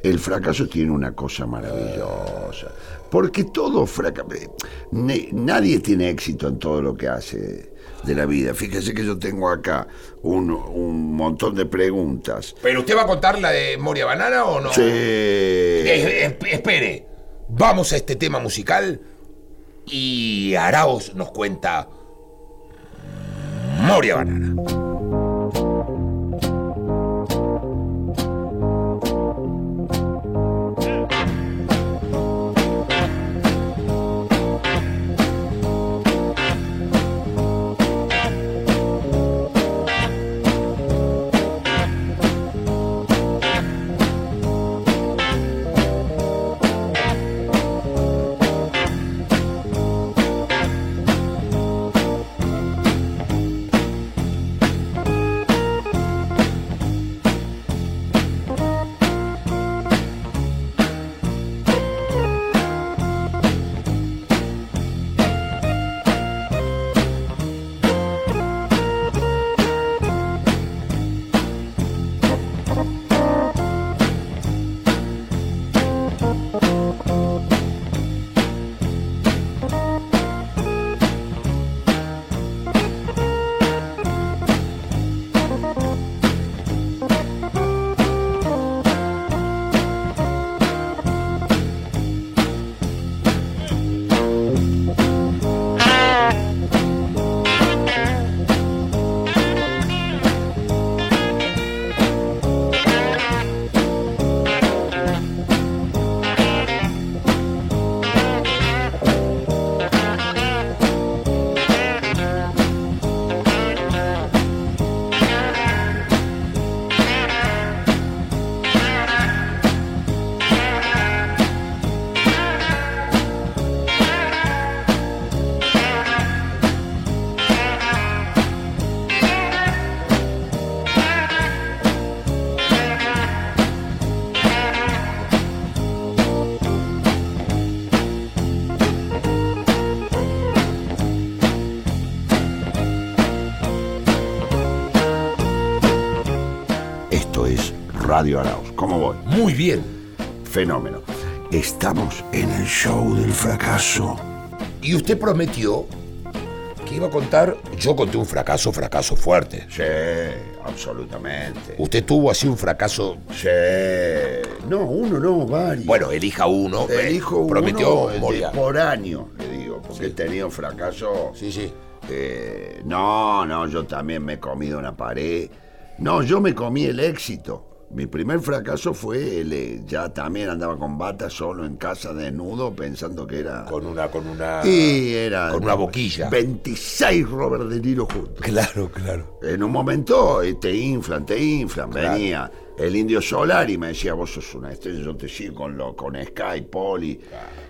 S1: El fracaso tiene una cosa maravillosa. Porque todo fracaso. Nadie tiene éxito en todo lo que hace de la vida. Fíjese que yo tengo acá un, un montón de preguntas.
S2: Pero usted va a contar la de Moria Banana o no?
S1: Sí.
S2: Eh, esp- espere, vamos a este tema musical y Araos nos cuenta Moria Banana.
S1: Esto es Radio Arauz. ¿Cómo voy?
S2: Muy bien.
S1: Fenómeno. Estamos en el show del fracaso.
S2: Y usted prometió que iba a contar, yo conté un fracaso, fracaso fuerte.
S1: Sí, absolutamente.
S2: Usted tuvo así un fracaso,
S1: Sí. No, uno no, varios.
S2: bueno, elija uno. eh,
S1: elijo uno
S2: prometió
S1: de-
S2: Moria.
S1: por año, le digo, porque he tenido fracaso.
S2: Sí, sí.
S1: Eh, no, no, yo también me he comido una pared. No, yo me comí el éxito. Mi primer fracaso fue el. eh, ya también andaba con bata solo en casa desnudo pensando que era.
S2: Con una, con una.
S1: Y era.
S2: Con una boquilla.
S1: 26 Robert De Niro juntos.
S2: Claro, claro.
S1: En un momento eh, te inflan, te inflan. Venía el indio solar y me decía, vos sos una estrella, yo te sigo con, lo, con Sky, Poli.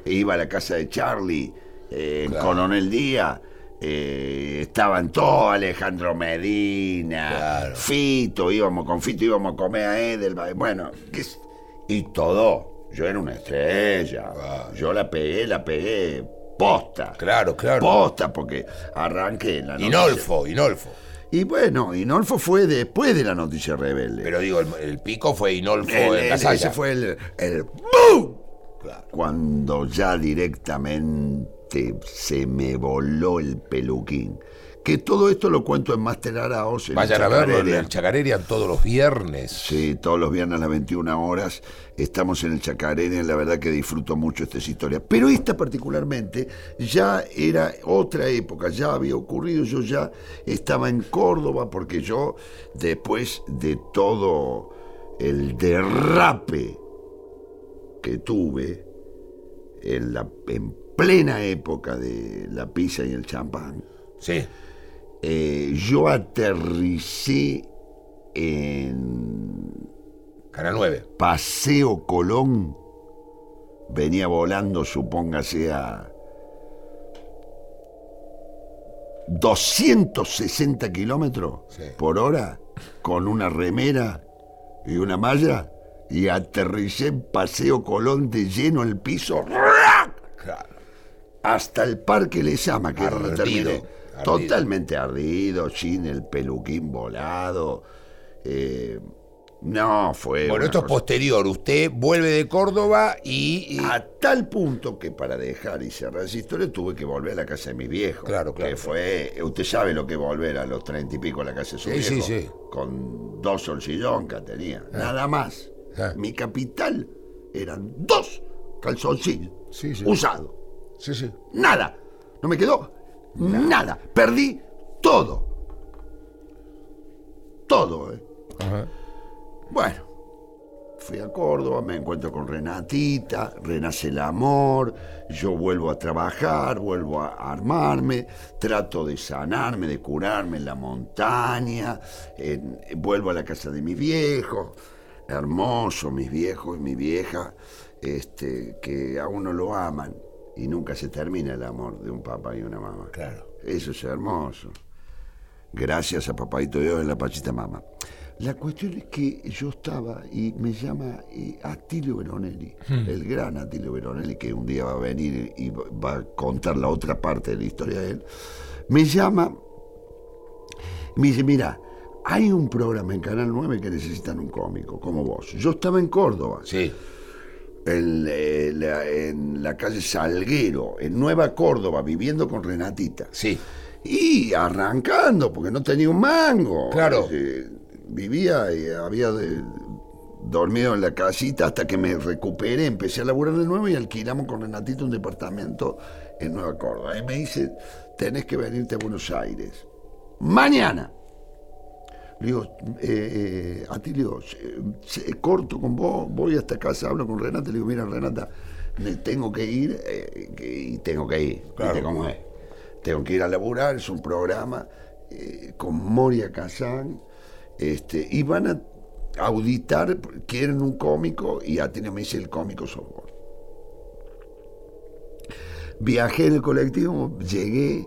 S1: E iba a la casa de Charlie, eh,
S2: Claro.
S1: Coronel Díaz. eh, estaban todos Alejandro Medina,
S2: Claro.
S1: Fito, íbamos con Fito, íbamos a comer a Edelweiss, bueno, qué sé- y todo. Yo era una estrella, yo la pegué, la pegué, posta,
S2: Claro, claro.
S1: posta, porque arranqué en la noche.
S2: Inolfo, Inolfo.
S1: Y bueno, Inolfo fue después de la noticia rebelde.
S2: Pero digo, el, el pico fue Inolfo
S1: El-
S2: en
S1: el-
S2: la
S1: ese fue el, el boom. Cuando ya directamente este, se me voló el peluquín. Que todo esto lo cuento en Master Araos. en
S2: Vayan a verlo en
S1: Chacarera.
S2: el Chacarera todos los viernes.
S1: Sí, todos los viernes a las 21 horas estamos en el Chacarene, la verdad que disfruto mucho estas historias. Pero esta particularmente ya era otra época, ya había ocurrido, yo ya estaba en Córdoba porque yo después de todo el derrape que tuve en, la, en plena época de la pizza y el champán,
S2: Sí.
S1: eh, yo aterricé en
S2: Canal 9.
S1: Paseo Colón venía volando, supóngase, a 260 kilómetros
S2: Sí.
S1: por hora con una remera y una malla y aterricé en Paseo Colón de lleno el piso ¡rac!
S2: Claro.
S1: hasta el Parque Lesama, que era donde
S2: Ardido,
S1: terminé.
S2: ardido.
S1: Totalmente ardido, sin el peluquín volado. eh, no, fue.
S2: Bueno,
S1: una
S2: esto es
S1: cosa-
S2: posterior. Usted vuelve de Córdoba y. y-
S1: A tal punto que para dejar y cerrar esa historia tuve que volver a la casa de mi viejo.
S2: Claro, claro.
S1: Que fue, usted sabe lo que es volver a los treinta y pico a la casa de su
S2: Sí, sí,
S1: viejo.
S2: sí.
S1: Con dos solcilloncas tenía. Nada más.
S2: Ah.
S1: Mi capital eran dos calzoncillos.
S2: Sí, sí.
S1: Usados.
S2: Sí, sí.
S1: Nada. No me quedó nada. Perdí todo. Todo, ¿eh?
S2: Ajá.
S1: Bueno, fui a Córdoba, me encuentro con Renatita, renace el amor, yo vuelvo a trabajar, vuelvo a armarme, trato de sanarme, de curarme en la montaña, en- vuelvo a la casa de mis viejos, hermoso mis viejos y mi vieja, este, que a uno lo aman y nunca se termina el amor de un papá y una mamá.
S2: Claro.
S1: Eso es hermoso. Gracias a Papaito Dios en la Pachita Mama. La cuestión es que yo estaba y me llama eh, Atilio Veronelli, el gran Atilio Veronelli, que un día va a venir y va- va a contar la otra parte de la historia de él. Me llama, me dice, mira, hay un programa en Canal 9 que necesitan un cómico, como vos. Yo estaba en Córdoba
S2: Sí.
S1: en, eh, la, en la calle Salguero, en Nueva Córdoba, viviendo con Renatita.
S2: Sí.
S1: Y arrancando, porque no tenía un mango.
S2: Claro.
S1: Eh, vivía y había de- dormido en la casita hasta que me recuperé, empecé a laburar de nuevo y alquilamos con Renatita un departamento en Nueva Córdoba. Y me dice, tenés que venirte a Buenos Aires. Mañana. Le digo, eh, eh, Atilio, eh, se- corto con vos, voy hasta casa, hablo con Renata, le digo, mira Renata, me tengo que ir eh, que- y tengo que ir.
S2: Claro.
S1: ¿Viste cómo es? Tengo que ir a laburar, es un programa eh, con Moria Kazan, este, y van a auditar, quieren un cómico, y Atilio me dice, el cómico sos vos. Viajé en el colectivo, llegué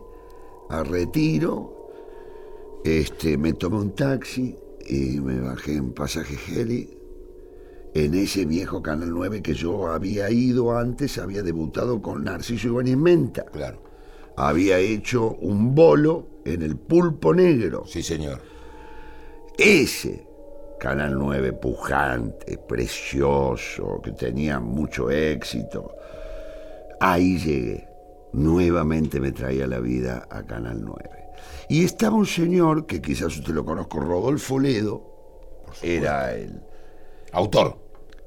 S1: a Retiro, este, me tomé un taxi y me bajé en pasaje Heli en ese viejo Canal 9 que yo había ido antes, había debutado con Narciso Ibáñez Menta.
S2: Claro.
S1: Había hecho un bolo en el pulpo negro.
S2: Sí, señor.
S1: Ese Canal 9 pujante, precioso, que tenía mucho éxito. Ahí llegué. Nuevamente me traía la vida a Canal 9. Y estaba un señor, que quizás usted lo conozco, Rodolfo Ledo, era el,
S2: Autor.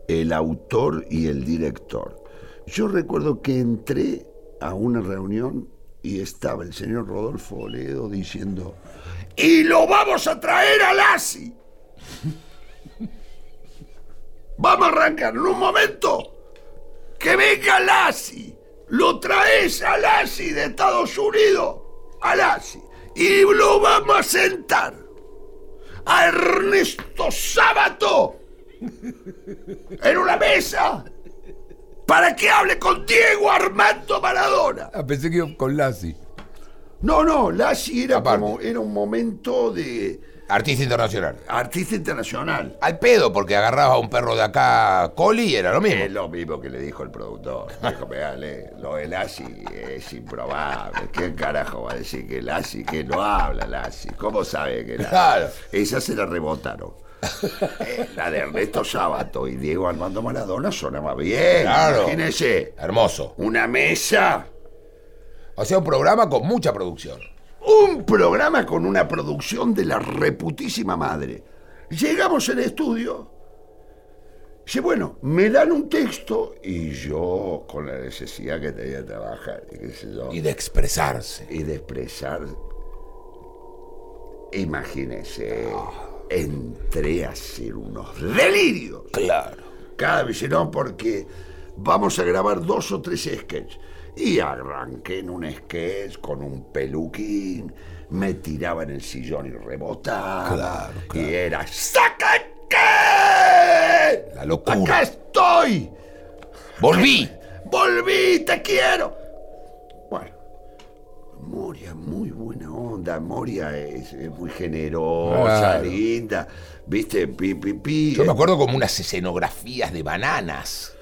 S1: el autor y el director. Yo recuerdo que entré a una reunión y estaba el señor Rodolfo Oledo diciendo, ¡Y lo vamos a traer a Lassi! ¡Vamos a arrancar en un momento! ¡Que venga Lassi! ¡Lo traes a Lassi de Estados Unidos! ¡A Lassi! ¡Y lo vamos a sentar! ¡A Ernesto Sábato! en una mesa para que hable con Diego Armando Maradona.
S2: Ah, pensé que con Lassi.
S1: No, no, Lassi era
S2: Aparte.
S1: como era un momento de
S2: Artista internacional.
S1: artista internacional.
S2: Al pedo, porque agarraba a un perro de acá, Coli, y era lo mismo.
S1: Es lo mismo que le dijo el productor. Dijo, "Mirá, Ale, lo de Lassi es improbable. ¿Quién carajo va a decir que Lassi, que no habla Lassi? ¿Cómo sabe que Lassi?
S2: Claro.
S1: Esa se la rebotaron. Eh, La de Ernesto Sábato y Diego Armando Maradona sonaba bien.
S2: Claro.
S1: Imagínese.
S2: Hermoso.
S1: una mesa
S2: O sea, un programa con mucha producción.
S1: Un programa con una producción de la reputísima madre. Llegamos al estudio. Dice, bueno, me dan un texto y yo, con la necesidad que tenía de trabajar, y qué sé yo,
S2: Y de expresarse.
S1: y de expresar, imagínese, entré a hacer unos delirios.
S2: Claro.
S1: Cada vez no, porque vamos a grabar dos o tres sketches. Y arranqué en un sketch con un peluquín, me tiraba en el sillón y rebotaba.
S2: Claro, claro.
S1: Y era ¡Sácate!
S2: La locura.
S1: ¡Acá estoy!
S2: Volví.
S1: ¡Volví! ¡Te quiero! Bueno, Moria, muy buena onda. Moria es, es muy generosa,
S2: Claro.
S1: linda. ¿Viste? Pi, pi, pi.
S2: Yo me acuerdo como unas escenografías de bananas.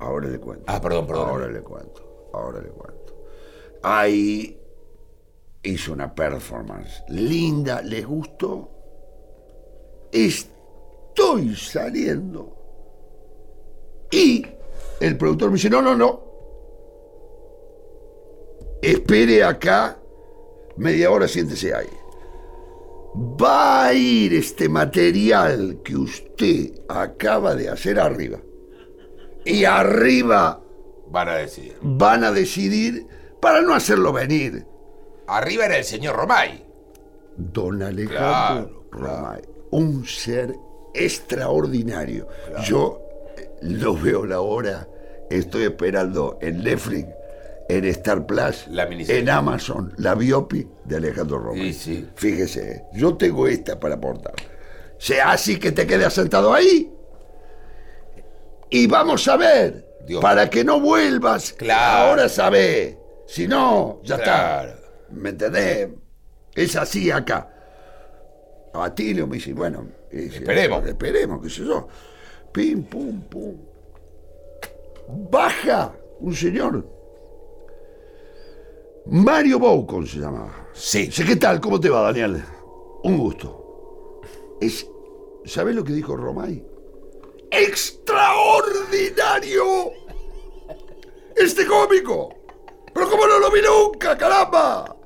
S1: Ahora le cuento.
S2: Ah, perdón, perdón.
S1: Ahora le cuento. Ahora le cuento. Ahí hizo una performance linda, les gustó. Estoy saliendo. Y el productor me dice, no, no, no. Espere acá media hora, siéntese ahí. Va a ir este material que usted acaba de hacer arriba. Y arriba
S2: Van a decir.
S1: van a decidir para no hacerlo venir.
S2: Arriba era el señor Romay.
S1: Don Alejandro
S2: Claro,
S1: Romay, un ser extraordinario. Yo eh, lo veo la hora, estoy esperando en Netflix, en Star Plus,
S2: La miniserie.
S1: en Amazon, la biopic de Alejandro Romay.
S2: Sí, sí.
S1: Fíjese, eh, yo tengo esta para aportar. Sea así que te quedes sentado ahí. Y vamos a ver,
S2: Dios.
S1: para que no vuelvas,
S2: Claro.
S1: ahora sabés. Si no, ya
S2: Claro.
S1: está. ¿Me entendés? Es así acá. A Tilio me dice, bueno, dice,
S2: Esperemos.
S1: Esperemos, qué sé yo. Pim, pum, pum. Baja un señor. Mario Boucon se llamaba.
S2: Sí.
S1: Dice, ¿qué tal? ¿Cómo te va, Daniel? Un gusto. Es, ¿Sabés lo que dijo Romay? ¡Extraordinario! Este cómico. Pero cómo no lo vi nunca, caramba.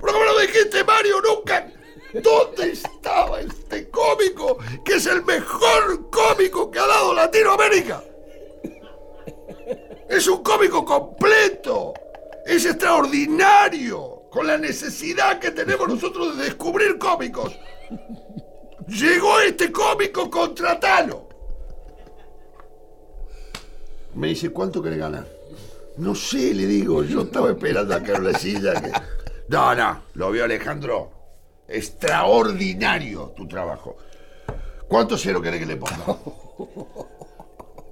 S1: Pero cómo no lo dijiste, Mario, nunca. ¿Dónde estaba este cómico que es el mejor cómico que ha dado Latinoamérica? Es un cómico completo. Es extraordinario. Con la necesidad que tenemos nosotros de descubrir cómicos. Llegó este cómico, contratalo. Me dice, ¿cuánto querés ganar? No sé, le digo. Yo estaba esperando a Carlos Silla. Que... No, no. Lo vio Alejandro. Extraordinario tu trabajo. ¿Cuánto cero querés que le ponga?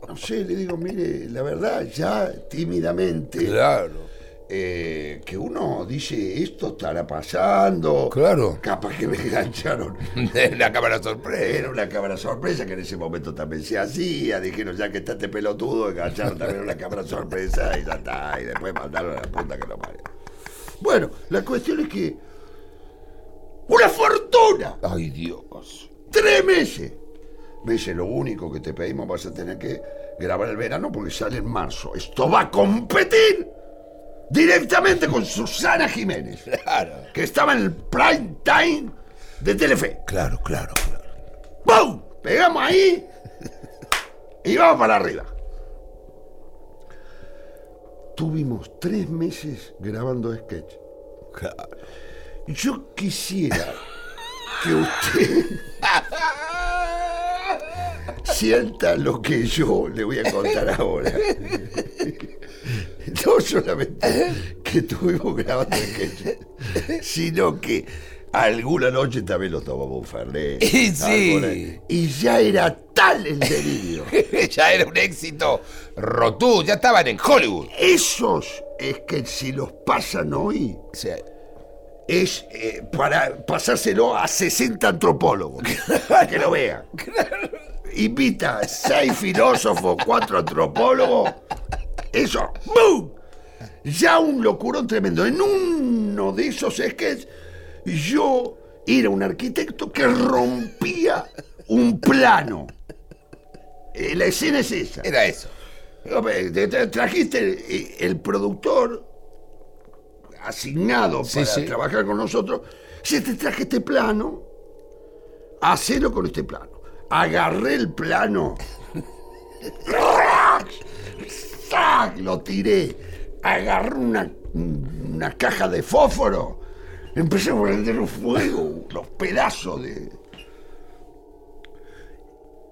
S1: No sé, le digo, mire, la verdad, ya tímidamente,
S2: Claro.
S1: eh, que uno dice, esto estará pasando.
S2: Claro.
S1: Capaz que me engancharon.
S2: la cámara sorpresa.
S1: Era una cámara sorpresa que en ese momento también se hacía. Dijeron, ya que está este pelotudo, engancharon también una cámara sorpresa y ya está. Y después mandaron a la puta que lo parió. Bueno, la cuestión es que. ¡Una fortuna!
S2: Ay, Dios.
S1: ¡Tres meses! Me dice, lo único que te pedimos vas a tener que grabar el verano porque sale en marzo. Esto va a competir directamente con Susana Jiménez,
S2: Claro.
S1: que estaba en el prime time de Telefe.
S2: Claro, claro, claro.
S1: ¡Pum! Pegamos ahí y vamos para arriba. Tuvimos tres meses grabando sketch.
S2: claro.
S1: Yo quisiera que usted sienta lo que yo le voy a contar ahora. No solamente que estuvimos grabando aquello, sino que alguna noche también los tomamos un fernet.
S2: Y sí.
S1: alguna- Y ya era tal el delirio.
S2: ya era un éxito rotundo. Ya estaban en Hollywood.
S1: Esos es que si los pasan hoy,
S2: O sea,
S1: es eh, para pasárselo a 60 antropólogos para que lo vean. Invita a 6 filósofos, 4 antropólogos. Eso, ¡boom! Ya un locurón tremendo. En uno de esos sketches, yo era un arquitecto que rompía un plano. Eh, la escena es esa. Eh,
S2: era eso.
S1: Hombre, te- te- Trajiste el, el productor asignado
S2: Sí,
S1: para
S2: sí.
S1: trabajar con nosotros, se te traje este plano, hacelo con este plano. Agarré el plano, ¡rac! ¡zac! lo tiré, agarré una, una caja de fósforo, empecé a prender un fuego, los pedazos de...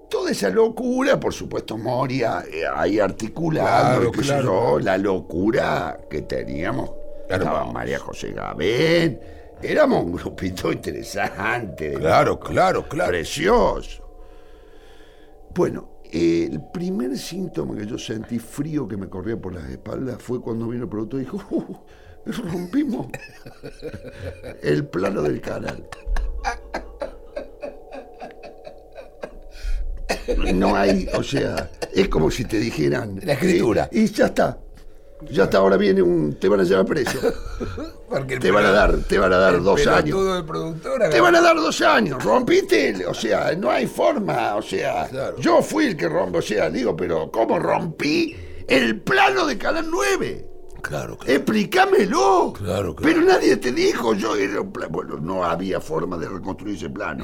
S1: Toda esa locura, por supuesto, Moria, eh, ahí articulado,
S2: Claro,
S1: qué sé
S2: claro.
S1: yo, Oh, la locura que teníamos.
S2: Claro,
S1: Estaba
S2: vamos.
S1: María José Gabén. Éramos un grupito interesante. de
S2: Claro, claro, claro.
S1: Precioso. Bueno, eh, el primer síntoma que yo sentí frío que me corría por las espaldas fue cuando vino el productor y dijo, "Uh, rompimos el plano del canal. No hay, o sea, es como si te dijeran...
S2: La escritura.
S1: eh, y ya está. Ya está, ahora viene un... Te van a llevar preso.
S2: Porque el
S1: Te van a dar,
S2: pelotudo-
S1: te van a dar
S2: el
S1: dos años.
S2: pelotudo del productor
S1: Te
S2: agarra-
S1: van a dar dos años, rompiste, el- o sea, no hay forma, o sea,
S2: Claro.
S1: yo fui el que rompo, o sea, digo, pero ¿cómo rompí el plano de Canal 9?
S2: Claro, claro.
S1: Explícamelo.
S2: Claro, claro.
S1: Pero nadie te dijo, yo era un pla- bueno, no había forma de reconstruir ese plano.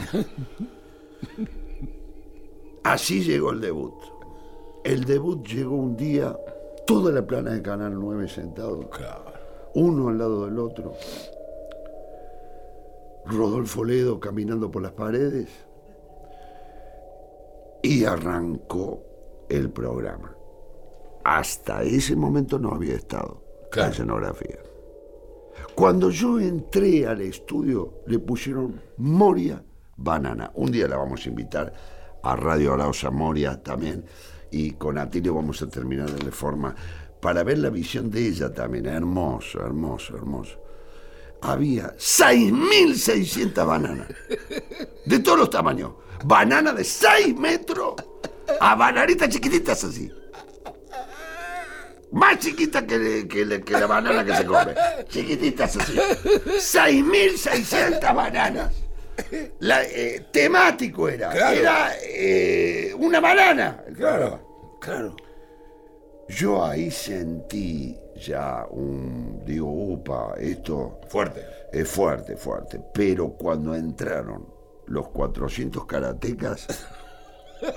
S1: Así llegó el debut. El debut llegó un día, toda la plana de Canal 9 sentados
S2: Claro.
S1: uno al lado del otro. Rodolfo Ledo caminando por las paredes. Y arrancó el programa. Hasta ese momento no había estado
S2: Claro.
S1: la escenografía. Cuando yo entré al estudio, le pusieron Moria Banana. Un día la vamos a invitar a Radio Arauza Moria también. Y con Atilio vamos a terminar de forma para ver la visión de ella también. Hermoso, hermoso, hermoso. Había 6.600 bananas. De todos los tamaños. Banana de 6 metros a bananitas chiquititas así. Más chiquita que, que- que la banana que se come. Chiquititas así. 6.600 bananas. La, eh, temático era.
S2: Claro.
S1: Era eh, una banana.
S2: Claro. Claro.
S1: Yo ahí sentí ya un. Digo, upa, esto
S2: Fuerte.
S1: es fuerte, fuerte. Pero cuando entraron los 400 karatecas.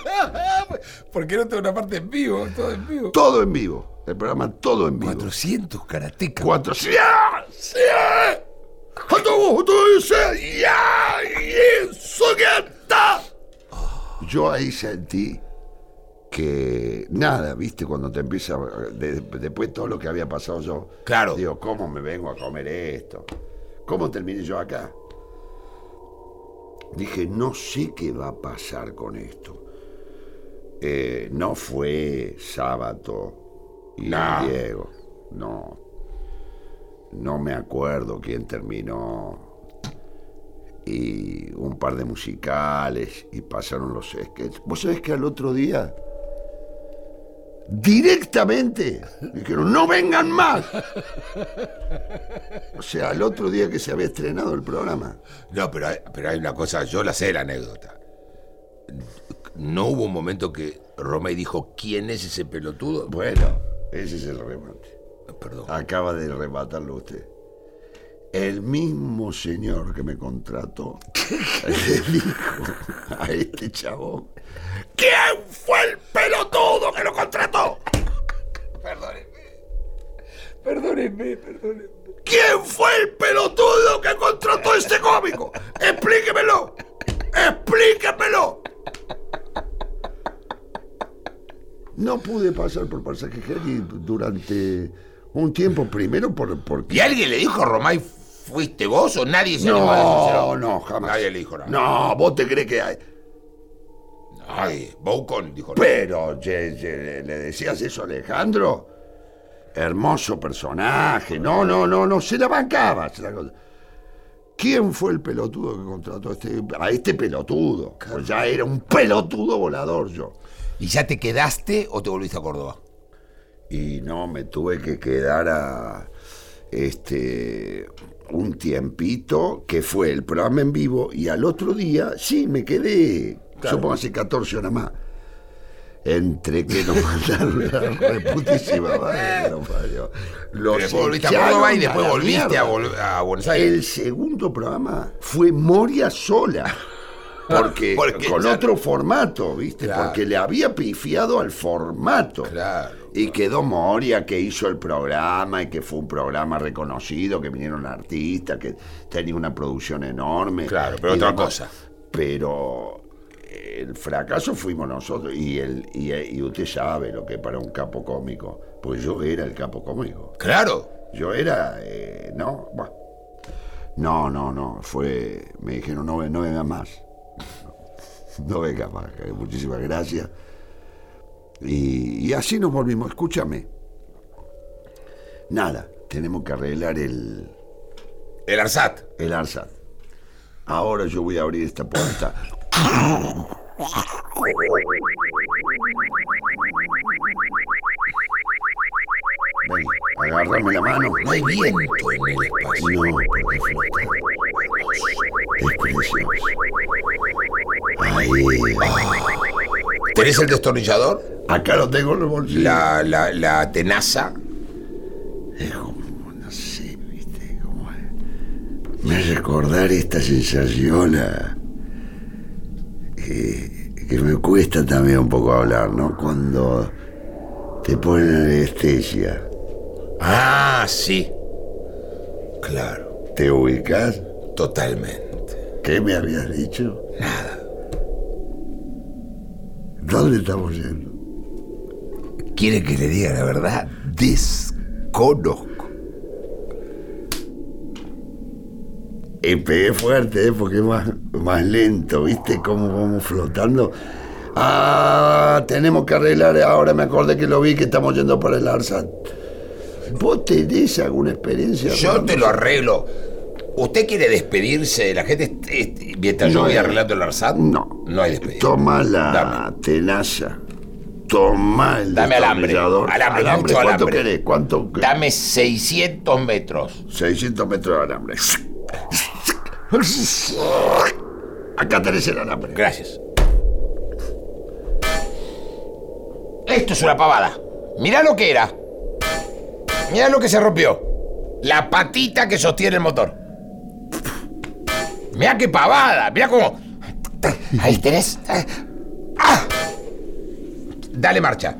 S2: Porque no tengo una parte en vivo, todo en vivo.
S1: todo en vivo. El programa todo en vivo.
S2: 400 karatecas.
S1: 400. ¡Sí! ¡Jotobu, jotobu, sí! ¡Ya! ¡Y sugeta! Yo ahí sentí que nada, viste, cuando te empieza, de- después todo lo que había pasado yo,
S2: Claro.
S1: digo, ¿cómo me vengo a comer esto? ¿Cómo terminé yo acá? Dije, no sé qué va a pasar con esto. Eh, no fue sábado y
S2: No.
S1: Diego. No. No me acuerdo quién terminó. Y un par de musicales y pasaron los sketches. ¿Vos sabés que al otro día? Directamente dijeron, no vengan más. O sea, al otro día que se había estrenado el programa.
S2: No, pero hay, pero hay una cosa, yo la sé la anécdota. No hubo un momento que Romay dijo, ¿quién es ese pelotudo?
S1: Bueno, ese es el remate.
S2: Perdón.
S1: Acaba de rematarlo usted. El mismo señor que me contrató le dijo a este chabón: ¿Quién fue el pelotudo que lo contrató?
S2: Perdónenme, perdónenme.
S1: ¿Quién fue el pelotudo que contrató a este cómico? Explíquemelo. Explíquemelo. No pude pasar por pasaje Geli durante un tiempo, primero por, porque...
S2: ¿Y alguien le dijo a Romay, fuiste vos o nadie se animó a
S1: No,
S2: decírselo?
S1: no, jamás.
S2: Nadie le dijo nada.
S1: No, vos te crees que hay.
S2: Ay, Boucon dijo. no.
S1: Pero, ye- ye- ¿le decías eso a Alejandro? Hermoso personaje. No, no, no, no, se la bancaba. se la con- ¿Quién fue el pelotudo que contrató a este, a este pelotudo? Pues ya era un pelotudo volador yo.
S2: ¿Y ya te quedaste o te volviste a Córdoba?
S1: Y no, me tuve que quedar a este un tiempito que fue el programa en vivo y al otro día sí me quedé, supóngase 14 horas más. Entre que nos mandaron la reputísima madre que nos parió.
S2: Lo
S1: Los
S2: volviste a
S1: echaron
S2: Córdoba y
S1: a
S2: después
S1: la
S2: volviste a,
S1: mierda.
S2: vol- a Buenos Aires.
S1: El segundo programa fue Moria sola. Porque,
S2: Porque
S1: con
S2: ya-
S1: otro formato, ¿viste?
S2: Claro.
S1: Porque le había pifiado al formato.
S2: Claro.
S1: Y quedó Moria que hizo el programa y que fue un programa reconocido, que vinieron artistas, que tenía una producción enorme.
S2: Claro, pero
S1: y
S2: otra
S1: demás.
S2: cosa.
S1: Pero el fracaso fuimos nosotros. Y, el, y, y usted sabe lo que para un capo cómico. Pues yo era el capo cómico.
S2: Claro.
S1: Yo era. eh, no, bueno. No, no, no. Fue. Me dijeron, no, ve- no venga más. No venga más. eh, Muchísimas gracias. Y, y así nos volvimos. Escúchame. Nada. Tenemos que arreglar el,
S2: El Arsat.
S1: el ARSAT. Ahora yo voy a abrir esta puerta. Vení, agarrame la mano.
S2: No hay viento en el espacio.
S1: No, porque flota. Es precioso. Ahí.
S2: ¿Tenés el destornillador?
S1: Acá lo tengo en el bolsillo.
S2: La, la, la tenaza.
S1: Es como, no sé, viste, como es. Me hace recordar esta sensación a- que, que me cuesta también un poco hablar, ¿no? Cuando te ponen anestesia,
S2: Ah, sí. Claro.
S1: ¿te ubicas?
S2: Totalmente.
S1: ¿Qué me habías dicho?
S2: Nada.
S1: ¿Dónde estamos yendo?
S2: ¿Quiere que le diga la verdad? Desconozco.
S1: Y pegué fuerte, ¿eh? porque es más, más lento, ¿viste? Cómo vamos flotando. Ah, tenemos que arreglar, ahora me acordé que lo vi, que estamos yendo para el Arsat. ¿Vos tenés alguna experiencia?
S2: Yo
S1: Ramón?
S2: te lo arreglo. ¿Usted quiere despedirse de la gente este, este, mientras yo
S1: No.
S2: voy arreglando el Arsat?
S1: No.
S2: No hay despedida.
S1: Toma la
S2: Dame.
S1: tenaza. Toma el
S2: Dame alambre,
S1: destornillador.
S2: alambre, mucho
S1: ¿Cuánto
S2: alambre.
S1: querés? ¿Cuánto?
S2: Dame 600 metros.
S1: 600 metros de alambre. Acá tenés el alambre.
S2: Gracias. Esto es una pavada. Mirá lo que era. Mirá lo que se rompió. La patita que sostiene el motor. Mirá qué pavada. Mirá cómo. Ahí tenés. ¡Ah! Dale marcha.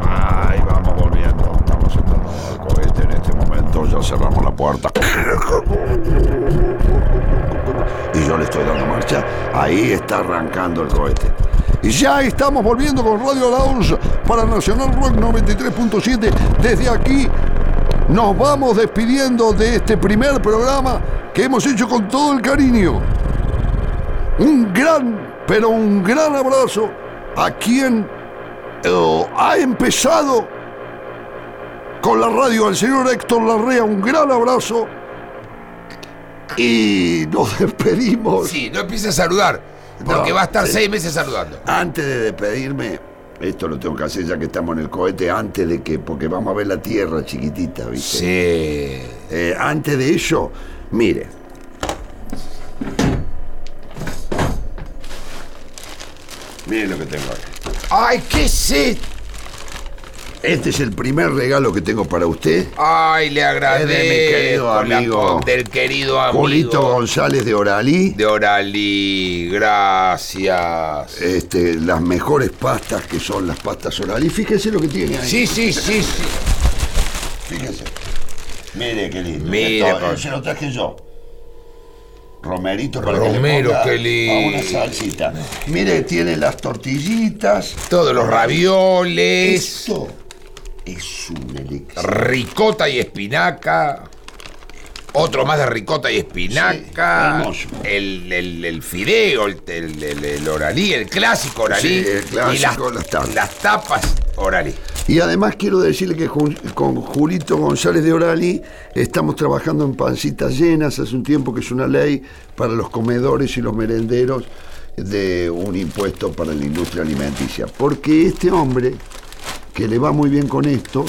S1: Ahí vamos volviendo. Estamos entrando al cohete en este momento. Ya cerramos la puerta. Y yo le estoy dando marcha. Ahí está arrancando el cohete. Y ya estamos volviendo con Radio Lounge para Nacional Rock 93.7. Desde aquí nos vamos despidiendo de este primer programa que hemos hecho con todo el cariño. Un gran, pero un gran abrazo a quien eh, ha empezado con la radio al señor Héctor Larrea. Un gran abrazo. Y nos despedimos.
S2: Sí, no empieces a saludar. Porque
S1: No,
S2: va a estar
S1: sí.
S2: seis meses saludando.
S1: Antes de despedirme, esto lo tengo que hacer ya que estamos en el cohete, antes de que, porque vamos a ver la tierra chiquitita, ¿viste?
S2: Sí.
S1: Eh, antes de ello, mire. Miren lo que tengo aquí.
S2: ¡Ay, qué sé!
S1: Este es el primer regalo que tengo para usted.
S2: ¡Ay, le agradezco!
S1: querido
S2: la
S1: amigo.
S2: con- Del querido amigo.
S1: Julito González de Oralí.
S2: De Oralí, gracias.
S1: Este, las mejores pastas que son las pastas Oralí. Fíjese lo que tiene ahí.
S2: Sí, sí, sí, sí.
S1: Fíjese. Mire qué lindo.
S2: Mire,
S1: Esto, eh,
S2: por-
S1: se lo traje yo. Romerito para
S2: Romero,
S1: que
S2: qué
S1: le ponga
S2: lindo.
S1: a una salsita. Mire, tiene las tortillitas.
S2: Todos los ravioles,
S1: Esto es un elixir.
S2: ricota y espinaca. Otro más de ricota y espinaca.
S1: Sí, hermoso.
S2: el, el- el fideo, el, el- el- el oralí, el clásico oralí.
S1: Sí, el clásico,
S2: y las,
S1: las tapas.
S2: las tapas oralí.
S1: Y además quiero decirle que jun- con Julito González de Orali estamos trabajando en pancitas llenas hace un tiempo que es una ley para los comedores y los merenderos de un impuesto para la industria alimenticia. Porque este hombre, que le va muy bien con esto,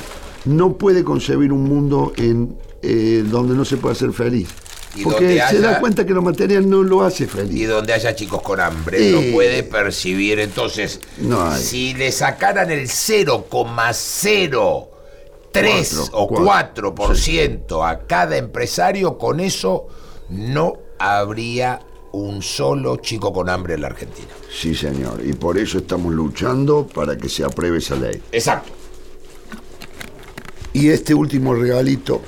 S1: no puede concebir un mundo en eh, donde no se pueda ser feliz.
S2: Y
S1: Porque
S2: donde
S1: se da
S2: haya-
S1: cuenta que lo material no lo hace
S2: y
S1: feliz.
S2: donde haya chicos con hambre
S1: Sí.
S2: lo puede percibir. Entonces,
S1: No hay.
S2: si le sacaran el 0,03
S1: Cuatro,
S2: o
S1: cuatro.
S2: 4% a cada empresario, con eso no habría un solo chico con hambre en la Argentina.
S1: Sí, señor. Y por eso estamos luchando para que se apruebe esa ley.
S8: Exacto.
S1: Y este último regalito,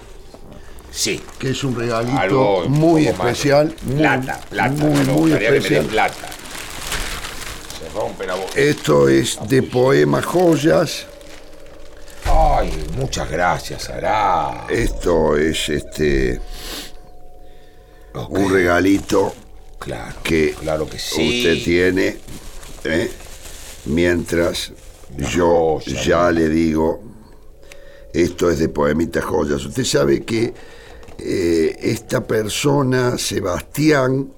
S2: Sí.
S1: que es un regalito
S2: Algo un
S1: muy
S2: poco más.
S1: especial. Muy,
S2: Plata, plata.
S1: Muy,
S2: me
S1: muy
S2: gustaría que me den
S1: especial.
S2: plata. Se rompe la boca.
S1: Esto es de Poema Joyas.
S2: Ay, muchas gracias, Ará.
S1: Esto es este un regalito
S2: Claro.
S1: que,
S2: claro que sí.
S1: usted tiene. ¿eh? Mientras yo
S2: joya,
S1: ya le digo, esto es de Poemitas Joyas. Usted sabe que eh, esta persona, Sebastián,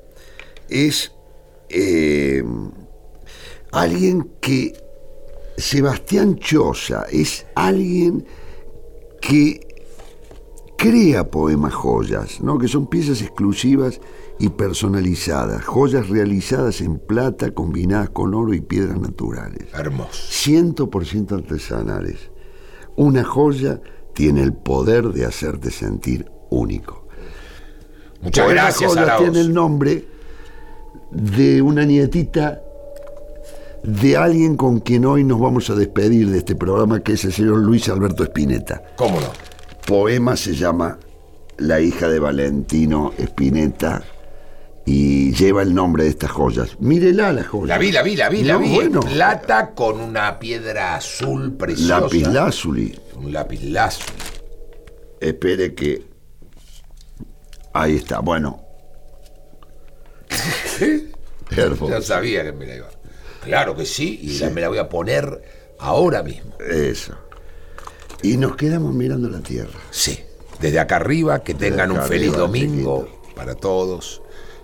S1: es eh, alguien que... Sebastián Choza es alguien que crea poemas joyas, ¿no? que son piezas exclusivas y personalizadas, joyas realizadas en plata combinadas con oro y piedras naturales,
S2: Hermoso.
S1: 100% artesanales. Una joya tiene el poder de hacerte sentir único.
S2: Muchas
S1: Poemas
S2: gracias,
S1: joyas
S2: Arauz.
S1: tiene el nombre de una nietita de alguien con quien hoy nos vamos a despedir de este programa, que es el señor Luis Alberto Spinetta
S2: ¿Cómo no?
S1: poema se llama La hija de Valentino Spinetta y lleva el nombre de estas joyas. Mírela la joya.
S2: La vi, la vi, la vi, la
S1: No,
S2: vi.
S1: Bueno,
S2: Plata con una piedra azul preciosa.
S1: lapislázuli.
S2: Un lapislázuli.
S1: Espere que ahí está. Bueno.
S2: Ya
S1: Hermoso.
S2: sabía que me la iba. Claro que sí, y la- me la voy a poner ahora mismo.
S1: Eso. Y nos quedamos mirando la tierra.
S2: Sí. Desde acá arriba, que tengan un
S1: acá
S2: feliz
S1: arriba,
S2: domingo para todos.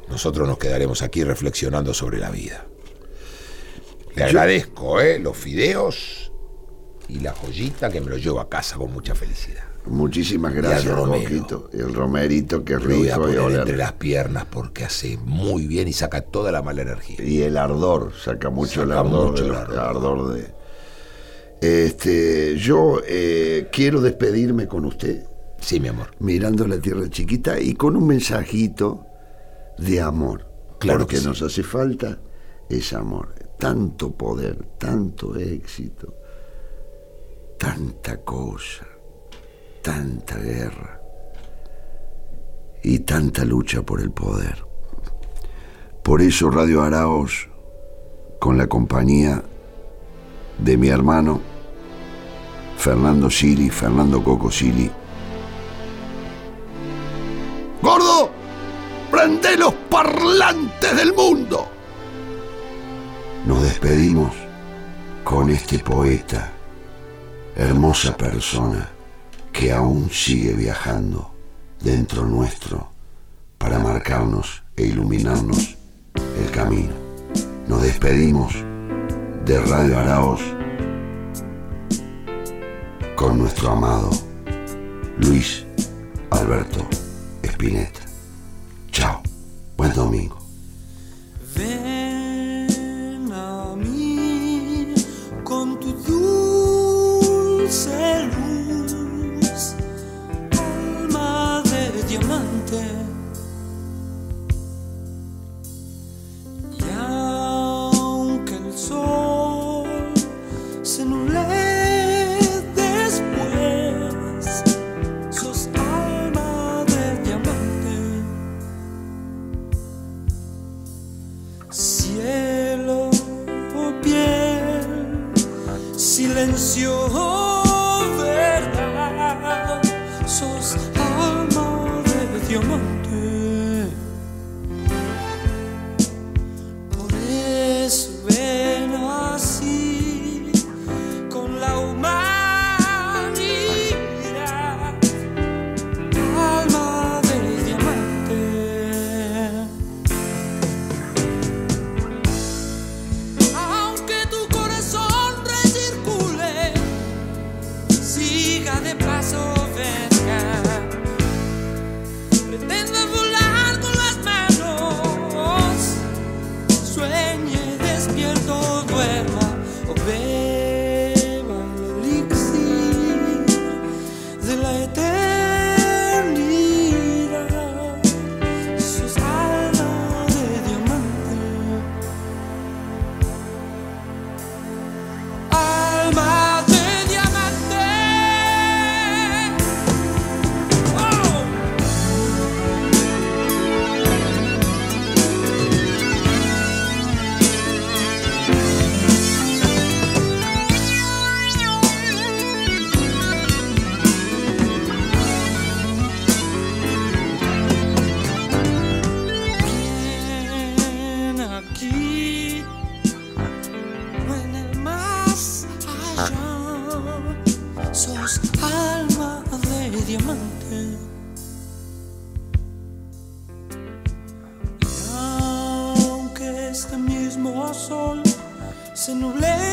S2: Nosotros nos quedaremos aquí reflexionando sobre la vida. Le agradezco, ¿eh? Los fideos y la joyita que me lo llevo a casa con mucha felicidad.
S1: Muchísimas gracias,
S2: romero.
S1: Jorgito. Y el romerito que
S2: Lo voy a
S1: rico y
S2: poner
S1: oler.
S2: entre las piernas porque hace muy bien y saca toda la mala energía.
S1: y el ardor, saca mucho el
S2: Saca
S1: ardor,
S2: mucho
S1: de
S2: el
S1: los-
S2: ardor.
S1: ardor de- Este, yo eh, quiero despedirme con usted,
S2: Sí, mi amor.
S1: mirando la tierra chiquita y con un mensajito de amor.
S2: Claro
S1: Porque
S2: que sí.
S1: nos hace falta ese amor. Tanto poder, tanto éxito, tanta cosa, tanta guerra y tanta lucha por el poder. Por eso Radio Araos, con la compañía de mi hermano Fernando Sili, Fernando Coco Sili, ¡Gordo! ¡Prende los parlantes del mundo! Nos despedimos con este poeta, hermosa persona que aún sigue viajando dentro nuestro para marcarnos e iluminarnos el camino. Nos despedimos de Radio Araos con nuestro amado Luis Alberto Spinetta. Chao. Buen domingo.
S10: Ven a mí con tu dulce luz, alma de diamante. Y aunque el sol se nuble después, sos alma de diamante. cielo o piel, silencio o verdad, sos alma de diamante. Por eso ven así con la humanidad, alma de diamante. Aunque tu corazón recircule o beba el elixir de la eternidad, sus almas de diamante. Alma de diamante. Oh. Ven aquí, no en el más allá, sos alma de diamante. Y aunque este mismo sol se nuble